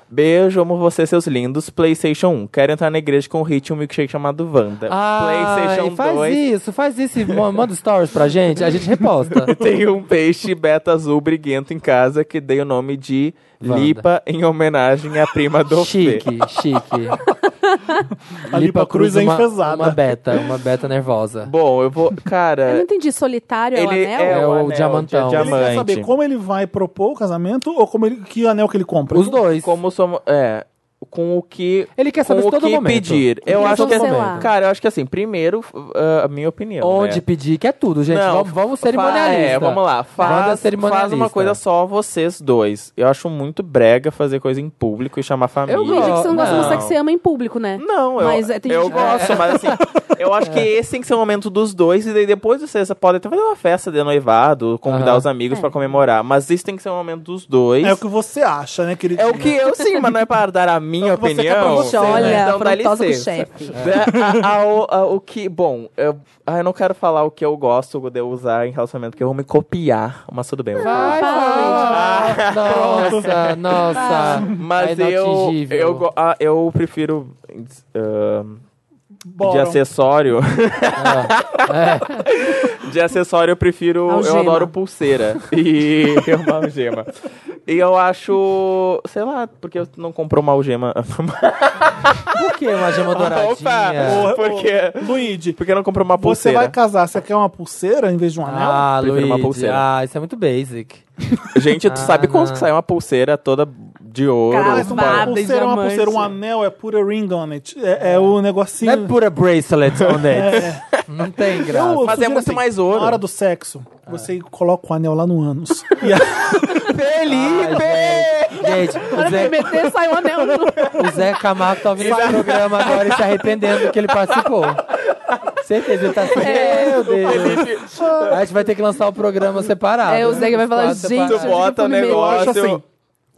Beijo, amo vocês, seus lindos. PlayStation 1. Quero entrar na igreja com o hit e um milkshake chamado Wanda. Ah, PlayStation faz 2. isso, faz isso e mo- manda stories pra gente, a gente <laughs> reposta. Tem um peixe beta azul briguento em casa que dei o nome de Wanda. Lipa em homenagem à prima do Fê. Chique, <laughs> chique. A Lipa Cruz é ah, uma, enfesada. Uma beta, uma beta nervosa. Bom, eu vou. Eu não Cara. entendi. Solitário é o é, Ele anel? é É o, o anel de diamantão. Ele quer saber diamante. como ele vai propor o casamento ou como ele, que anel que ele compra. Os dois. Como somos. É. Com o que. Ele quer saber com de o todo que momento. pedir. Com Eu que acho que. momento. Sei lá. Cara, eu acho que assim, primeiro, f- ah, a minha opinião. Onde né? pedir, que é tudo, gente. Não, vamos, vamos fa- cerimonialista. É, vamos lá. Banda Faz, cerimonialista. faz uma coisa só vocês dois. Eu acho muito brega fazer coisa em público e chamar a família. Eu Tem gente que você não gosta, Não. mas só que você ama em público, né? Não, eu, Mas, é, tem eu gente que- gosto, mas assim, eu acho que É. esse tem que ser o momento dos dois, e daí depois vocês podem até fazer uma festa de noivado, convidar Aham. os amigos É. pra comemorar, mas isso tem que ser o momento dos dois. É o que você acha, né, querido? É o que eu sim, mas não é para dar a minha É o que você quer pra opinião. você, Olha, né? então dá afrontosa com o licença. É, chefe. A- a- a- o- a- o que, bom, eu, ah, eu não quero falar o que eu gosto de eu usar em relacionamento, porque eu vou me copiar, mas tudo bem. eu vou falar. Vai, Fala, fala. Nossa, nossa. Mas é Ai, eu, inatingível. eu, go- ah, eu prefiro ah, de Bora. acessório. É. De acessório eu prefiro. Algema. Eu adoro pulseira. E <laughs> uma algema. E eu acho. Sei lá, porque eu não comprou uma algema. <laughs> Por que uma gema douradinha? Opa! Porque. Luigi, Porque não comprou uma você pulseira. vai casar, você quer uma pulseira em vez de um anel? Ah, Prefiro uma Luiz. pulseira. Ah, isso é muito basic. Gente, tu Ah, sabe quanto não. que sai uma pulseira toda de ouro? Mas Cravada. uma Pra- Barbas, pulseira, é uma diamante. pulseira, um anel é pura ring on it. É, é o negocinho. Não é pura bracelet on it. Não tem graça. Eu Mas sugiro é assim, muito mais ouro. Na hora do sexo, você coloca o anel lá no ânus. E aí, Felipe! gente, o Zé, BBT sai um anel. o Zé Camargo tá ouvindo esse programa agora e se arrependendo do que ele participou. Certeza, É. ele tá assim, meu Deus. A gente vai ter que lançar o programa separado. né? É, o Zé que vai falar, Quatro gente, Tu separados. eu bota o nunca fui eu acho negócio. assim.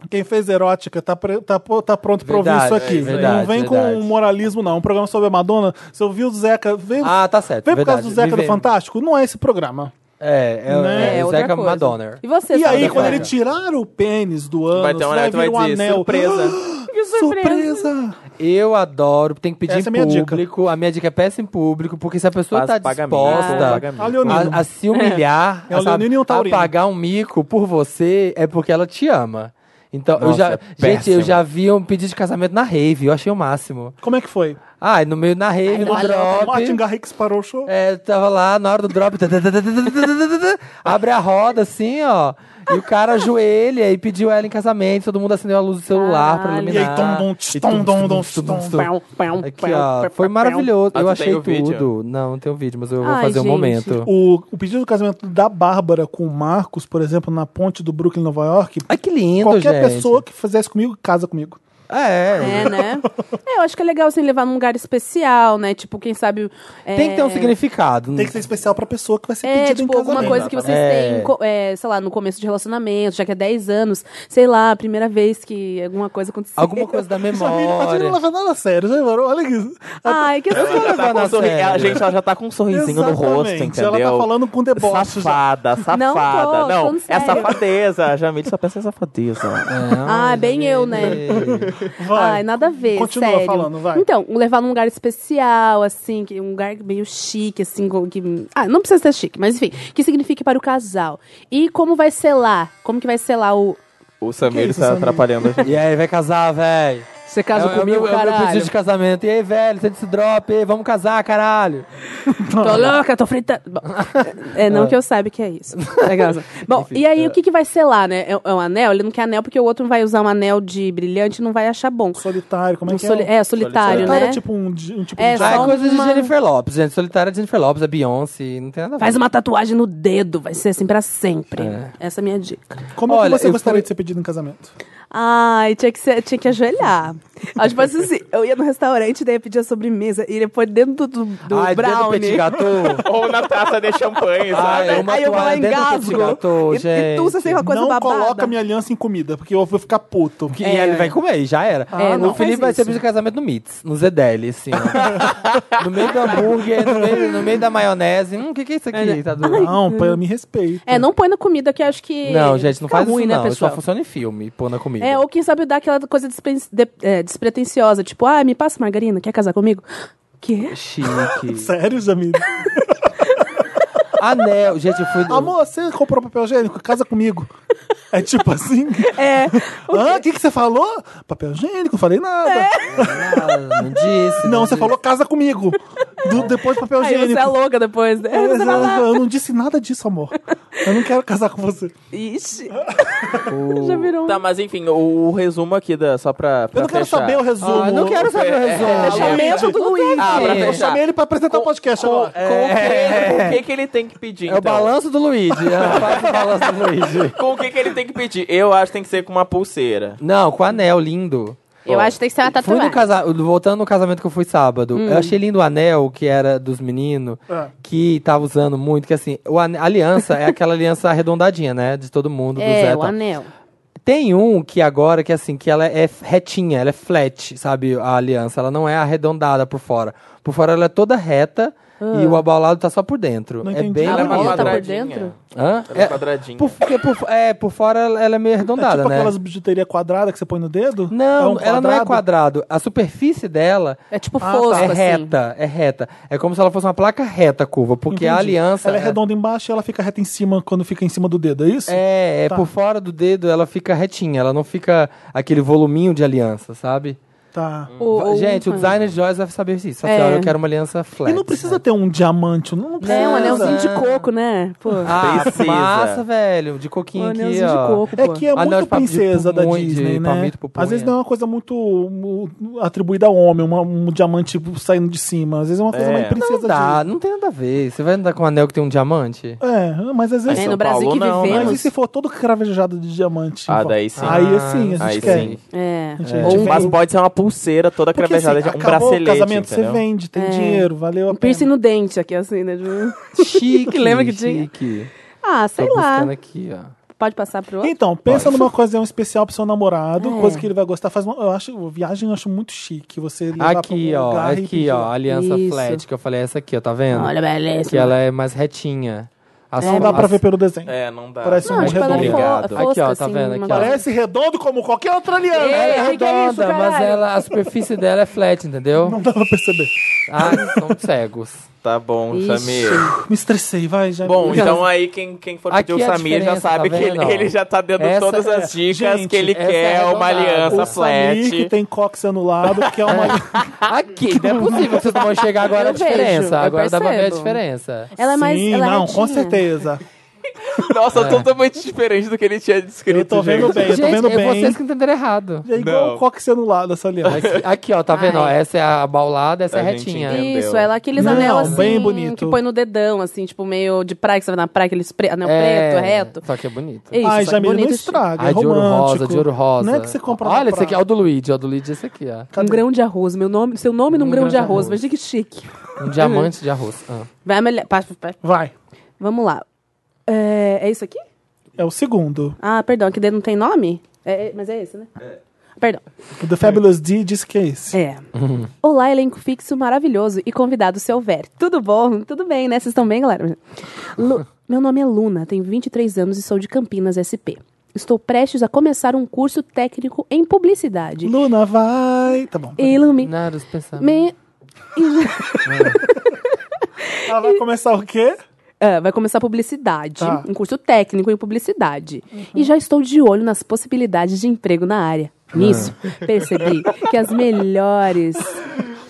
Quem fez erótica tá, pre- tá, po- tá pronto pra ouvir Verdade, isso aqui. é, verdade, não vem verdade. com moralismo, não. É um programa sobre a Madonna. Se eu vi o Zeca. Vem, Ah, tá certo, Vem por verdade. causa do Zeca Me do vem. Fantástico? Não é esse programa. É, é, Né? é, É, o outra Zeca coisa. Madonna. E você, E Sara aí, Clara? quando ele tirar o pênis do ano, Vai ter um anel que vai um dizer anel. <gasps> surpresa. Que Surpresa! Eu adoro, tem que pedir Essa é em a minha dica. público. A minha dica é peça em público, porque se a pessoa Faz tá pagamento. disposta faz pagamento. Ah, Leonino. a, a se humilhar, É o a, sabe, leonino e o taurino. a pagar um mico por você, é porque ela te ama. Então, eu Nossa, já. é gente, péssimo. eu já vi um pedido de casamento na rave, eu achei o máximo. Como é que foi? Ah, no meio na rave, no Martin drop. Garrix parou o show? É, tava lá na hora do drop. <laughs> tá, tá, tá, tá, tá, tá, tá, tá, tá, abre a roda assim, ó. E o cara ajoelha e pediu ela em casamento. Todo mundo acendeu a luz do celular pra Caralho. E iluminar. aí, tom, dom, tch, E tom, tum, dom, tum, dom, tum, tom, tum, dom. Pão, pão, Aqui, pão, ó, pão, foi pão. maravilhoso. Ah, eu tu achei tem o tudo. vídeo? Não, não tem o vídeo, mas eu vou Ai, fazer um gente. momento. O, o pedido do casamento da Bárbara com o Marcos, por exemplo, na ponte do Brooklyn, Nova York, Ai, que lindo, qualquer gente. pessoa que fizesse comigo, casa comigo. É. É, né? É, eu acho que é legal, assim, levar num lugar especial, né? Tipo, quem sabe... é, Tem que ter um significado. Tem que ser especial pra pessoa que vai ser É, pedida em tipo, casamento. alguma coisa que vocês Exatamente. têm, É. co- é, sei lá, no começo de relacionamento, já que é 10 anos, sei lá, a primeira vez que alguma coisa aconteceu. Alguma <laughs> coisa da Sua filha tá tirando memória. leva nada a sério, já reparou? Olha isso. Ai, que Ela já tá levando com a um sorri... sério. a gente ela já tá com um sorrisinho no rosto, Exatamente, entendeu? ela tá falando com deboche já. Safada, safada. Não tô, Não, falando é sério. safadeza. A Jamile só pensa <laughs> em safadeza. É. Ah, bem eu, né? Vai. Ai, nada a ver, Continua sério. falando, vai. Então, levar num lugar especial, assim, que- um lugar meio chique, assim, com- que... Ah, não precisa ser chique, mas enfim, que signifique para o casal. E como vai selar, como que vai selar o... O Samir Que está isso, Samir? atrapalhando a gente. E aí, vai casar, velho. Você casa é, é o comigo, meu- é o meu caralho? pedido de casamento. E aí, velho, você desse drop, e aí, vamos casar, caralho. Tô louca, tô fritando. Bom, é, não que eu saiba que <laughs> é isso. Legal. Bom, e aí o que, que vai ser lá, né? É é um anel? Ele não quer anel porque o outro vai usar um anel de brilhante e não vai achar bom. Solitário, como é Um que soli- é? é, solitário, Solitário né? é tipo um, di- um tipo É, de só- Ah, é diabo. coisa de uma- Jennifer Lopes, gente. Solitária de Jennifer Lopes, é Beyoncé, não tem nada a ver. Faz uma tatuagem no dedo, vai ser assim pra sempre. Essa é a minha dica. Como Olha, é que você eu gostaria fui- de ser pedido em casamento? Ai, tinha que, ser, tinha que ajoelhar. Acho que fosse assim, eu ia no restaurante, daí eu pedia sobremesa, e depois dentro do, do, do Ai, dentro do petit brownie... gâteau. Ou na taça de champanhe, Ai, sabe? uma <laughs> aí eu vou lá toalha dentro do petit engasgo. gâteau, e, e tu, gente. você tem uma coisa não babada. coloca minha aliança em comida, porque eu vou ficar puto. Que- E ele vai comer, e já era. É, não o Felipe faz vai ser isso. pedido de casamento no Mits, no Zedeli, assim. ó. <laughs> no meio do hambúrguer, no meio, no meio da maionese. Hum, o que, que é isso né? aqui? Tá do... Não, pô, me respeita. É, não põe na comida, que eu acho que. Não, gente, não fica faz ruim, isso, né, não. Isso pessoal? só funciona em filme, pôr na comida. É, ou quem sabe dá aquela coisa despre- de- é, despretensiosa, tipo, ah, me passa margarina, quer casar comigo? Quê? Chique. Sério, Jamil? Anel, gente, eu fui... Amor, você comprou papel higiênico? Casa comigo. <laughs> É tipo assim? É, <laughs> Hã? O que, que você falou? Papel higiênico, não falei nada. Ah, não disse. Não, você disse. falou casa comigo. Do- depois do papel aí higiênico. você é louca depois, né? Mas eu, eu não disse nada disso, amor. Eu não quero casar com você. Ixi. <laughs> Já virou um... Tá, mas enfim, o, o resumo aqui, da, só pra, pra Eu não quero fechar. saber o resumo. Ah, não quero saber o resumo. É, Deixa eu gente. medo do Luiz. Ah, pra É Eu fechar. chamei ele pra apresentar o podcast agora. É, <laughs> Com, o, que, com o que que ele tem que pedir, É o então? balanço do Luigi. Ah, Faz o balanço do Luigi. Com o que que ele tem que pedir? Eu acho que tem que ser com uma pulseira. Não, com anel lindo. Eu acho que tem que ser uma Fui no tatuagem. casa... Voltando no casamento que eu fui sábado, Hum. eu achei lindo o anel que era dos meninos, É. Ah. que tava usando muito, que assim, o ane- a aliança é aquela aliança arredondadinha, né? De todo mundo, do Zé. tá? e É, o tal. anel. Tem um que agora, que assim, que ela é retinha, ela é flat, sabe? A aliança, ela não é arredondada por fora. Por fora ela é toda reta e o abalado tá só por dentro. Não é entendi. bem Ah, Ela é uma bonita por bonito. quadradinha. dentro? Hã? Ela é, É, quadradinha. por, porque por, é, por fora ela ela é meio É arredondada, tipo né? aquelas bijuterias quadradas que você põe no dedo? É Não, um ela não é quadrado? quadrado. A superfície dela É tipo Ah, fosco, tá. é assim. reta, é reta. É como se ela fosse uma placa reta curva, porque a Entendi. aliança Ela é redonda embaixo e ela fica reta em cima quando fica em cima do dedo, é isso? É, é Tá. por fora do dedo ela fica retinha, ela não fica aquele voluminho de aliança, sabe? Tá. O- o- Gente, o designer de joias vai saber disso. Assim, É. olha, eu quero uma aliança flat. E não precisa ter um diamante, não precisa. É, um anelzinho Não. de coco, né? Pô, Ah, Precisa. massa, velho. De um coquinho aqui, anelzinho de ó. coco, É pô. que é Ah, não, muito de papo de princesa da pupunha, de Disney, né? palmito, pupunha. Às vezes não é uma coisa muito mu- atribuída ao homem, uma- um diamante saindo de cima. Às vezes é uma coisa É. mais princesa Não dá, não tem nada a ver. Você vai andar com um anel que tem um diamante? de... É, mas às vezes... É, São no Brasil Paulo que não, né? Mas e vivemos. se for todo cravejado de diamante? Ah, Pô, daí sim. Aí sim, a gente Aí quer. sim. É. gente Ou um, vem- Tipo, Mas pode ser uma pulseira toda Porque, é cravejada, assim, um acabou bracelete, o casamento, entendeu? você vende, tem É. dinheiro, valeu a um piercing pena. no dente aqui, assim, né? de- Chique, Lembra que tinha? Chique. Ah, sei Tô lá. buscando aqui, ó. Pode passar pro outro? Então, pensa numa coisa, é um especial pro seu namorado, É. coisa que ele vai gostar. Faz uma, eu acho, viagem eu acho muito chique. Você levar pra Aqui, um ó. lugar e Aqui, pedir. ó. a Aliança Isso. é flat que eu falei, essa aqui, ó. Tá vendo? Olha, beleza. que ela é mais retinha. As- Não dá pra as- ver pelo desenho. É, não dá. Parece um Não, tipo, ela é redondo. Obrigado. fo- Obrigado. fosca, Aqui, ó, tá assim, vendo? uma Aqui, ó. coisa- Parece redondo como qualquer outra aliança. Ela é Ei, que que é isso, redonda, mas caralho? ela, a superfície dela é flat, entendeu? Não dá pra perceber. Ah, são cegos. Tá bom, Ixi. Samir. Me estressei, vai, já. Bom, então aí quem, quem for Aqui pedir o é a Samir já diferença, sabe tá que ele, vendo? ele já tá dando Essa- todas as dicas Gente, que ele essa quer é uma arredondada. aliança o Samir, que então, flat. tem cox anulado, que é uma. <laughs> Aqui, não é possível que vocês não vão enxergar agora a Eu vejo, diferença. eu Agora dá pra ver a percebo. diferença. Ela é mais. Sim, ela é não, com retinha. certeza. Nossa, totalmente diferente do que ele tinha descrito. Eu tô vendo gente. bem, eu tô Gente, vendo é bem. vocês que entenderam errado. É igual Não. o cox anulado essa aliança. Aqui, aqui, ó, tá vendo? Ó, Ai. essa é a baulada, essa é A a gente retinha. entende. Entendeu. Isso, ela é aqueles Não, anel assim, bem bonito. que põe no dedão, assim, tipo meio de praia, que você vai na praia, aqueles pre... anel preto, reto. Só que é bonito. Isso, Ai, só que Jamila, não bonito, estraga. é Ai, de ouro romântico. rosa, de ouro rosa. Não é que você compra na Olha, esse aqui é praia. o do Luigi, ó, do Luigi, esse aqui, ó. Um grão de arroz, meu nome, seu nome num Um grão de arroz, veja que chique. <laughs> Um diamante de arroz. Ah. Vai melhor. pa- pa- Vai. Vamos lá. É, é isso aqui? É o segundo. Ah, perdão, aqui dentro não tem nome? É, é- mas é esse, né? É. Perdão. O The Fabulous D diz que é esse. <laughs> É. Olá, elenco fixo maravilhoso e convidado seu Ver. Tudo bom? Tudo bem, né? Vocês estão bem, galera? <laughs> Lu- Meu nome é Luna, tenho 23 anos e sou de Campinas, SP. Estou prestes a começar um curso técnico em publicidade. Luna vai. Tá bom. Ilumi... Nada, os pensamentos. Me... Ela vai começar o quê? Ah, vai começar publicidade, Tá. um curso técnico em publicidade. E já estou de olho nas possibilidades de emprego na área. Nisso, percebi que as melhores.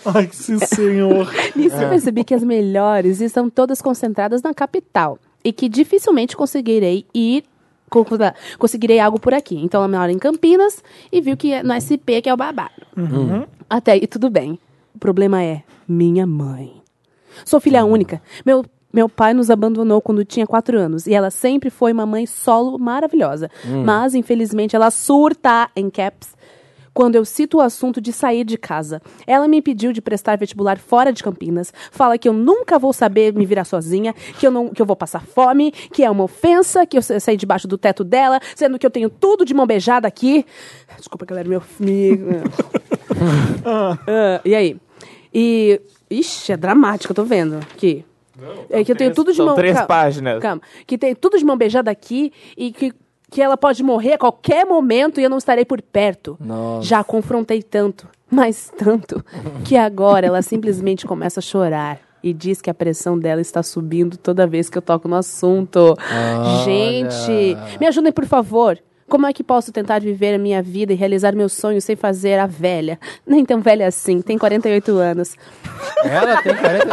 Ai, sim, senhor. Nisso, percebi que as melhores estão todas concentradas na capital. E que dificilmente conseguirei ir. co- Conseguirei algo por aqui. Então ela mora em Campinas e viu que é no SP que é o babado. Até aí, tudo bem. O problema é minha mãe. Sou filha única. Meu, meu pai nos abandonou quando tinha quatro anos. E ela sempre foi uma mãe solo maravilhosa. Mas, infelizmente, ela surta, em caps, quando eu cito o assunto de sair de casa. Ela me impediu de prestar vestibular fora de Campinas. Fala que eu nunca vou saber me virar sozinha. Que eu, não, que eu vou passar fome. Que é uma ofensa. Que eu sa- saí debaixo do teto dela. Sendo que eu tenho tudo de mão beijada aqui. Desculpa, galera, meu... me- Ah, e aí? E. Ixi, é dramático, eu tô vendo aqui. é que eu tenho tudo de São mão. três calma, páginas. Calma. Que tem tudo de mão beijada aqui e que, que ela pode morrer a qualquer momento e eu não estarei por perto. Nossa. Já a confrontei tanto, mas tanto, que agora ela simplesmente começa a chorar. E diz que a pressão dela está subindo toda vez que eu toco no assunto. Ah. Gente, me ajudem, por favor. Como é que posso tentar viver a minha vida e realizar meus sonhos sem fazer a velha? <laughs> Nem tão velha assim, tem 48 anos. Ela tem 40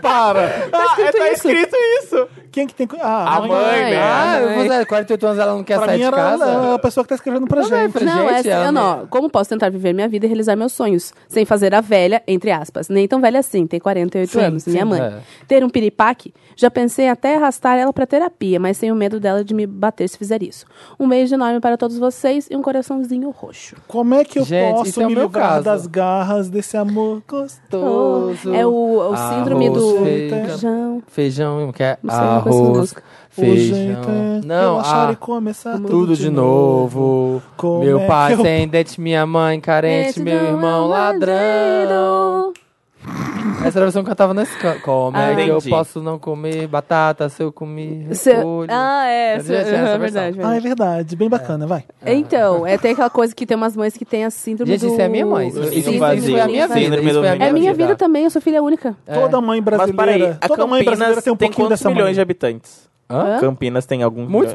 Para. Ah, é, tá isso. escrito isso. Quem que tem. co- Ah, A mãe, né? <laughs> Ah, eu vou dizer, 48 anos ela não quer Pra sair mim é de era casa. ela- a pessoa que tá escrevendo pra Também, gente. pra não, gente, essa, ela eu não- não. Como posso tentar viver minha vida e realizar meus sonhos sem fazer a velha, entre aspas, nem tão velha assim, tem 48 Sim, anos, sim, minha mãe. é. Ter um piripaque, já pensei até arrastar ela pra terapia, mas tenho medo dela de me bater se fizer isso. Um beijo enorme para todos vocês e um coraçãozinho roxo. Como é que eu Gente, posso isso é o me meu livrar caso. das garras desse amor gostoso? É o, o Ah, síndrome do feita. feijão. Feijão, que é Não sei, não conheço arroz, música. O feijão. jeito é Não, relaxar ah, e começar tudo, tudo de novo. Como meu é pai que eu- sem dente, minha mãe carente, meu é um irmão ladrão. Essa era a versão que eu cantava na escola. Como é que eu Entendi. posso não comer batata se eu comi Seu- repolho? Ah, é, Eu seu- já tinha essa versão. é verdade. Ah, é verdade. verdade. Bem bacana, vai. Então, é tem aquela coisa que tem umas mães que tem a síndrome Gente, do... isso é a minha mãe. Isso, do isso, síndrome isso foi a vazio. minha vida. Síndrome Isso do foi a minha É minha vida vida. também, eu sou filha única. É. Toda mãe Mas brasileira. peraí, a toda mãe brasileira Campinas tem um tem pouquinho quantos dessa milhões mãe. de habitantes? Hã? Campinas tem alguns Muitos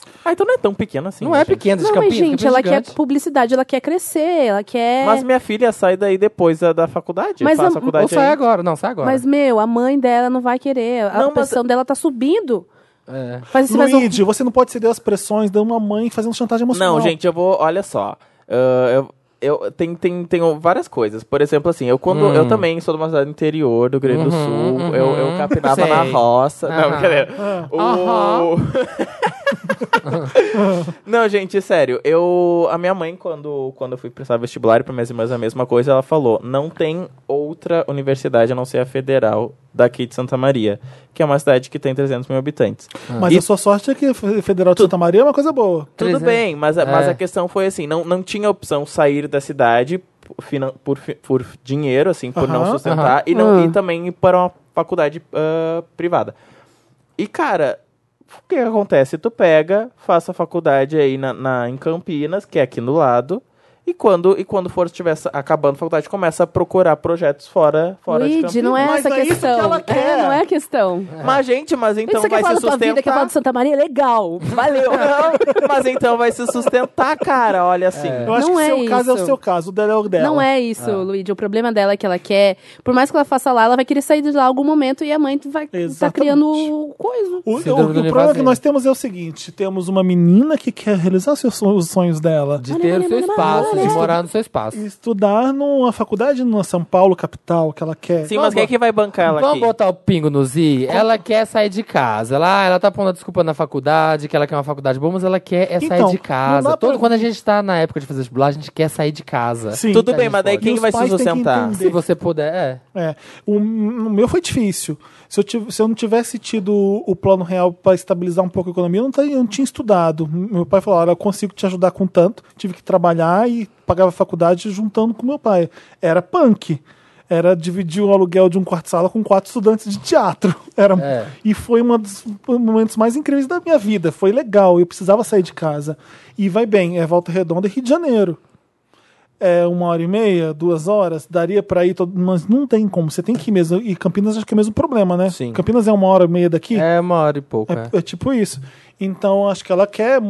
milhões. Ah, então não é tão pequeno assim. não é gente. pequeno, de Não, Campinas. mas gente, Campinas ela é gigante. quer publicidade, ela quer crescer, ela quer... Mas Mas, minha filha sai daí depois da, da faculdade. Mas faz a- faculdade Ou sai ainda. agora. Não, sai agora. meu, a mãe dela não vai querer, a Não, mas- pressão dela tá subindo. É. Faz, isso, faz um- Luigi, você não pode ceder às pressões de uma mãe fazendo chantagem emocional. Não, gente, eu vou. Olha só. Ah, eu, eu tem, tem, tem várias coisas. Por exemplo, assim, eu quando Hum. eu também sou de uma cidade do interior do Rio Grande do Uhum, Sul. uhum. Eu, eu capinava na Sei. roça. Não, Aham. brincadeira. O... <laughs> Não, gente, sério. Eu a minha mãe quando quando eu fui prestar vestibular para minhas irmãs a mesma coisa, ela falou: "Não tem outra universidade a não ser a federal daqui de Santa Maria, que é uma cidade que tem 300 mil habitantes." Mas E- a sua sorte é que F- Federal de Santa Maria é uma coisa boa. Tudo 300. bem, mas, a- mas É. a questão foi assim, não, não tinha opção sair da cidade por finan- por, fi- por dinheiro, assim, por não Aham, sustentar, e, não, Aham. e também ir para uma faculdade ah, privada. E, cara, o que que acontece? Tu pega, faça a faculdade aí na, na- em Campinas, que é aqui no lado. E quando, e quando for estiver sa- acabando a faculdade, começa a procurar projetos fora, fora de Luigi, Campinas. não é Mas essa a é isso que questão. ela quer. É, não é a questão. Mas, gente, mas então Isso que é vai fala se da tua vida, quer falar sustentar. <laughs> de Santa Maria, <laughs> legal. Valeu. Não, mas então vai se sustentar, cara. Olha assim. Eu acho Não que é o seu caso é o isso. seu caso, o dela é o dela. Não é isso, Luigi. O problema dela é que ela quer, por mais que ela faça lá, ela vai querer sair de lá em algum momento e a mãe vai tá Exatamente. criando coisa. O, o- Síndrome o do problema Nevasena. que nós temos é o seguinte: temos uma menina que quer realizar seus son- os sonhos dela De ter o seu espaço, de morar no seu espaço. e estudar numa faculdade na São Paulo, capital, que ela quer. Sim, mas quem é que vai bancar ela Vamos aqui? botar o pingo nos i? Ela quer sair de casa. Ela, ela tá pondo a desculpa na faculdade, que ela quer uma faculdade boa, mas ela quer é sair Então, de não dá casa. pra- Todo, Quando a gente tá na época de fazer vestibular, a gente quer sair de casa. Sim. Tudo que a bem, gente mas daí pode. quem E os vai se pais têm que sustentar? entender. Se você puder, é. É. O, m- o meu foi difícil. Se eu, tiv- se eu não tivesse tido o plano real para estabilizar um pouco a economia, eu não, teria- eu não tinha estudado. Meu pai falou: olha, eu consigo te ajudar com tanto. Tive que trabalhar e pagava a faculdade juntando com meu pai. Era punk. Era dividir o aluguel de um quarto-sala com quatro estudantes de teatro. <laughs> Era, É. E foi um dos momentos mais incríveis da minha vida. Foi legal, eu precisava sair de casa. E vai bem, é Volta Redonda e Rio de Janeiro é, uma hora e meia, duas horas, daria pra ir, todo... mas não tem como, você tem que ir mesmo. E Campinas acho que é o mesmo problema, né? Sim. Campinas é uma hora e meia daqui? É uma hora e pouco. é. É, é tipo isso. Então acho que ela quer.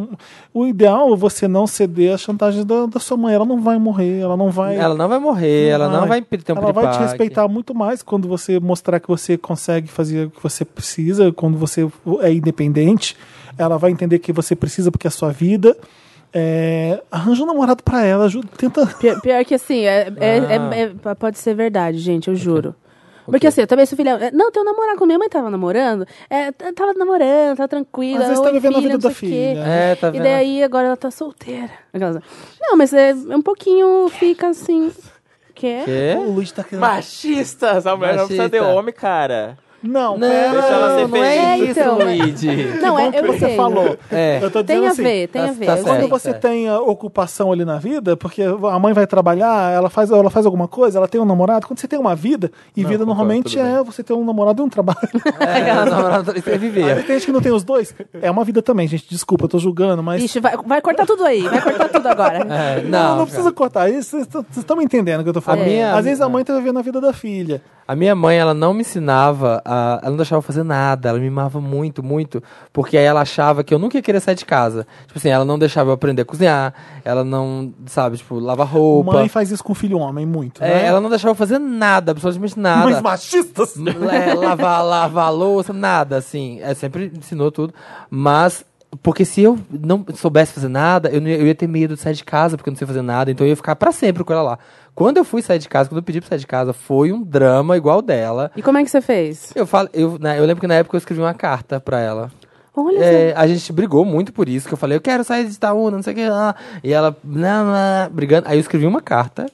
O ideal é você não ceder à chantagem da, da sua mãe. Ela não vai morrer, ela não vai. Ela não vai morrer, ela não vai ter um Ela vai te piripaque. respeitar muito mais quando você mostrar que você consegue fazer o que você precisa, quando você é independente. Ela vai entender que você precisa porque é a sua vida. É, arranja um namorado pra ela, ajuda, tenta Pior, pior que assim, é, é- Ah. é- é- pode ser verdade, gente, eu juro. Porque assim, eu também sou filha. é, Não, teu namorado, quando minha mãe tava namorando, é, t- tava namorando, tava tranquila. Às vezes oi, tá vivendo a vida não da sei o quê. filha. É, tá E vendo? daí agora ela tá solteira. Aquelas- Não, mas é é um pouquinho fica <laughs> assim. Quê? Quê? O Luiz tá querendo. Machistas! A mulher não precisa de Machista. homem, cara. Não, Não, pera, Deixa ela ser não, é feliz. isso, Então. Luigi. Não, é, bom que eu você sei. falou. É. Eu tô dizendo Tem a assim, ver, tem tá- a ver. tá eu certo. Quando sei. você é. tem a ocupação ali na vida, porque a mãe vai trabalhar, ela faz, ela faz alguma coisa, ela tem um namorado. Quando você tem uma vida, e vida concordo, normalmente tudo bem. é você ter um namorado e um trabalho. <laughs> É, não, não, não, isso é Aí viver. tem gente que não tem os dois. É uma vida também, gente. Desculpa, eu tô julgando, mas. Ixi, vai, vai cortar tudo aí, vai cortar tudo agora. <laughs> Não, não, É, não, cara. precisa cortar isso. Vocês estão- vocês estão me entendendo o que eu tô falando. A minha- é. Às vezes a mãe tá vivendo a vida da filha. A minha mãe, ela não me ensinava, a- ela não deixava eu fazer nada, ela me mimava muito, muito, porque aí ela achava que eu nunca ia querer sair de casa. Tipo assim, ela não deixava eu aprender a cozinhar, ela não, sabe, tipo, lava roupa. Mãe faz isso com o filho homem, muito. É, né? Ela não deixava eu fazer nada, absolutamente nada. Mães machistas. É, lavar, lavar a louça, nada, assim. É, sempre ensinou tudo. Mas, porque se eu não soubesse fazer nada, eu, não ia, eu ia ter medo de sair de casa, porque eu não sei fazer nada, então eu ia ficar pra sempre com ela lá. Quando eu fui sair de casa, quando eu pedi pra sair de casa, foi um drama igual dela. E como é que você fez? Eu, falo, eu, né, eu lembro que na época eu escrevi uma carta pra ela. Olha só. É, a gente brigou muito por isso, que eu falei, eu quero sair de Itaúna, não sei o que. lá. E ela, lá, lá, brigando. Aí eu escrevi uma carta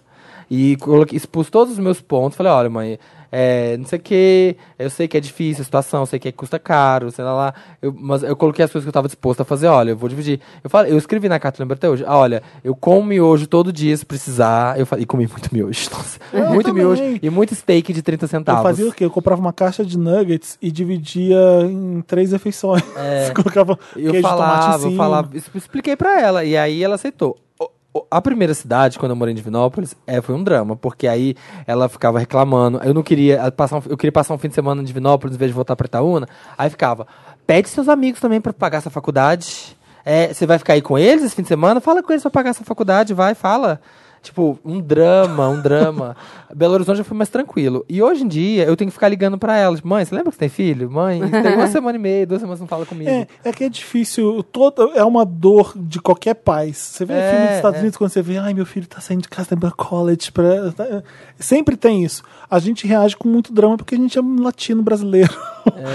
e coloquei, expus todos os meus pontos. Falei, olha, mãe, é, não sei o que, eu sei que é difícil a situação, eu sei que custa caro, sei lá, lá. Eu- mas eu coloquei as coisas que eu tava disposto a fazer, olha, eu vou dividir. Eu, falei, eu escrevi na carta, lembro até hoje, ah, olha, eu como miojo todo dia se precisar. Eu falei, e comi muito miojo, <laughs> nossa. Eu muito também. miojo e muito steak de 30 centavos. Eu fazia o quê? Eu comprava uma caixa de nuggets e dividia em três refeições. É. <laughs> Colocava Eu queijo, tomate em falava, eu cima. falava, es- expliquei pra ela e aí ela aceitou. O- o- A primeira cidade, quando eu morei em Divinópolis, é, foi um drama, porque aí ela ficava reclamando. Eu não queria ah, passar um, eu queria passar um fim de semana em Divinópolis em vez de voltar pra Itaúna. Aí ficava, pede seus amigos também pra pagar essa faculdade. É, Você vai ficar aí com eles esse fim de semana? Fala com eles pra pagar essa faculdade, vai, fala. Tipo, um drama, um <laughs> drama. Belo Horizonte já foi mais tranquilo. E hoje em dia eu tenho que ficar ligando pra ela. tipo, Mãe, você lembra que você tem filho? Mãe, isso <laughs> tem uma semana e meia, duas semanas não fala comigo. É, é que é difícil, todo, é uma dor de qualquer pai. Você vê É, filme nos Estados é. Unidos quando você vê, ai, meu filho tá saindo de casa pra ir pra college. Pra... tá-" Sempre tem isso. A gente reage com muito drama porque a gente é um latino brasileiro.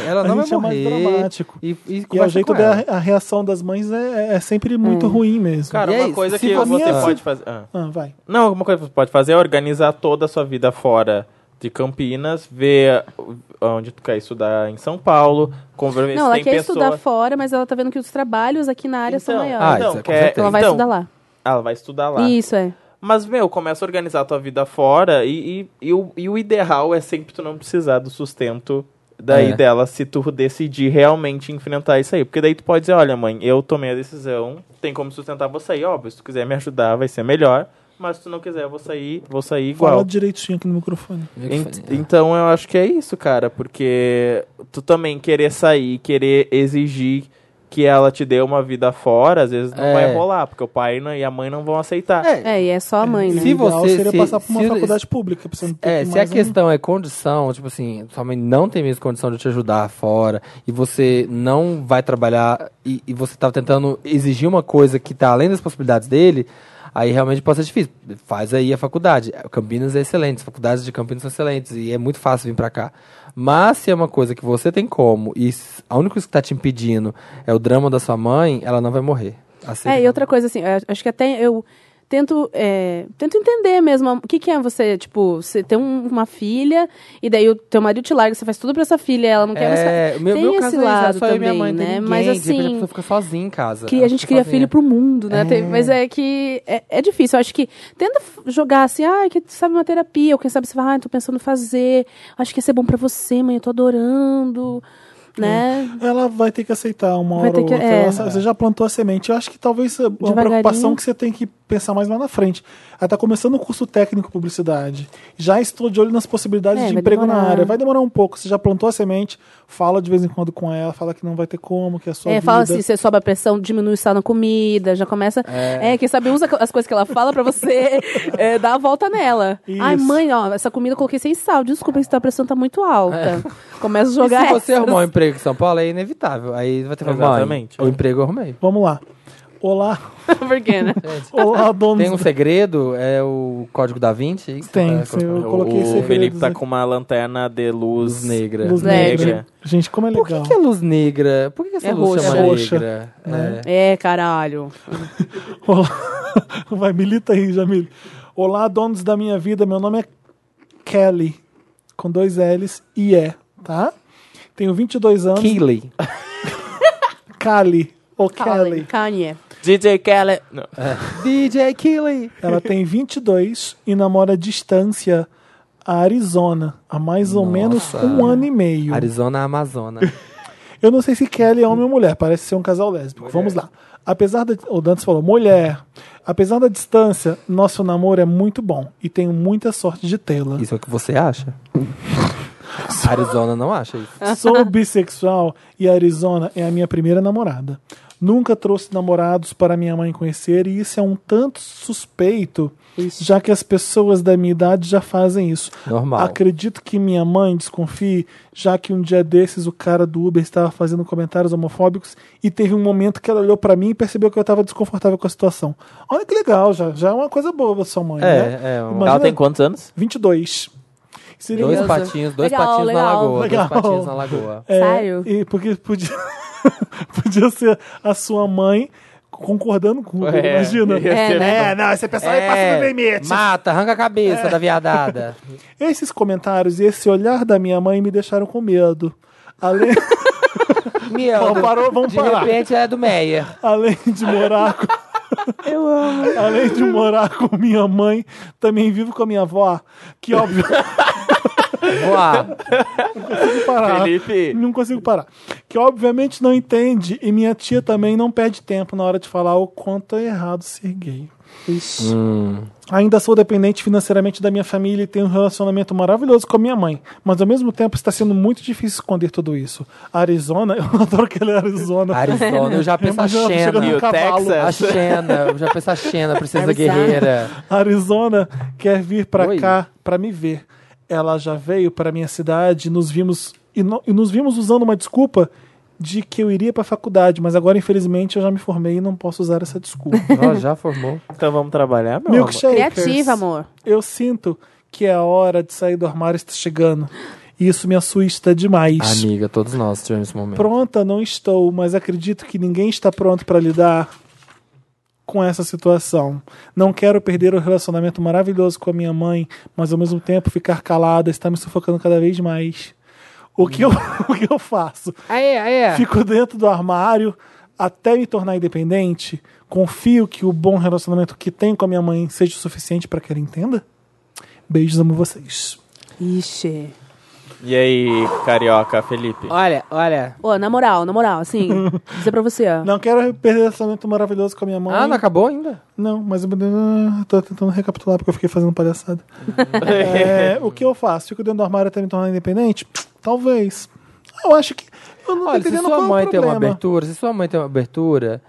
É, ela não <laughs> a vai gente é morrer. mais dramático. E, e, E é o conversa jeito com dela, ela. a reação das mães é, é sempre muito ruim mesmo. Cara, E é uma isso, coisa se que você- você Minha- pode fazer. Ah. Ah, vai. Não, uma coisa que você pode fazer é organizar toda a sua vida fora de Campinas, ver onde tu quer estudar em São Paulo, conversar Não, ela tem quer estudar pessoa. fora, mas ela tá vendo que os trabalhos aqui na área são Então, maiores. Ah, então, isso é com quer- certeza. ela vai então, estudar lá. Ela vai estudar lá. Isso, é. Mas, meu, começa a organizar a tua vida fora e, e, e o, e o ideal é sempre tu não precisar do sustento daí É. dela se tu decidir realmente enfrentar isso aí. Porque daí tu pode dizer, olha, mãe, eu tomei a decisão, tem como sustentar, vou sair, óbvio, se tu quiser me ajudar, vai ser melhor. Mas se tu não quiser, vou sair, vou sair igual. Fala direitinho aqui no microfone. Ent- então eu acho que é isso, cara, porque tu também querer sair, querer exigir que ela te dê uma vida fora, às vezes não É. vai rolar, porque o pai não- e a mãe não vão aceitar. É, É, e é só a mãe, né? O Se ideal você- seria se- passar por uma se- faculdade pública. pra você não ter É, que se a mais um- questão é condição, tipo assim, sua mãe não tem mesmo condição de te ajudar fora e você não vai trabalhar e, e você tá tentando exigir uma coisa que tá além das possibilidades dele, aí realmente pode ser difícil. Faz aí a faculdade. Campinas é excelente, as faculdades de Campinas são excelentes e é muito fácil vir pra cá. Mas se é uma coisa que você tem como e s- a única coisa que tá te impedindo é o drama da sua mãe, ela não vai morrer. Aceita. É, e outra coisa, assim, eu acho que até eu tento, é, tento entender mesmo a- o que, que é você, tipo, você ter um- uma filha e daí o teu marido te larga, você faz tudo pra essa filha, ela não quer mais. É, meu, tem meu esse caso é lado isso, é só eu e também, minha mãe, não né? tem ninguém, Mas de repente a assim, pessoa fica sozinha em casa. Que ela a gente fica cria sozinha. filho pro mundo, né? É. Tem- mas é que é, é difícil. Eu acho que tenta f- jogar assim, ah, que sabe uma terapia, ou quem sabe você fala, ah, tô pensando em fazer, acho que ia ser bom pra você, mãe, eu tô adorando, né? Ela vai ter que aceitar uma Vai hora ter ou que- outra. é. Ela sa- Você já plantou a semente. Eu acho que talvez é uma Devagarinho. preocupação que você tem que pensar mais lá na frente. Ela está começando o curso técnico em publicidade. Já estou de olho nas possibilidades É, de vai emprego na demorar. área. Vai demorar um pouco. Você já plantou a semente, fala de vez em quando com ela, fala que não vai ter como, que é a sua É, vida. fala assim, você sobe a pressão, diminui o sal na comida, já começa. É, quem sabe usa as coisas que ela fala pra você é, dar a volta nela. Isso. Ai, mãe, ó, essa comida eu coloquei sem sal. Desculpa, que a pressão tá muito alta. Começa a E se jogar. você essas. arrumar um emprego em São Paulo, é inevitável. Aí vai ter que falar, mãe, Exatamente. o emprego eu arrumei. Vamos lá. Olá, <laughs> <laughs> Por quê, né? olá, donos. Tem um segredo, é o código da 20? que você Tem, tá colocando? eu coloquei o segredos Felipe tá aqui. com uma lanterna de luz Luz negra. <laughs> Luz Negra. negra. Gente, como é Por que, legal. que é luz negra? Por que, que essa É luz roxa. chama É roxa, negra? né? É. É, caralho. Olá. <laughs> Vai, milita aí, Jamil. Olá, donos da minha vida. Meu nome é Kelly, com dois L's e E, tá? Tenho 22 anos. <laughs> Keeley. Kali, ou Kanye. Kelly. Kanye. DJ Kelly. Não. DJ Keeley. Ela tem 22 e namora à distância a Arizona há mais ou Nossa. menos um ano e meio. Arizona, Amazona. Eu não sei se Kelly é homem ou mulher, parece ser um casal lésbico. Vamos lá. Apesar da. O Dantes falou, mulher. Apesar da distância, nosso namoro é muito bom e tenho muita sorte de tê-la. Isso é o que você <laughs> acha? Arizona não acha isso. Sou bissexual e a Arizona é a minha primeira namorada. Nunca trouxe namorados para minha mãe conhecer e isso é um tanto suspeito, já que as pessoas da minha idade já fazem isso. Normal. Acredito que minha mãe desconfie, já que um dia desses o cara do Uber estava fazendo comentários homofóbicos e teve um momento que ela olhou para mim e percebeu que eu estava desconfortável com a situação. Olha que legal, já, já é uma coisa boa pra sua mãe, É, né? é, um- Imagina- Ela tem quantos anos? 22. Seria Dois Beleza. patinhos, dois Legal, patinhos na legal. lagoa. Legal. Dois patinhos na lagoa. É, Sério? E porque podia, <laughs> podia ser a sua mãe concordando com o Google, É, imagina. ia É, ser né? não, essa pessoa É, mata, arranca a É. cabeça da <laughs> viadada. Esses comentários e esse olhar da minha mãe me deixaram com medo. Além, Meu, Vamos parou, vamos É, de parar. repente é do Meyer. além de morar com... Eu amo. Além de morar com minha mãe, também vivo com a minha avó, que óbvio Voar. parar. Felipe. Não consigo parar. Que obviamente não entende, e minha tia também não perde tempo na hora de falar o quanto é errado ser gay. Hum. Ainda sou dependente financeiramente da minha família e tenho um relacionamento maravilhoso com a minha mãe. Mas ao mesmo tempo está sendo muito difícil esconder tudo isso. Arizona, <laughs> eu adoro que ele é Arizona. Arizona, tá eu já penso a Imagina ela chegando E num Xena. o cavalo. Texas? A Xena, eu já penso a Xena, princesa Arizona. <laughs> guerreira. Arizona quer vir pra Oi. cá pra me ver. Ela já veio pra minha cidade, nos vimos e, no- e nos vimos usando uma desculpa de que eu iria pra faculdade, mas agora infelizmente eu já me formei e não posso usar essa <laughs> desculpa. Ó, já formou. Então vamos trabalhar, meu amor. Milkshakers. Criativa, amor. Eu sinto que é a hora de sair do armário está chegando. E isso me assusta demais. Amiga, todos nós tivemos esse momento. Pronta não estou, mas acredito que ninguém está pronto para lidar com essa situação. Não quero perder o relacionamento maravilhoso com a minha mãe, mas ao mesmo tempo ficar calada está me sufocando cada vez mais. O que eu, <laughs> o que eu faço? Aê, aê. Fico dentro do armário até me tornar independente? Confio que o bom relacionamento que tenho com a minha mãe seja o suficiente para que ela entenda? Beijos, amo vocês. Ixi. E aí, carioca, Felipe? Olha, olha. Ô, na moral, na moral, assim, dizer pra você, ó. Não quero perder esse momento maravilhoso com a minha mãe. Ah, não acabou ainda? Não, mas eu ah, tô tentando recapitular porque eu fiquei fazendo <laughs> palhaçada. É, o que eu faço? Fico dentro do armário até me tornar independente? Talvez. Eu acho que. Eu não tô Olha, se entendendo sua qual é o mãe tem uma problema. abertura, se sua mãe tem uma abertura,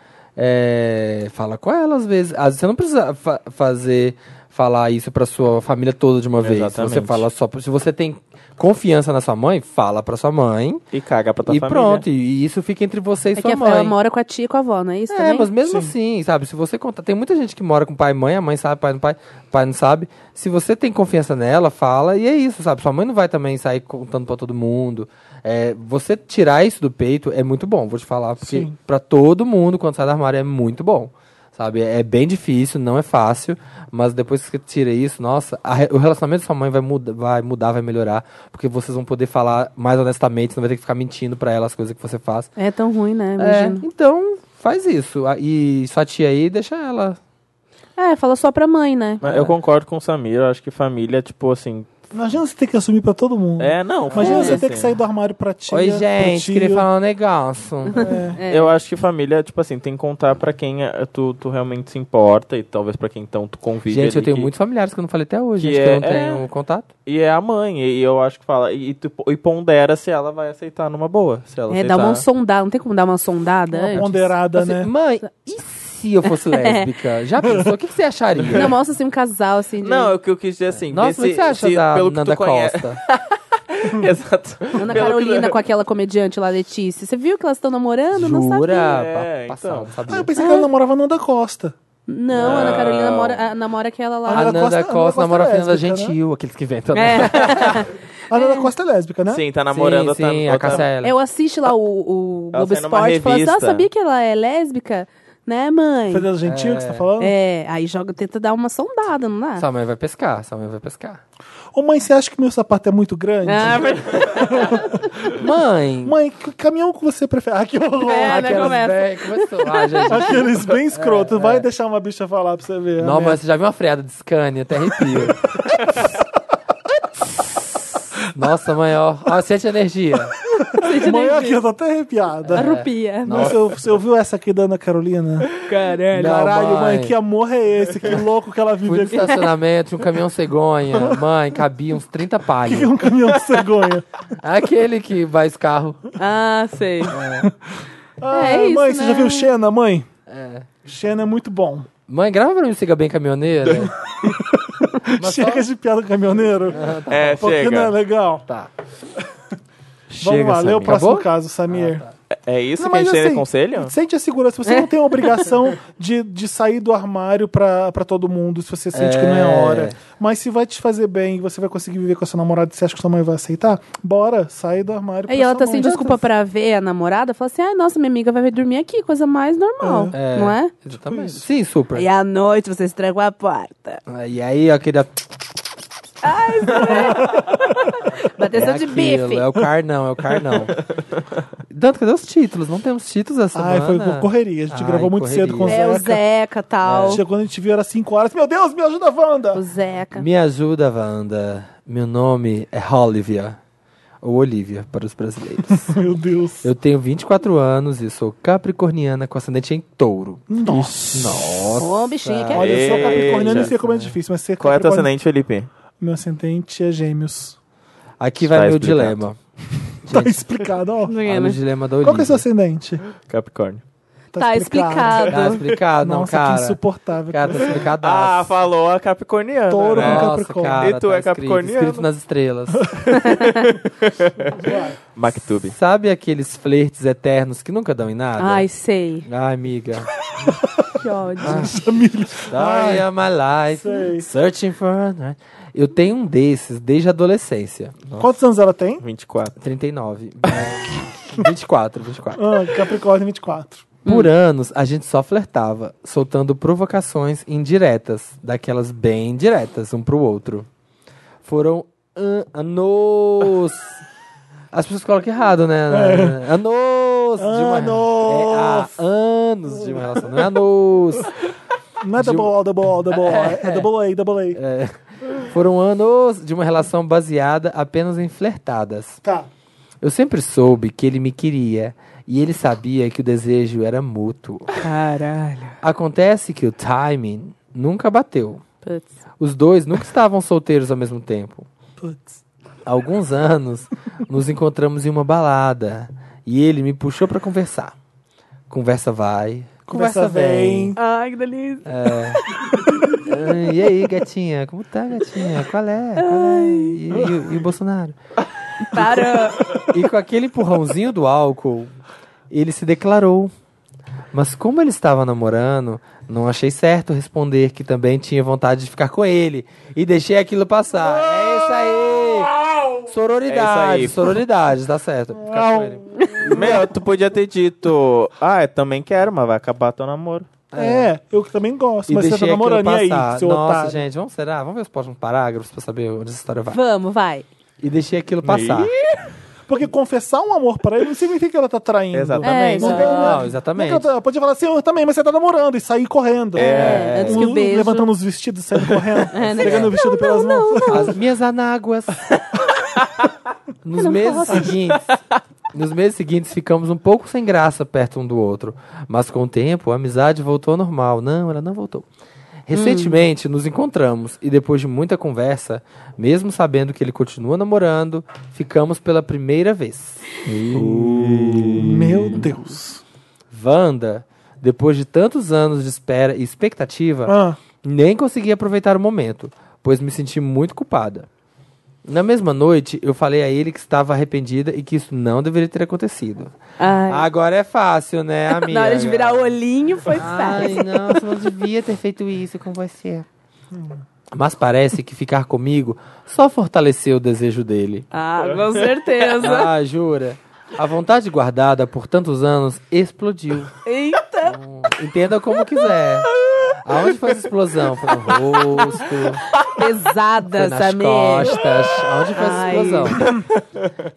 é, fala com ela às vezes. Às vezes você não precisa fa- fazer falar isso pra sua família toda de uma vez. Exatamente. Você fala só, pra- se você tem confiança na sua mãe, fala pra sua mãe E caga pra tua e família. pronto, e isso fica entre você e É que sua a- mãe. ela mora com a tia e com a avó, não é isso É, também? mas mesmo assim, sabe? Se você contar. Tem muita gente que mora com pai e mãe, a mãe sabe, pai não, pai, pai não sabe. Se você tem confiança nela, fala, e é isso, sabe? Sua mãe não vai também sair contando pra todo mundo. É, você tirar isso do peito é muito bom, vou te falar. Porque pra todo mundo, quando sai do armário, é muito bom. Sabe? É é bem difícil, não é fácil, mas depois que você tira isso, nossa, a re- o relacionamento da sua mãe vai, muda, vai mudar, vai melhorar, porque vocês vão poder falar mais honestamente, você não vai ter que ficar mentindo pra ela as coisas que você faz. É tão ruim, né? É, Imagino. então faz isso. A- E sua tia aí, deixa ela. É. fala só pra mãe, né? Mas Eu concordo com o Samir, eu acho que família, tipo assim. Imagina você ter que assumir pra todo mundo. É, não. Imagina foda-se. você ter que sair do armário pra tia. Oi, pro gente, tio. queria falar um negócio. Eu acho que família, tipo assim, tem que contar pra quem eh, tu, tu realmente se importa e talvez pra quem então tu convive. gente, eu ali tenho que- muitos familiares que eu não falei até hoje, que gente, que eu não é- tenho contato. E é a mãe, e eu acho que fala. E, tu, e pondera se ela vai aceitar numa boa. Se ela É, dá aceitar. uma sondada, não tem como dar uma sondada Uma antes? ponderada, Assim, né? Mãe, e se eu fosse lésbica? Já pensou? O que, que você acharia? Não, mostra assim um casal, assim, de... Não, o que eu quis dizer assim. Nossa, o que desse- que você acha se- da pelo que Nanda tu conhece. Costa? <laughs> Exato. Ana Pelo que- Carolina com aquela comediante lá, Letícia. Você viu que elas estão namorando? Não Jura? sabia. É, Pa- passar, então. não Ah, eu sabia. pensei que ela namorava Nanda Costa. Não, Ana Carolina namora, a- namora aquela lá. Ah, A Nanda Costa- Nanda Nanda Costa Costa namora a Fernanda lésbica, né? Gentil, aqueles que inventam. né? É, A Nanda Costa é lésbica, né? Sim, tá namorando sim, tá- sim, tá- a Cassiela. eu assisto lá o, o Ela Globo sai numa Esporte e falo assim, ah, revista. sabia que ela é lésbica? Né, mãe? Fernanda Gentil, que você tá falando? É, aí joga, tenta dar uma sondada, não dá? Sua mãe vai pescar, sua mãe vai pescar. Ô mãe, você acha que meu sapato é muito grande? Ah, um mas- Mãe, Mãe, que caminhão que você prefere? Ah, que horror! É, né, aquelas começa. véi- começou lá, Ah, gente. Aqueles bem escroto. Vai deixar uma bicha falar pra você ver. Não, né? mas você já viu uma freada de Scania, <laughs> até arrepio. Nossa, mãe, ó. ó sente a energia. Mãe, aqui eu tô até arrepiada. <laughs> É. Arrupia. Mas você, você ouviu essa aqui da Ana Carolina? Caralho, Caralho, mãe. que amor é esse? Que louco que é ela Fui vive no aqui. O estacionamento, tinha um caminhão cegonha. Mãe, cabia uns 30 que é palhos. um caminhão de cegonha? Aquele que vai esse carro. Ah, sei. É, Ah, É isso, mãe, você já né? viu Xena, mãe? É. Xena é muito bom. Mãe, grava pra mim Siga Bem Caminhoneira. Mas só- Chega de piada com caminhoneiro. É, Porque não é chega. legal. Tá. Vamos lá, lê o Samir. próximo Acabou? caso, Samir. É isso Não, que a mas gente tem de assim, conselho? Sente a segurança. Você não tem a obrigação de, de sair do armário pra, pra todo mundo se você sente que não é a hora. Mas se vai te fazer bem e você vai conseguir viver com a sua namorada e você acha que sua mãe vai aceitar, bora, sai do armário pra Aí ela sua tá mãe. sem é desculpa pra ver a namorada, fala assim, ai, nossa, minha amiga vai dormir aqui, coisa mais normal, É, não é? Exatamente. Sim, super. E à noite você estragou a porta. E aí, aquele. Bateção é de aquilo, bife. É o carnão, é <laughs> o carnão. Tanto, cadê os títulos? Não temos títulos essa Ai, foi semana. correria. A gente Ai, gravou muito correria. cedo com o É o Zeca. Zeca É. tal. Chegou quando a gente viu, era 5 horas. Meu Deus, me ajuda, Wanda! O Zeca. Me ajuda, Wanda. Meu nome é Olivia. Ou Olivia, para os brasileiros. Meu Deus. Eu tenho 24 anos e sou capricorniana com ascendente em touro. Nossa. Nossa. Ô, bichinho que é Olha, eu sou Eita. capricorniano e sei como é difícil, mas ser Qual é teu capricorniano- ascendente, Felipe? Meu ascendente é gêmeos. Aqui vai Tá meu explicado. dilema. Tá explicado, ó. Não é, Olha né? o dilema da Olivia. Qual que é o seu ascendente? Capricórnio. Tá explicado. Tá explicado, não, Nossa, cara. que insuportável. Cara, tá explicado. Ah, falou a capricorniana. Touro né? com Nossa, Capricórnio. cara, E tu tá é escrito- capricorniano? Escrito nas estrelas. Mactube. Sabe aqueles flertes eternos que nunca dão em nada? Ai, sei. Ai, amiga. Que ódio. Ah. Story of my life. sei. Searching for. né? Eu tenho um desses desde a adolescência. Quantos anos ela tem? 24. 39. 24, 24. Ah, Capricórnio 24. Por anos, a gente só flertava, soltando provocações indiretas, daquelas bem diretas, um pro outro. Foram an- anos. As pessoas colocam errado, né? Anos! De uma... É, ah, anos de uma relação, não é anos! Não é double, double, double, é double A, double A. É, Foram anos de uma relação baseada apenas em flertadas. Tá. Eu sempre soube que ele me queria e ele sabia que o desejo era mútuo. Caralho. Acontece que o timing nunca bateu. Putz. Os dois nunca estavam solteiros ao mesmo tempo. Putz. Há alguns anos, nos encontramos em uma balada e ele me puxou pra conversar. Conversa vai, Conversa, vem. Ai, que delícia. Ai, Ah, E aí, gatinha? Como tá, gatinha? Qual é? Qual é? E, e- e o Bolsonaro? É. Para. E com aquele empurrãozinho do álcool, ele se declarou. Mas como ele estava namorando, não achei certo responder que também tinha vontade de ficar com ele. E deixei aquilo passar. É isso aí! Sororidade, É isso aí. sororidade, tá certo. Ficar com ele. Meu, tu podia ter dito, ah, eu também quero, mas vai acabar teu namoro. É, eu também gosto, E mas você deixei tá namorando, aquilo e aí, passar. seu Nossa, otário? gente, vamos, será? Vamos ver os próximos parágrafos pra saber onde essa história vai. Vamos, vai. E deixei aquilo passar. Porque confessar um amor pra ele não significa que ela tá traindo. Exatamente. É, Não, tem- isso aí. Não, Não é que exatamente. ela tá- ela podia falar assim, eu também, mas você tá namorando, e sair correndo. É, antes que o Um- beijo. Levantando os vestidos, saindo correndo. <laughs> É, né? Pegando o vestido pelas mãos. As minhas anáguas. nos meses seguintes. Nos meses seguintes ficamos um pouco sem graça perto um do outro. Mas com o tempo a amizade voltou ao normal. Não, ela não voltou. Recentemente nos encontramos e depois de muita conversa, mesmo sabendo que ele continua namorando, ficamos pela primeira vez. Meu Deus. Wanda, depois de tantos anos de espera e expectativa, Ah, nem consegui aproveitar o momento, pois me senti muito culpada. Na mesma noite, eu falei a ele que estava arrependida e que isso não deveria ter acontecido. Ai. Agora é fácil, <laughs> né, amiga? Na hora de virar o olhinho, foi Ai, fácil. não, você não devia ter feito isso com você. Hum. Mas parece que ficar comigo só fortaleceu o desejo dele. Ah, com certeza. Ah, jura? A vontade guardada por tantos anos explodiu. Eita. Entenda como quiser. Aonde foi essa explosão? Foi no rosto. Pesada, Foi nas Samir. costas. Aonde foi essa Ai. explosão?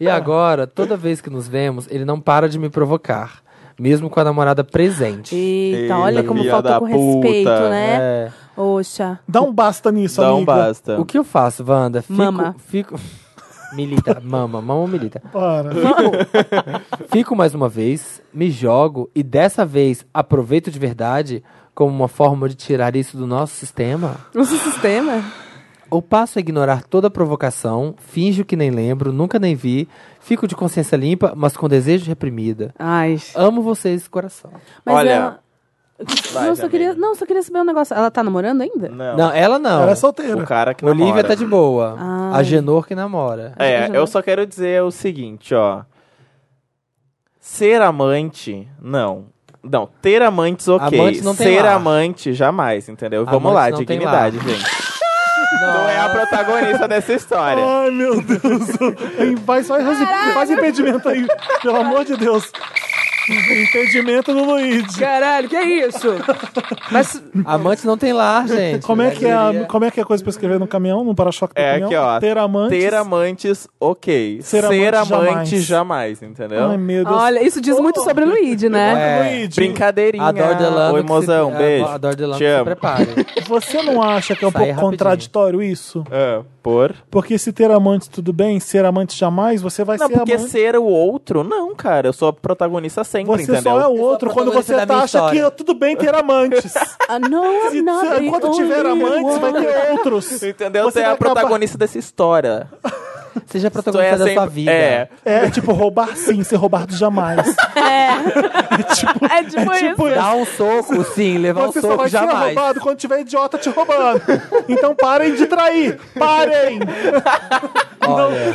<coughs> E agora, toda vez que nos vemos, ele não para de me provocar. Mesmo com a namorada presente. Eita, olha Eita, como filha faltou da com respeito, puta. né? É. Oxa. dá um basta nisso, Então amiga. basta. O que eu faço, Wanda? Fico, Mama. Fico... <laughs> Milita. Mama. Mama ou milita? Para. <laughs> Fico mais uma vez, me jogo e dessa vez aproveito de verdade como uma forma de tirar isso do nosso sistema. Nosso sistema. Ou passo a ignorar toda provocação, finjo que nem lembro, nunca nem vi, fico de consciência limpa, mas com desejo reprimida. Ai. Amo vocês, coração. Mas Olha. ela... Vai, não, só Jamile. queria, não, só queria saber um negócio. Ela tá namorando ainda? Não. Não, ela não. Ela é solteira. O cara que namora. Olivia tá de boa. Ai. A Genor que namora. É, eu só quero dizer o seguinte, ó. Ser amante, não. Não, ter amantes, ok. Amante não tem Ser lar. amante, jamais, entendeu? Vamos Amante lá, não tem dignidade, lar. gente. Tu Não, é a protagonista dessa história. Ai, meu Deus. É. <laughs> Aí Vai, só faz, faz impedimento aí. Pelo amor de Deus. Impedimento do Luigi. Caralho, que é isso? Mas Amante não tem <laughs> lar, gente. Como é, que é Diria- a, como é que é a coisa pra escrever no caminhão, no para-choque do É caminhão? aqui, ó. Ter amantes. Ter amantes, ok. Ser Ser, amante, amante, jamais. jamais. Ai, entendeu? meu Deus. olha, isso diz muito sobre o Luigi, né? É. Luigi, Brincadeirinha. A Dor Delano. Oi, que mozão, se... beijo. A, a Dor Delano que Te se amo. <laughs> prepare. você não acha que é um Sai pouco rapidinho. contraditório isso? Ah, por? Porque se ter amante tudo bem, ser amante jamais, você vai Não, ser porque é amante. ser o outro, não, cara. Eu sou a protagonista sempre, Você entendeu? só é o sou outro quando protagonista você da tá, minha acha que história. é tudo bem ter <laughs> amantes. Ah, não, Se- não. se- Quando tiver <laughs> amantes, vai ter outros. Entendeu? Você Você é vai a acabar- protagonista dessa história. Seja Tu é protagonista da sua sempre- vida. É. É tipo roubar sim, ser roubado jamais. <laughs> É tipo É tipo isso. Dá um soco, sim. Levar Você um só vai soco, ser jamais. roubado quando tiver idiota te roubando. Então parem de trair. Parem. Olha,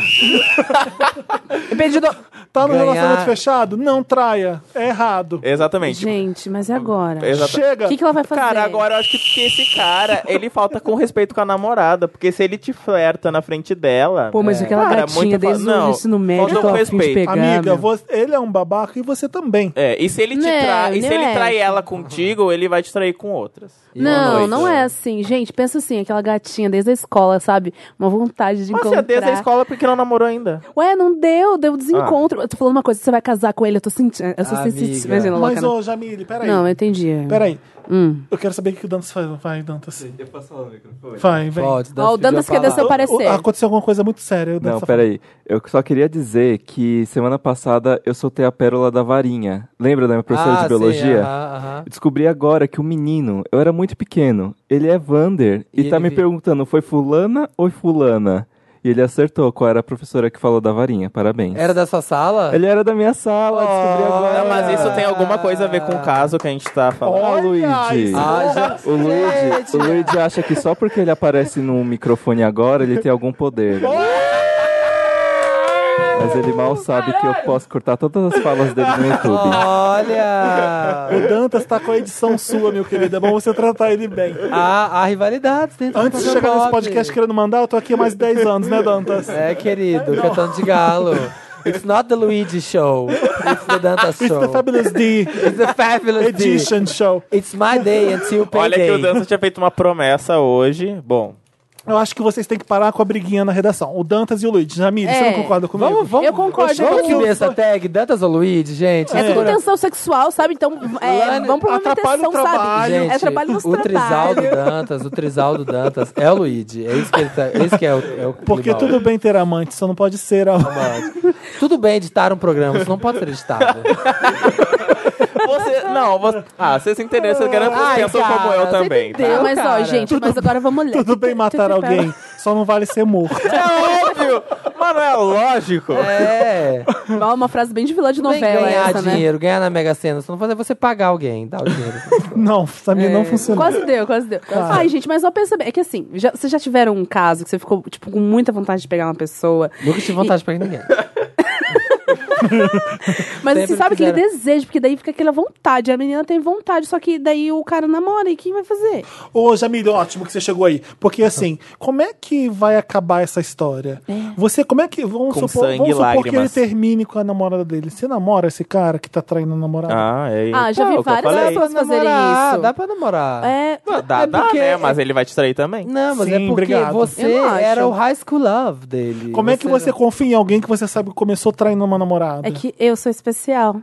Impedido. Tá no Ganhar- relacionamento fechado? Não traia. É errado. Exatamente. Gente, mas e agora? Exata- Chega. O que, que ela vai fazer? Cara, agora eu acho que, que esse cara, ele falta com respeito com a namorada, porque se ele te flerta na frente dela. Pô, É. mas aquela cara, gatinha muito fa- desde o não, ensino médio, falta tô um a fim de respeito. pegar, Amiga, meu. você- ele é um babaca e você também. É, e se ele te Não, trai, e se não ele é. trai ela contigo, ele vai te trair com outras. Não, noite. não é assim. Gente, pensa assim, aquela gatinha desde a escola, sabe? Uma vontade de Mas encontrar. você desde a escola porque não namorou ainda. Ué, não deu, deu desencontro. eu tô falando uma coisa, você vai casar com ele, eu tô sentindo. Eu sou Ah. Amiga. sensível. Imagina, louca. Mas, né? ô, Jamile, peraí. Não, eu entendi. Peraí. Hum. Eu quero saber o que o Dantas faz. Vai, Dantas. Eu posso falar no microfone? Vai, vem. Pode, Ó, o Dantas pediu a quer dar seu palavra. parecer. Aconteceu alguma coisa muito séria. o Não, Dantas- tá peraí. Eu só queria dizer que semana passada eu soltei a pérola da varinha. Lembra da minha professora Ah, de sim, biologia? aham, aham. Descobri agora que o menino, eu era muito pequeno, ele é Vander E e, tá ele me vi- perguntando, foi fulana ou fulana? E ele acertou qual era a professora que falou da varinha, parabéns. Era da sua sala? Ele era da minha sala, descobri Oh, agora. Não, mas isso tem alguma coisa a ver com o caso que a gente tá Ó, falando. Luigi. Ah, já- O Luigi, o Luigi acha que só porque ele aparece no microfone agora, ele tem algum poder. Mas ele mal sabe que eu posso cortar todas as falas dele no YouTube. Ah, Olha! <laughs> O Dantas tá com a edição sua, meu querido. É bom você tratar ele bem. Há, há rivalidades dentro do Antes de chegar nesse Pop. podcast querendo mandar, eu tô aqui há mais 10 anos, né, Dantas? É, querido, cantando de galo. It's not the Luigi show. It's the Dantas It's show. the Fabulous D It's the fabulous Edition. Edition Show. It's my day until payday. Olha que o Dança tinha feito uma promessa hoje. Bom, Eu acho que vocês têm que parar com a briguinha na redação. O Dantas e o Luigi. Jamile, você É. não concorda comigo? Vamos, vamos. Eu concordo, eu Vamos concordo. subir essa tag, Dantas ou Luigi, gente. É tudo tensão sexual, sabe? Então, é, Lani, vamos pra uma atrapalha tensão, o sabe? trabalho. Gente, é trabalho nos o trisal do trabalhos. Dantas, o trisal do Dantas é o Luigi. É isso que ele tá, é isso que é o, é o Porque climão. tudo bem ter amante, só não pode ser amante. Tudo bem editar um programa, isso não pode ser <laughs> editado. você. Não, você. Ah, vocês entenderam, vocês querem Ai, pensam cara, como eu você também. Tá? Ah, mas ó, cara. gente, mas agora vamos <laughs> ler. Tudo bem matar alguém, só não vale ser <laughs> morto. É óbvio! Mas não é lógico! É. Ó, Uma frase bem de vilã de Tudo bem novela ganhar essa, né? dinheiro, ganhar na Mega Sena, só não fazer você pagar alguém, dar o <laughs> dinheiro. Não, Samir não funcionou. É. Quase deu, quase deu. Tá. Ai, gente, mas não pensa bem. É que assim, já, vocês já tiveram um caso que você ficou, tipo, com muita vontade de pegar uma pessoa. Nunca tive vontade de pegar ninguém. Mas Sempre você sabe quiseram. aquele desejo, porque daí fica aquela vontade. A menina tem vontade, só que daí o cara namora e quem vai fazer? Ô, Jamile, ótimo que você chegou aí. Porque assim, como é que vai acabar essa história? Você, como é que. Vamos Com supor, sangue vamos e supor que ele lágrimas. termine com a namorada dele. Você namora esse cara que tá traindo a namorada? Ah, é Ah, já Então, vi é o que eu várias falei. pessoas- Posso fazer namorar, isso? Dá pra namorar. É. Não, dá, É dá, porque- né? Mas ele vai te trair também. Não, mas Sim, é porque obrigado. você Eu não acho. era o high school love dele. Como é que você confia em alguém que você sabe que começou traindo uma namorada? É que eu sou especial.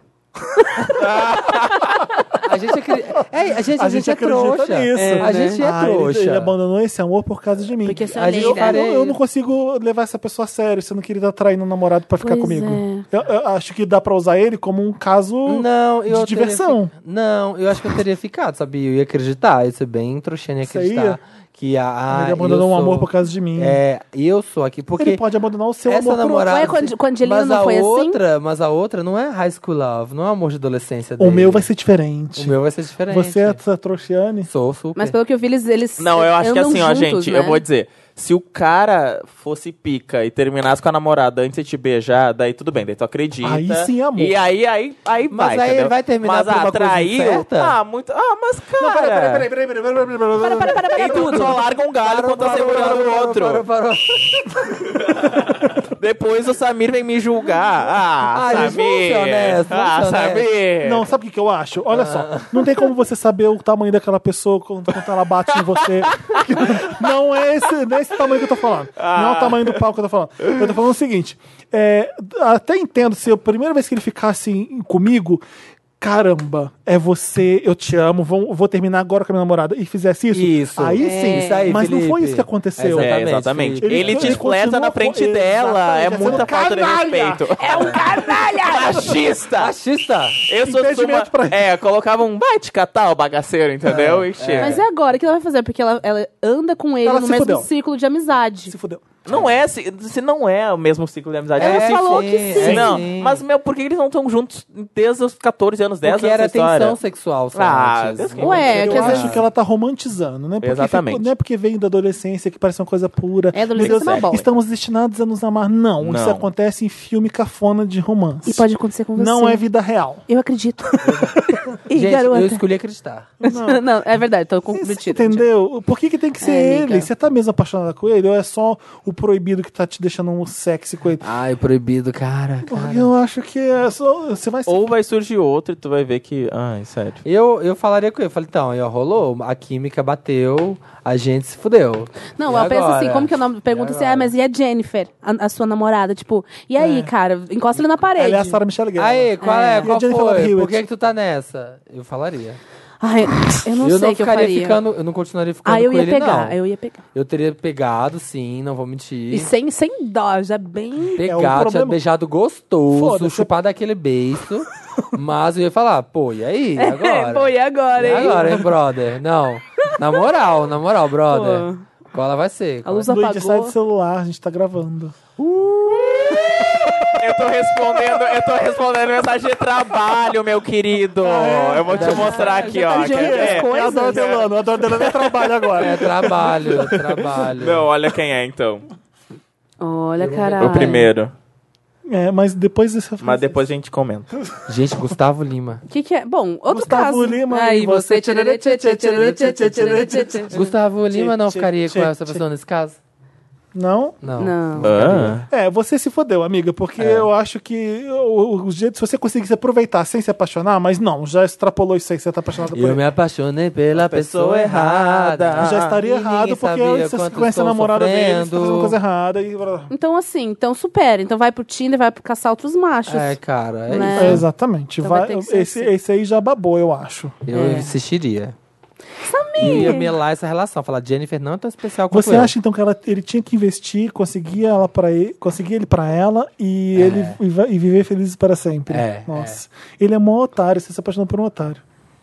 A <laughs> gente, acri... é, a gente, a gente é acredita trouxa. nisso. É, a gente é Ah, ele- trouxa. Ele, abandonou esse amor por causa de mim. Porque eu sou A gente negra. eu, farei- eu não consigo levar essa pessoa a sério, sendo que ele tá traindo o namorado pra ficar Pois é. comigo. Eu, eu acho que dá pra usar ele como um caso Não, eu de teria diversão. fi- Não, eu acho que eu teria ficado, sabia? Eu ia acreditar, ia ser bem trouxinha e Você ia? acreditar. Que a, ah, ele abandonou eu um sou- amor por causa de mim. É, eu sou aqui, porque ele pode abandonar o seu essa amor por outro. namorada... Ué, quando- quando a Angelina mas não a foi assim? outra, Mas a outra não é high school love, não é amor de adolescência O dele. meu vai ser diferente. O meu vai ser diferente. Você é essa trouxiane? Sou super. Mas pelo que eu vi, eles. eles Não, eu acho que andam assim, ó, juntos, gente, né? eu vou dizer. Se o cara fosse pica e terminasse com a namorada antes de te beijar, daí tudo bem, daí tu acredita. Aí sim é amor. E aí, aí, aí Mas aí vai, ele entendeu? vai terminar mas por uma ah, coisa traiu? incerta? Ah, muito... Ah, mas cara... Não, peraí, peraí, peraí, peraí, peraí, peraí. Para, para, para, para, Então, só larga um galho quando tá segurando o outro. Parou, parou. Depois o Samir vem me julgar. Ah, Ah, gente, vamos Samir. ser honestos, vamos ah, ser honestos. Samir. é, Não, sabe o que, que eu acho? Olha só, não tem como você saber o tamanho daquela pessoa quando, quando ela bate em você. Não é, esse, não é esse tamanho que eu tô falando. Não é o tamanho do pau que eu tô falando. Eu tô falando o seguinte: é, até entendo se a primeira vez que ele ficasse em- comigo. Caramba, é você, eu te amo, vou, vou terminar agora com a minha namorada. E fizesse isso? Isso. Aí É. sim, Isso aí, mas não foi Felipe. isso que aconteceu. É, Exatamente, exatamente. Felipe. Ele, Ele- te ele flerta continua na frente com- dela. É Exatamente, muita sendo falta de canalha. respeito. É um canalha! <laughs> Machista! Machista! Eu sou de uma... Impedimento pra ele. É, colocava um vai te catar o bagaceiro, entendeu? e chega. Mas é agora o que ela vai fazer, porque ela, ela anda com ele Ela no se mesmo fudeu. círculo de amizade. Se fudeu. Não é, se, se não é o mesmo ciclo de amizade. Ela é, falou sim, que sim. é não, sim. mas meu, por que eles não estão juntos desde os 14 anos, 10 Porque anos? era dessa história? tensão sexual, Ah, sabe? Deus que Ué, eu quer dizer- acho que ela tá romantizando, né? Porque Exatamente. ficou- não é porque veio da adolescência que parece uma coisa pura. É, adolescência Meu Deus, é uma bola. Estamos destinados a nos amar. Não, isso Não. acontece em filme cafona de romance. E pode acontecer com você. Não é vida real. Eu acredito. <laughs> Ih, Gente, garota. eu escolhi acreditar. <laughs> Não. é verdade, tô Você comprometido. entendeu? Por que, que tem que ser É, amiga. ele? Você tá mesmo apaixonada com ele? Ou é só o proibido que tá te deixando um sexy com ele? Ai, proibido, cara. Ah, cara. Eu acho que é só. Você vai se Ou vai surgir outro e tu vai ver que. ah, é Ai, sério. Eu, eu falaria com ele. Eu falei, então, aí, ó, rolou, a química bateu, a gente se fudeu. Não, E eu penso agora? assim, como que é o nome? Pergunta E assim, agora? É. ah, mas e a Jennifer, a, a sua namorada? Tipo, e aí, cara? Encosta ele na parede. Ela é a Sarah Michelle Gellar. Aí, qual é? E a Qual Jennifer Love foi? Hewitt. Por que, que tu tá nessa? Eu falaria. Ai, <laughs> eu não eu sei não o que eu ficaria faria. ficando, eu não continuaria ficando Aí eu com ia ele, pegar, não. aí eu ia pegar. Eu teria pegado, sim, não vou mentir. E sem, sem dó, já bem. Pegar, o tinha É um problema- beijado gostoso, Foda-se. chupar daquele beijo. mas eu ia falar, pô, e <laughs> aí? É, E Agora? <laughs> Pô, e agora, E hein? agora, hein, brother? Não. Na moral, na moral, brother. Qual ela vai ser? A luz Luigi, sai do apagou. celular, a gente tá gravando. Eu tô respondendo, eu tô respondendo mensagem de trabalho, meu querido. É, Eu vou te mostrar aqui, ó. de Quer outras ver? eu adoro Delano, eu adoro Delano é trabalho É agora. trabalho, é trabalho. Não, olha quem é então. Olha, caralho. O primeiro. É, mas depois você faz Mas depois a gente comenta. Gente, Gustavo Lima. O que, que é? Bom, outro Gustavo caso. Lima Aí e você. você. tcharará, tchá, tchá, tcharará, tchá, tchá, tcharará, tchá, tchá. Gustavo Lima não tchê, ficaria com tchê, essa tchê. pessoa nesse caso? Não? Não. Não. Ah, É, você se fodeu, amiga, porque É. eu acho que o, o jeito, se você conseguisse aproveitar sem se apaixonar, mas não, já extrapolou isso aí, você tá apaixonado por Eu me ele. apaixonei pela pessoa, pessoa errada. errada. Já estaria Ninguém errado, porque sabia você quanto conhece a estou namorada dele, você tá fazendo sofrendo. coisa errada e... Então, assim, então supera. Então vai pro Tinder, vai pro caçar outros machos. É, cara, é Né? isso. É, exatamente. Então vai vai, ter que ser esse, assim. esse aí já babou, eu acho. Eu É. insistiria. E ia melar essa relação. Falar, Jennifer não é tão especial quanto Você eu. acha então que ela- ele tinha que investir, conseguir ela para ele, conseguir ele para ela e ele e, vai- e viver felizes para sempre? É, Nossa. Ele é mó otário, você se apaixonou por um otário.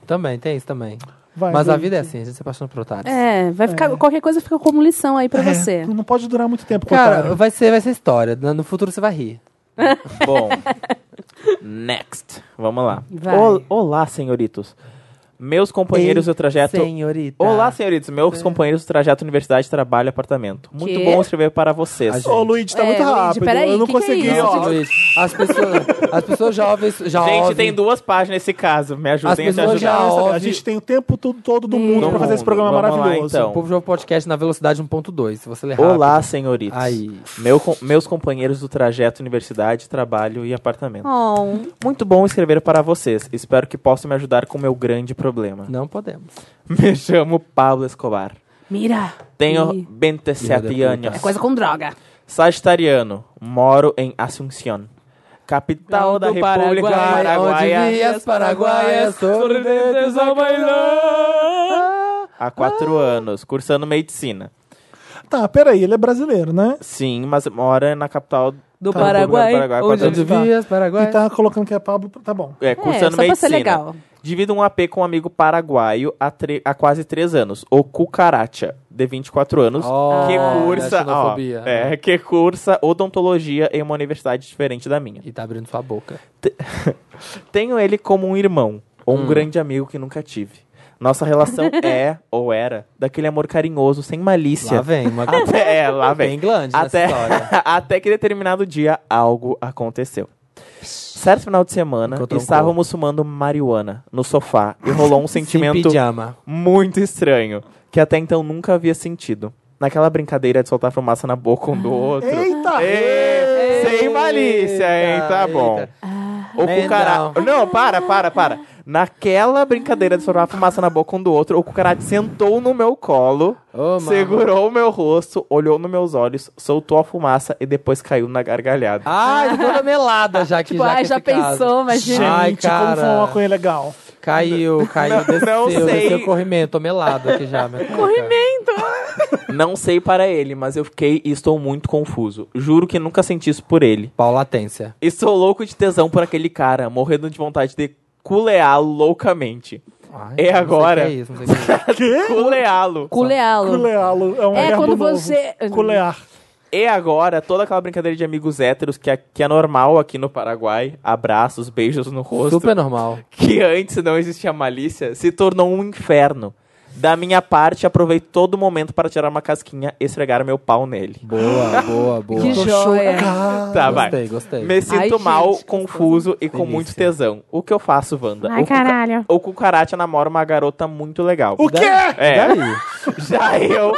Também, tem isso também. Vai, Mas a Luigi. vida é assim, a gente se apaixona por otários. É, vai ficar. Qualquer coisa fica como lição aí pra É, <laughs> você. Não pode durar muito tempo com Cara, otário. vai ser, vai ser história. No futuro você vai rir. bom. Next. Vamos lá. Vai. Ol- Olá, senhoritos. Meus companheiros Ei, do trajeto. Senhorita. Olá, senhoritos. Meus companheiros do trajeto Universidade, Trabalho, Apartamento. Muito Quê? bom escrever para vocês. A gente- Ô, Luigi, tá É, muito Luigi, rápido. peraí, eu não que que é consegui, isso? ó. Nossa, Luiz, as pessoas, as pessoas já ouvem... Já Gente, ouvem- tem duas páginas nesse caso. Me As ajudem a te pessoas já- ajudar. a óbvio. gente tem o tempo todo, todo do Do mundo pra fazer esse mundo. programa Vamos lá, maravilhoso. então. O povo joga o podcast na velocidade 1.2, se você ler rápido. Olá, senhoritos. Aí. Meu com- meus companheiros do trajeto Universidade, Trabalho e Apartamento. Oh, Muito bom escrever para vocês. Espero que possam me ajudar com o meu grande problema. Não podemos. <laughs> Me chamo Pablo Escobar. mira. Tenho Ih, Filho 27 da puta. anos. É coisa com droga. Sagitariano. Moro em Assunción. Capital da Do República Onde vi Paraguaia. as paraguaias sorridentes ao bailar. Há Ah. quatro anos, cursando medicina. Tá, peraí, ele é brasileiro, né? Sim, mas mora na capital Do da República Paraguai, Tá, do Paraguai há onde quatro Onde anos. vi as paraguaias... E tá colocando que é Pablo, tá bom. É, cursando só pra ser medicina. legal. Divido um AP com um amigo paraguaio há, tre- há quase três anos, o Cucaracha, de 24 anos, Oh, que olha a cursa. Ó, xenofobia. né? é, que cursa odontologia em uma universidade diferente da minha. E tá abrindo sua boca. Tenho ele como um irmão, ou um Hum. grande amigo que nunca tive. Nossa <laughs> relação é, ou era, daquele amor carinhoso, sem malícia. Lá vem, uma <laughs> Até, é, lá Bem vem. glande nessa Até, história. até que determinado dia algo aconteceu. Certo final de semana, Encontrou um estávamos fumando marihuana no sofá e rolou <laughs> um Sem <laughs> sentimento pijama. muito estranho, que até então nunca havia sentido. Naquela brincadeira de soltar fumaça na boca um do outro. Eita! Ê, sem malícia, hein? Tá Eita, bom. eita. O cucaracha. Não. Não, para, para, para. Naquela brincadeira de soltar fumaça na boca um do outro, o cucaracha sentou no meu colo. Ô, mano. Segurou o meu rosto, olhou nos meus olhos, soltou a fumaça e depois caiu na gargalhada. Ai, tô toda melada já que Tipo, já, ai, que já esse caso. pensou, imagina. Ai, Gente, como foi cara. uma maconha legal. Caiu, caiu, desceu, não sei. desceu o corrimento. Tô melado aqui já. Minha corrimento? Ah, Não sei para ele, mas eu fiquei e estou muito confuso. Juro que nunca senti isso por ele. Paulatência. Estou louco de tesão por aquele cara, morrendo de vontade de culeá-lo loucamente. Ai, É não sei agora. o que é isso, não sei o que é <laughs> isso. Culeá-lo. Culeá-lo. Culeá-lo. É, um É, verbo quando novo. você- Culear. E agora, toda aquela brincadeira de amigos héteros que é, que é normal aqui no Paraguai, abraços, beijos no rosto, Super normal. que antes não existia malícia, se tornou um inferno. Da minha parte, aproveito todo momento para tirar uma casquinha e esfregar meu pau nele. Boa, boa, boa. Que joia. Ah, tá, vai. gostei, gostei. Me sinto gente, mal, que confuso e com Delícia. muito tesão. O que eu faço, Wanda? Ai, o, caralho. Cuca- o Cucaracha namora uma garota muito legal. O quê? É, Daí. já eu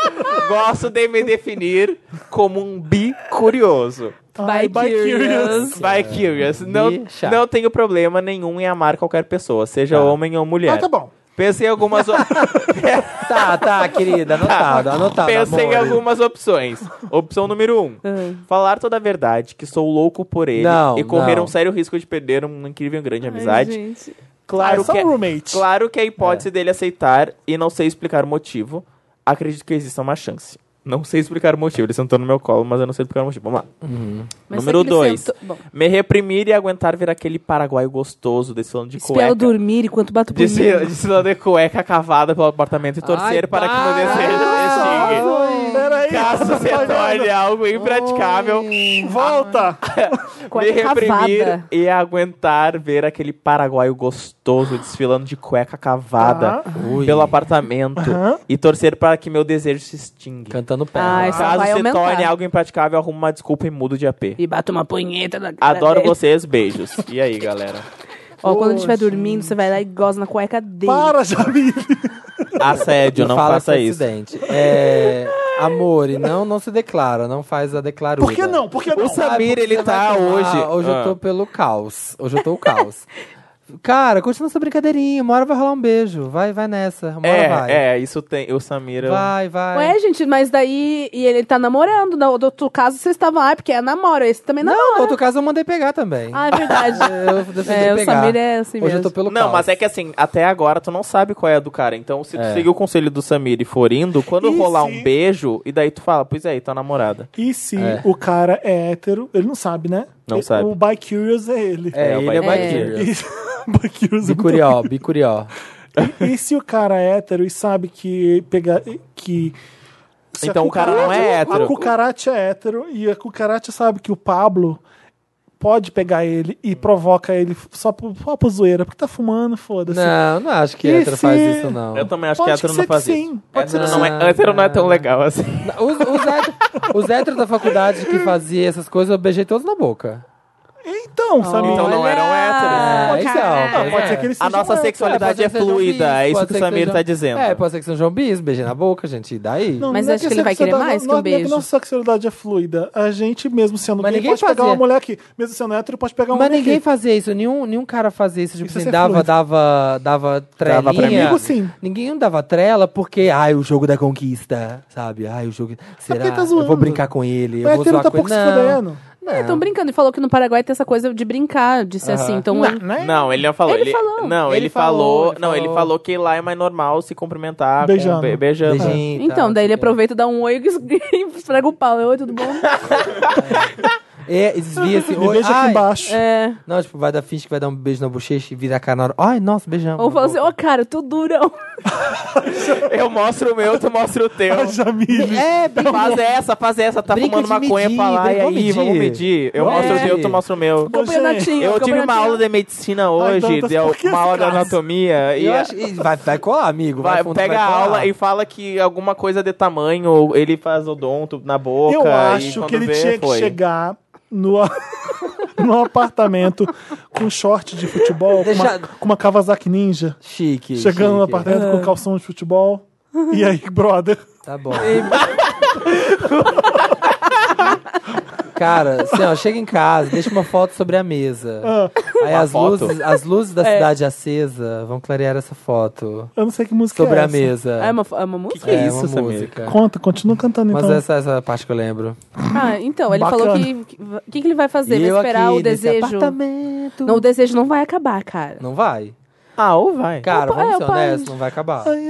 gosto de me definir como um bi curioso. Ai, by curious. By curious. Não, Bicha. não tenho problema nenhum em amar qualquer pessoa, seja homem ou mulher. Ah, tá bom. Pensei em algumas. o- <laughs> Tá, tá, querida, <laughs> anotado, Tá, anotado. É. Pensei em amor. algumas opções. Opção número <laughs> um: Ah. falar toda a verdade, que sou louco por ele Não, e correr não. um sério risco de perder uma incrível e grande amizade. Claro Claro é só que, um roommate. claro que é a hipótese dele aceitar e não sei explicar o motivo. Acredito que exista uma chance. Não sei explicar o motivo. Ele sentou no meu colo, mas eu não sei explicar o motivo. Vamos lá. Mas Número sei que ele dois. sentou- Bom, Me reprimir e aguentar ver aquele paraguaio gostoso desfilando de espero cueca. dormir enquanto bato por mim. Desfil- Desfilando de cueca cavada pelo apartamento e torcer Ai, para que meu para! um desejo extingue. Peraí, Caso se <laughs> torne algo impraticável, Volta! me Cueca reprimir cavada. e aguentar ver aquele paraguaio gostoso desfilando de cueca Ah. cavada Ui. pelo apartamento Aham. e torcer para que meu desejo se extingue. Cantando Ai, pé. só Caso vai se aumentar. torne algo impraticável, arrumo uma desculpa e mudo de AP. E bato uma punheta na cara Adoro dele. vocês, beijos. E aí, galera? Ó, quando ele estiver dormindo, você vai lá e goza na cueca dele. Para, Jamile! Assédio, não fala faça esse isso. acidente. É, amor, e não, não se declara, não faz a declaruda. Por que não? Por que não? O Samir, ele Você tá vai tomar- hoje. Hoje Ah. eu tô pelo caos. Hoje eu tô o caos. <laughs> Cara, continua essa brincadeirinha. Uma hora vai rolar um beijo. Vai, vai nessa. Uma hora É, vai. é, isso tem. O Samir. eu- Vai, vai. Ué, gente, mas daí. E ele tá namorando. No do outro caso, vocês estavam. Ah, porque é namoro. Esse também não. No outro caso, eu mandei pegar também. Ah, é <laughs> verdade. Eu defendi É, o pegar. Samir é assim hoje eu mesmo. tô pelo Não, caos. mas é que assim, até agora tu não sabe qual é a do cara. Então, se tu seguir o conselho do Samir e for indo, quando E rolar se- um beijo, e daí tu fala, pois é, tua namorada. E se o cara é hétero, ele não sabe, né? Não E- sabe. O by curious é ele. É, É, o ele é Bacurious. Bacurious. <laughs> E- by curious é muito Bicurió, bicurió. <laughs> E se o cara é hétero e sabe que pegar que se Então a o cara não cucaracha- é hétero. A cucaracha é hétero e a cucaracha sabe que o Pablo pode pegar ele e provoca ele só por, só por zoeira, porque tá fumando, foda-se. Não, não acho que E hétero faz se- isso, não. Eu também acho Pode que hétero ser não que faz sim, isso. pode ser hétero, que não sim. é, hétero não é tão legal assim. Os, os, hétero- os héteros da faculdade que faziam essas coisas, eu beijei todos na boca. Então, sabe? Então não eram héteros. Ah, É, então, Não, pode ser que ele A seja nossa hétero. sexualidade É, é, pode ser que seja um bis, fluida, é isso pode que ser o que Samir seja- tá dizendo. É, pode ser que seja um João Bis, beijei na boca, gente, e daí? Não, Mas não é acho que ele vai querer sexualidade- mais que um não é beijo. Nossa sexualidade é fluida. A gente, mesmo sendo Mas gay, ninguém pode pegar fazia. uma mulher aqui. Mesmo sendo hétero, pode pegar um uma Mas mulher ninguém aqui. fazia isso, nenhum, nenhum cara fazia isso, tipo é Isso assim, é dava, fluido. dava, dava trelinha. pra mim. Comigo, sim. Ninguém dava trela porque, ai, o jogo da conquista, sabe? Ai, o jogo... Será? porque tá eu vou zoando. brincar com ele, O eu vou hétero zoar tá com ele. pouco se Não, fudendo. É, tão brincando. E falou que no Paraguai tem essa coisa de brincar, de ser assim. Então, Né? Não, é ele não falou. Ele falou. Não, Ele ele, falou. falou, ele não, ele falou. falou que lá é mais normal se cumprimentar com- Beijando. be- beijando. beijinho, e então tal, daí não sei ele o quê. aproveita, dá um oi e <laughs> esfrega o pau. Oi, tudo bom? <laughs> É, e <laughs> desvia assim, Me oi, beija aqui ai. embaixo. <laughs> É. Não, tipo, vai dar finge que vai dar um beijo na bochecha e vira a cara na hora. Ai, nossa, beijão. Ou na fala boca. assim, ô cara, eu tô durão. <laughs> Eu mostro o meu, tu mostra o teu. A Jamile. É, bem Faz essa, faz essa, tá Brinca fumando de maconha medir, pra lá, e brinca- aí, vamos vamos medir. medir. Eu Vamos mostro o teu, medir. tu mostra o meu. um Campeonatinho. Eu tive uma campeonatinho. aula de medicina Ai, hoje, assim, Dantas, de por que uma aula de desgraça? anatomia. E Eu a- acho- e vai, vai colar, amigo. Vai, vai, fundo, pega vai a colar. aula e fala que alguma coisa é de tamanho, ou ele faz odonto na boca. Eu e acho quando que ele vê, tinha que foi. chegar no, <laughs> no apartamento com short de futebol, com uma, Deixa- com uma Kawasaki Ninja. Chique. Chegando no chique. apartamento Ah. com calção de futebol. E aí, brother? Tá bom. <laughs> Cara, assim, ó, chega em casa, deixa uma foto sobre a mesa. Ah. Aí as foto? luzes, as luzes É. da cidade acesa vão clarear essa foto. Eu não sei que música Sobre é a essa. Então. mesa. É uma, é uma música? que é isso, uma Samir? música. Conta, continua cantando Mas é então. essa, essa parte que eu lembro. Ah, então, ele Bacana. falou que... que- O que, que ele vai fazer? E Vai eu esperar aqui o nesse desejo... apartamento. Não, o desejo não vai acabar, cara. Não vai. Ah, ou vai. Cara, Eu pa- vamos é, ser eu parei. honestos, não vai acabar. Aí,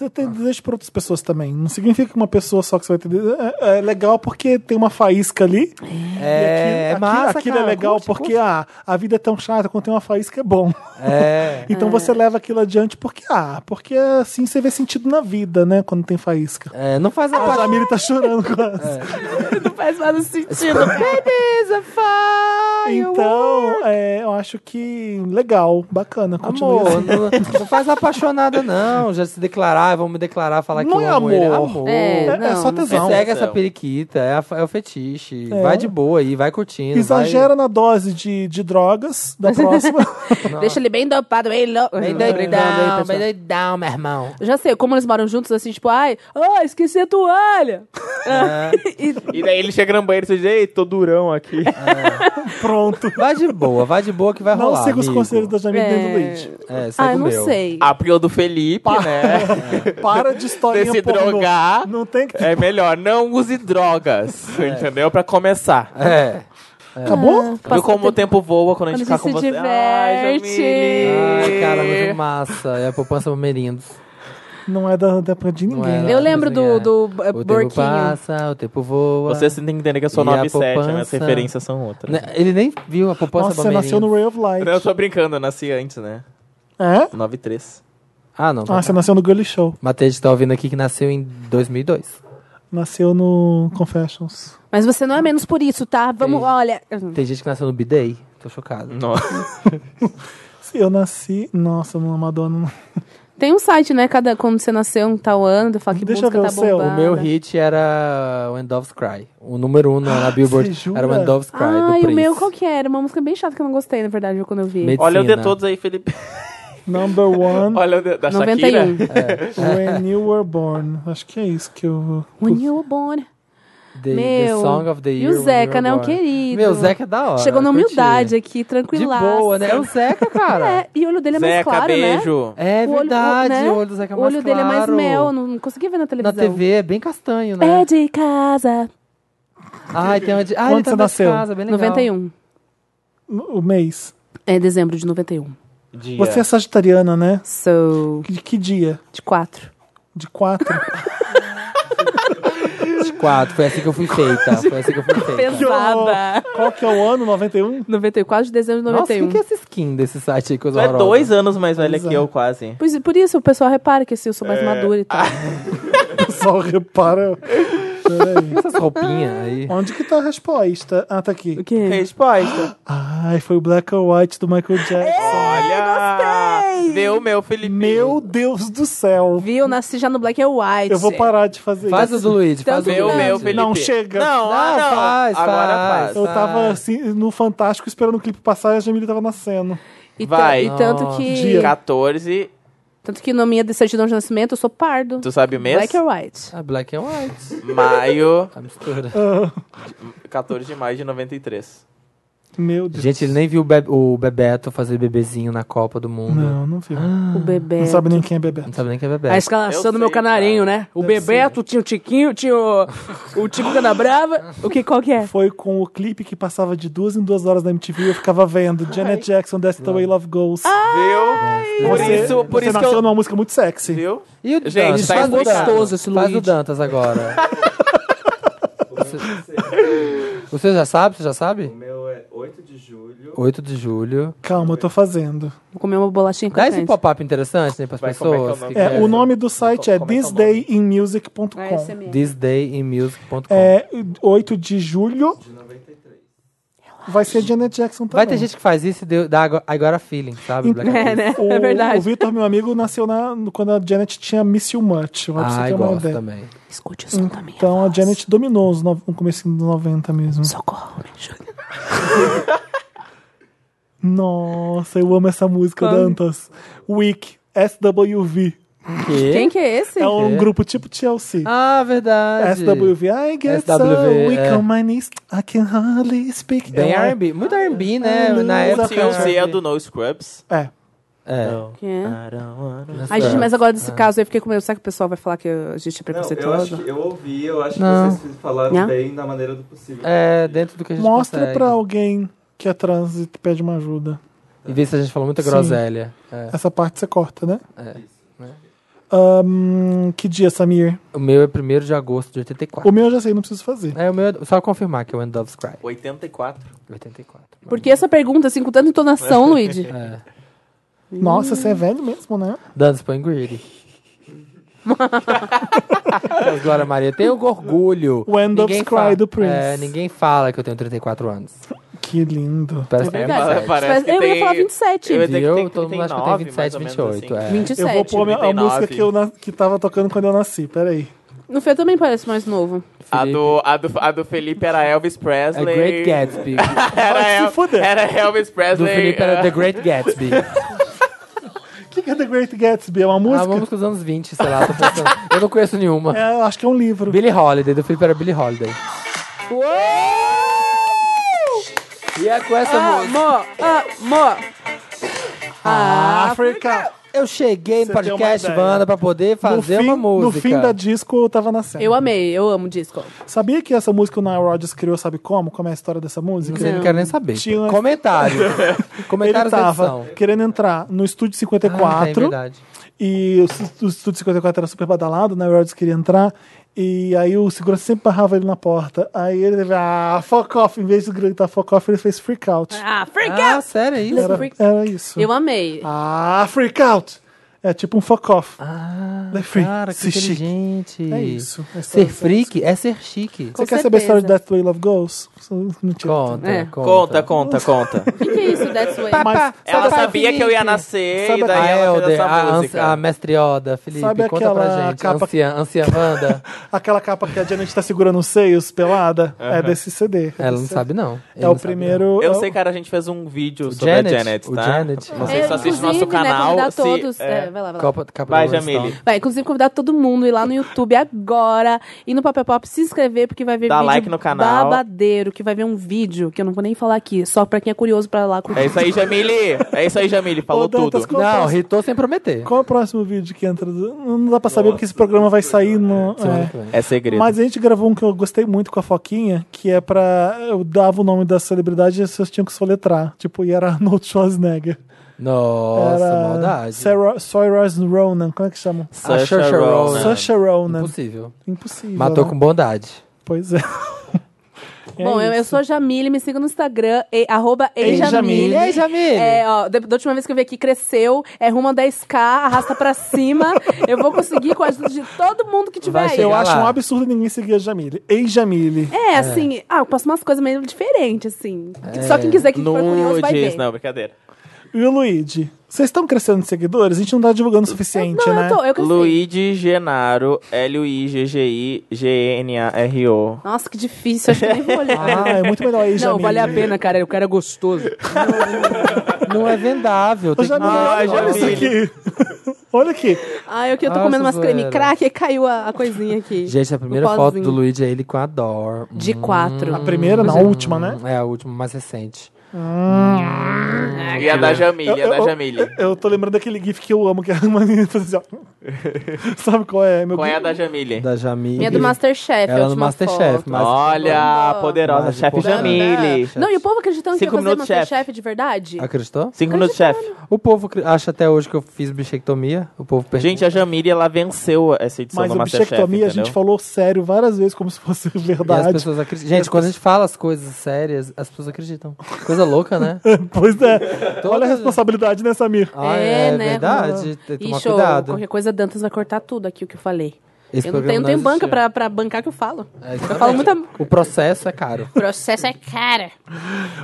eu tenho desejo para outras pessoas também. Não significa que uma pessoa só que você vai ter desejo. É, é legal porque tem uma faísca ali. e É, é aquilo, massa, aquilo, aquilo cara. é legal Curte, porque ah, a vida é tão chata quando tem uma faísca é <laughs> bom. É. Então você leva aquilo adiante porque ah, porque assim você vê sentido na vida, né? Quando tem faísca. É, não faz a A parte. Jamile tá chorando quase. Não faz mais sentido. Beleza, faz. Então, é, eu acho que legal, bacana, continua Amor, assim. não, não faz apaixonada, não. Já se declarar, eu vou me declarar, falar que Não eu é amo ele. amor. É, é não. só tesão. Segue essa Céu. periquita, é, a fa- é o fetiche. É. Vai de boa aí, vai curtindo. Exagera na dose de, de drogas <laughs> da próxima. <laughs> Deixa ele bem dopado, bem louco. Vai... Bem Tô brincando aí, doidão, pessoal. bem doidão, meu irmão. Já sei, como eles moram juntos, assim, tipo, ai, ah, esqueci a toalha. É. <laughs> E- E daí ele chega no banheiro e você diz, ei, tô durão aqui. <laughs> Pronto. Vai de boa, vai de boa que vai Não rolar. siga os amigo. conselhos da Jamie É. Leite. É, segue ah, eu o não meu. sei. A pio do Felipe, <laughs> né? Para de historinha De se pornô. drogar. Não tem que... É melhor, não use drogas, entendeu? Pra começar. É. Acabou? Viu Passa como o tempo voa quando a gente Quando fica se com você? diverte. Ai, Jamile. Ai, cara, muito massa. É a poupança Palmeirindos. Não é da, da de Não ninguém. é, né? não. Eu lembro do, do eh, O tempo Borquinho. passa, o tempo voa. Vocês têm que entender que eu sou E a 9 e 7, né? As poupança? referências são outras. Né, Ele nem viu a poupança Nossa, você Palmeirindos. nasceu no Ray of Light. Não, é eu tô brincando, eu nasci antes, né? É? 9 e 3. Ah, não. Ah, você nasceu no Girly Show. Matheus tá ouvindo aqui que nasceu em 2002. Nasceu no Confessions. Mas você não é menos por isso, tá? Vamos, Sim. olha. Tem gente que nasceu no B-Day. Tô chocado. Nossa. Se eu nasci... Nossa, uma Madonna... <laughs> Tem um site, né? Cada, quando você nasceu um tal ano, tu fala que Deixa eu música ver tá o seu. bombada. O meu hit era When Doves Cry. O número um na, na Billboard você jura? era When Doves Cry, do Ah, Ai, Prince. o meu qual que era? Uma música bem chata que eu não gostei, na verdade, quando eu vi. Medicina. Olha o de todos aí, Felipe. <laughs> Number one, Olha o de, da Shakira. 91. <laughs> When You Were Born. Acho que é isso que eu... When you were born. The, the Meu. Song of the E Year. o When Zeca, You né? O Were Born. querido. Meu, o Zeca é da hora. Chegou na eu curti. humildade aqui, De tranquilaço. boa, né? É o Zeca, cara. É, e o olho dele é mais Zeca, claro, né? beijo. É O olho- verdade, o- né? o olho do Zeca é O mais olho dele é mais claro. mel, não, não consegui ver na Na televisão. TV é bem castanho, né? É de casa. Ai, tem uma de... Ah, Quando ele tá você na nasceu? casa, bem legal. 91. O mês. É dezembro de 91. Dia. Você é sagitariana, né? Sou De que dia? de 4. De <laughs> quatro? Quatro, foi assim que eu fui feita. Foi assim que eu fui feita. Pesada. Qual que é o ano? 91? 94 um, de dezembro de Nossa, 91. o que que é essa skin desse site aí, coisa Tu é horrorosa? dois anos mais velha Dois é. que eu, quase. por, isso- por isso o pessoal repara que assim, eu sou É. mais madura e Ah, tal. O pessoal repara. Peraí. Essas roupinhas aí. Ah, Onde que tá a resposta? Ah, tá O aqui. <laughs> quê? Resposta. Ai, foi o Black or White do Michael Ah, É, Jackson. Olha! Deu meu, Felipe. Meu Deus do céu. Viu? Nasci já no Black and White. Eu vou parar de fazer Faz o isso. do Luigi, Então, faz o do Meu, Luigi. é meu, Felipe. Não, chega. Não, tá. ah, Não, não. faz, Agora faz. faz. Eu tava assim, no Fantástico, esperando o clipe passar e a Jamile tava nascendo. E, ta- Vai. e tanto Nossa. que. Dia. 14. Tanto que na minha certidão de nascimento eu sou pardo. Tu sabe o mês? Black and White. Ah, black and white. Maio. A mistura. Ah. 14 de maio de 93. Meu Deus. Gente, ele nem viu o, Be o Bebeto fazer bebezinho na Copa do Mundo. Não, Não, não viu. O bebê. Não sabe nem quem é Bebeto. sabe nem que é A Bebeto. escalação Eu do meu sei, canarinho, né? O Bebeto, tinha o Tiquinho, tinha o, o Tico Canabrava. O que? Qual que é? Foi com o clipe que passava de duas em duas horas na MTV e eu ficava vendo. Janet Jackson, That's the Way Love Goes. Viu? Por Você- isso, por você isso que nasceu eu... numa música muito sexy. Viu? E o Gente, Dantas? tá faz, o explicado. Dantas, esse faz o Luigi. Dantas <laughs> agora. Você- Você já sabe? Você já sabe? O meu é 8 de julho. 8 de julho. Calma, eu tô fazendo. Vou comer uma bolachinha Dá esse crocante. pop-up interessante, né, pras Vai, como é que é o pessoas. nome? que É, o querem. nome do site é Como é que é o nome? thisdayinmusic.com. ASMR. Thisdayinmusic.com. É 8 de julho. Vai ser Janet Jackson também. Vai ter gente que faz isso e deu- dá agora- agora feeling, sabe? Black and <laughs> É, White. né? O, é o verdade. Vitor, meu amigo, nasceu na, quando a Janet tinha Miss You Much. Pra você Ai, ter uma gosto ideia. Ah, também. Escute o som da minha Então a voz. Janet dominou os no, no começo dos 90 mesmo. Socorro, me ajuda. Nossa, eu amo essa música, Dantas. Wick, SWV. Quem que é esse? É um Quê? grupo tipo TLC. Ah, verdade. SWV, I get so SWV, weak é. on my knees, I can hardly speak. Bem É uma- R&B. Muito R&B, né? Ah, Na Lusa, época. Se eu sei é do No Scrubs. É, É. Quem é? I don't wanna- Ai, gente, mas agora desse caso eu fiquei com medo. Será que o pessoal vai falar que a gente eu, é acho preconceituoso? que, eu ouvi, eu acho Não. que vocês falaram Não? bem da maneira do possível. É, dentro do que a gente mostra consegue. pra alguém que é trans e pede uma ajuda. E vê se a gente falou muita Sim. groselha. É. Essa parte você corta, né? É. Ahn, que dia, Samir? O meu é 1 de agosto de 84. O meu eu já sei, não preciso fazer. É, o meu é... Só confirmar que é o End Doves Cry. 84. 84. Porque essa pergunta, assim, com tanta <laughs> entonação, Luigi. É. Nossa, você é velho mesmo, né? Dance Põe <laughs> Greedy. Mas, Glória Maria, tenho orgulho. When Doves Ninguém fala- Cry, do Prince. É, ninguém fala que eu tenho 34 anos. Que Que lindo. Parece que É, é mas- 27. parece que eu ia tem- falar 27. eu ia ter que Eu, tem todo mundo acha que 39, tem 27, mais ou menos 28. assim. é. Eu 27. vou pôr a minha- a 39. música que, eu na- que tava tocando quando eu nasci, peraí. No Fê também parece mais novo. A do, a, do, a do Felipe era Elvis É Presley. <laughs> Great Gatsby. <laughs> Era, Vai se El- fuder. era Elvis Do Presley. Felipe ah, era The <laughs> Great Gatsby. O que, que é The Great Gatsby? É uma Ah, música? uma música dos anos 20, sei lá. tô pensando. Eu não conheço nenhuma. É, eu acho que é um livro. Billie Holiday, do Felipe era Billie Holiday. E é com Ah, essa música. Amor, amor. Ah, Ah, África! Eu cheguei Você no tem uma podcast, ideia. Wanda, pra poder No fazer fim, uma música. no fim da disco eu tava nascendo. Eu amei, eu amo disco. Sabia que essa música o Nile Rodgers criou, sabe como? Como é a história dessa música? Não sei, não quero nem saber. Tinha uma- <laughs> Comentário. Ele Comentários da tava edição. querendo entrar no Estúdio Ah, tem, 54 verdade. e o, Su- o Estúdio 54 era super badalado, né? o Nile Rodgers queria entrar e aí o segurança sempre barrava ele na porta. Aí ele teve, ah, fuck off, em vez de gritar fuck off, ele fez freak out. Ah, freak Ah, out! sério, é isso? Era, freak- era isso. Eu amei. Ah, freak out! É tipo um fuck off. Ah, The Freak, cara, que se chique. inteligente. É isso. A história Ser dessa freak é ser chique. Você Com quer saber a história de certeza. That Way Love Goes? Não tinha. Conta, É. Conta, conta, conta. O que, que é isso, That's Way? Mas- <laughs> Ela sabia que eu ia nascer Sabe e daí a ela fez Elder, essa Ah, é, a, ans- música. a mestrioda, Felipe, Sabe conta pra aquela gente. capa- Anciã, anciã <laughs> Wanda. Aquela capa que a Janet tá segurando os seios pelada é desse CD. Ela não Desse- sabe, não. É Ele o não sabe, primeiro. é Eu o- sei, cara, a gente fez um vídeo não. sobre a Janet, o tá? Janet. Você É, só assiste inclusive, nosso canal, Né, convidar se- todos. é. é, vai lá, vai lá. Capa, capa do Vai, então. Rolling Jamile. Stone. Vai, inclusive convidar todo mundo a ir lá no YouTube agora e no Papel Pop se inscrever, porque vai ver Dá vídeo like no canal. babadeiro, que vai ver um vídeo que eu não vou nem falar aqui, só pra quem é curioso pra ir lá curtir. É isso aí, Jamile. É isso aí, Jamile. Falou Ô, Dantas, tudo. qual o Não, próximo- ritou sem prometer. Qual é o próximo vídeo que entra? do- Não dá pra saber porque esse programa vai sair no. Semana é. que vem. É segredo. Mas a gente gravou um que eu gostei muito com a Foquinha, que é pra. Eu dava o nome da celebridade e vocês tinham que soletrar. Tipo, e era <laughs> Arnold Schwarzenegger. Nossa, era maldade. Sarah, Saoirse Ronan, como é que chamam? Saoirse Saoirse Ronan. Ronan. Saoirse Ronan. Impossível. Impossível. né? Matou né? com bondade. Pois é. <laughs> É Bom, eu, eu isso. sou a Jamile, me siga no Instagram, e, arroba Ei, Jamile. eijamile. E aí, Jamile? É, ó, da, da última vez que eu vi aqui, cresceu, é rumo a 10k, arrasta pra cima. eu vou conseguir com a ajuda de todo mundo que tiver Vai aí. chegar Eu acho lá. um absurdo ninguém seguir a Jamile. Ei, Jamile. É, assim, ah, eu posto umas coisas meio diferentes, assim. Que Só quem quiser que for curioso vai Nudes. ver. Não, brincadeira. E o Luigi? Vocês estão crescendo de seguidores? A gente não tá divulgando o suficiente, Não, né? eu tô, eu cresci. Luigi Genaro, L-U-I-G-G-I-G-N-A-R-O. Nossa, que difícil, acho que eu nem vou olhar. <laughs> Ah, é muito melhor aí, Não, Jamile. vale a pena, cara. O cara é gostoso. Não é vendável. Ô, Tem que Jamile, Ah, olha, olha isso Jamile. aqui. <laughs> olha aqui. Ah, eu que eu tô Nossa, comendo umas creme zoeira. crack e caiu a, a coisinha aqui. Gente, a primeira O foto pozinho. do Luigi é ele com a Dor. De quatro. A primeira, não, a última, né? É a última, mais recente. E a da Jamile, a Eu- da eu- Jamile. Eu tô lembrando daquele gif que eu amo, que a menina faz assim, ó. <laughs> Sabe qual é? Meu Qual é a gif- da Jamile? Da Jamile. Minha do Masterchef, a Ela no última Masterchef. foto. Mas... Olha, Não. poderosa Mas, chefe pô, Jamile. Não, e o povo acreditando que eu Cinco ia fazer minutos, Masterchef chefe. de verdade? Acreditou? Cinco minutos, chefe. O povo cri- acha até hoje que eu fiz bichectomia. O povo pergunta. é Gente, a Jamile, ela venceu essa edição Mas do a Masterchef, bichectomia a gente entendeu? falou sério várias vezes, como se fosse <laughs> E as verdade. pessoas acreditam. Gente, quando a gente fala as coisas sérias, as pessoas acreditam. Coisa louca, <laughs> né? Pois <laughs> é. Olha a responsabilidade, né, Samir? Ah, É, é, né? verdade. Tem que E tomar show, cuidado. qualquer coisa Dantas vai cortar tudo aqui o que eu falei. Esse eu não programa tenho, não tenho banca existia. pra, pra bancar o que eu falo. É, Eu falo muita... exatamente. O processo é caro. O processo é cara.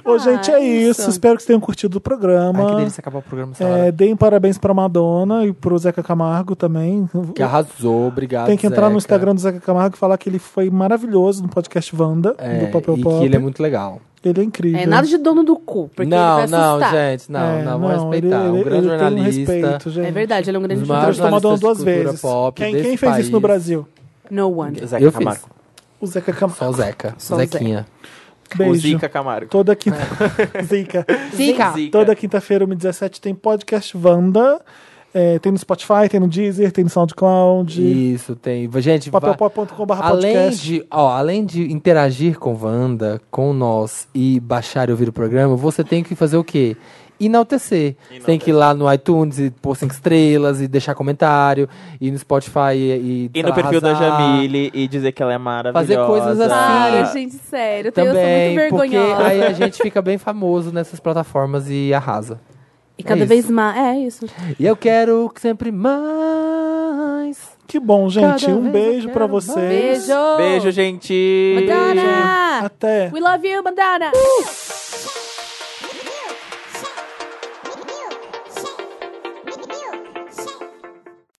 Ô, gente, é isso. isso. Espero que vocês tenham curtido o Ah, Ai, que programa. delícia acabar o programa essa É, hora. deem parabéns pra Madonna e pro Zeca Camargo também. Que arrasou, obrigado. Tem que entrar no Zeca. Instagram do Zeca Camargo e falar que ele foi maravilhoso no podcast Wanda, É, do Papel e Pop. que ele é muito legal. Ele é incrível. É nada de dono do cu, porque não, ele vai não, assustar. gente, não, É, não, vamos ele- respeitar. um grande ele jornalista. Tem um respeito, gente. É verdade, ele é um grande Os jogador. maiores- Entrevistou Madonna jornalista de duas cultura vezes. pop quem desse quem fez isso no país. Brasil? No one. Zeca Eu fiz. Camargo. O Zeca Camargo. Só o Zeca. Só o Zequinha. O Beijo. Zica Camargo. Toda quinta... <laughs> É. Zica. Zica. Zica. Toda quinta-feira, 1h17, tem podcast Wanda. É, tem no Spotify, tem no Deezer, tem no SoundCloud. Isso, tem. Gente, vai- papelpop.com.br Além podcast. de, ó, além de interagir com Wanda, com nós e baixar e ouvir o programa, você tem que fazer o quê? Enaltecer. Você Tem que ir lá no iTunes e pôr cinco estrelas e deixar comentário, e no Spotify e. E, E sei no lá, perfil da arrasar. Jamile e dizer que ela é maravilhosa. Fazer coisas assim. Ai, Ah, gente, sério, eu tenho- eu Também, sou muito porque vergonhosa. aí a gente fica bem famoso nessas plataformas e arrasa. E cada é isso. vez mais. É isso. E eu quero sempre mais. Que bom, gente. Cada um vez beijo eu pra quero mais. vocês. Beijo. Beijo, gente. Madonna. Até. We love you, Madonna. Tchau.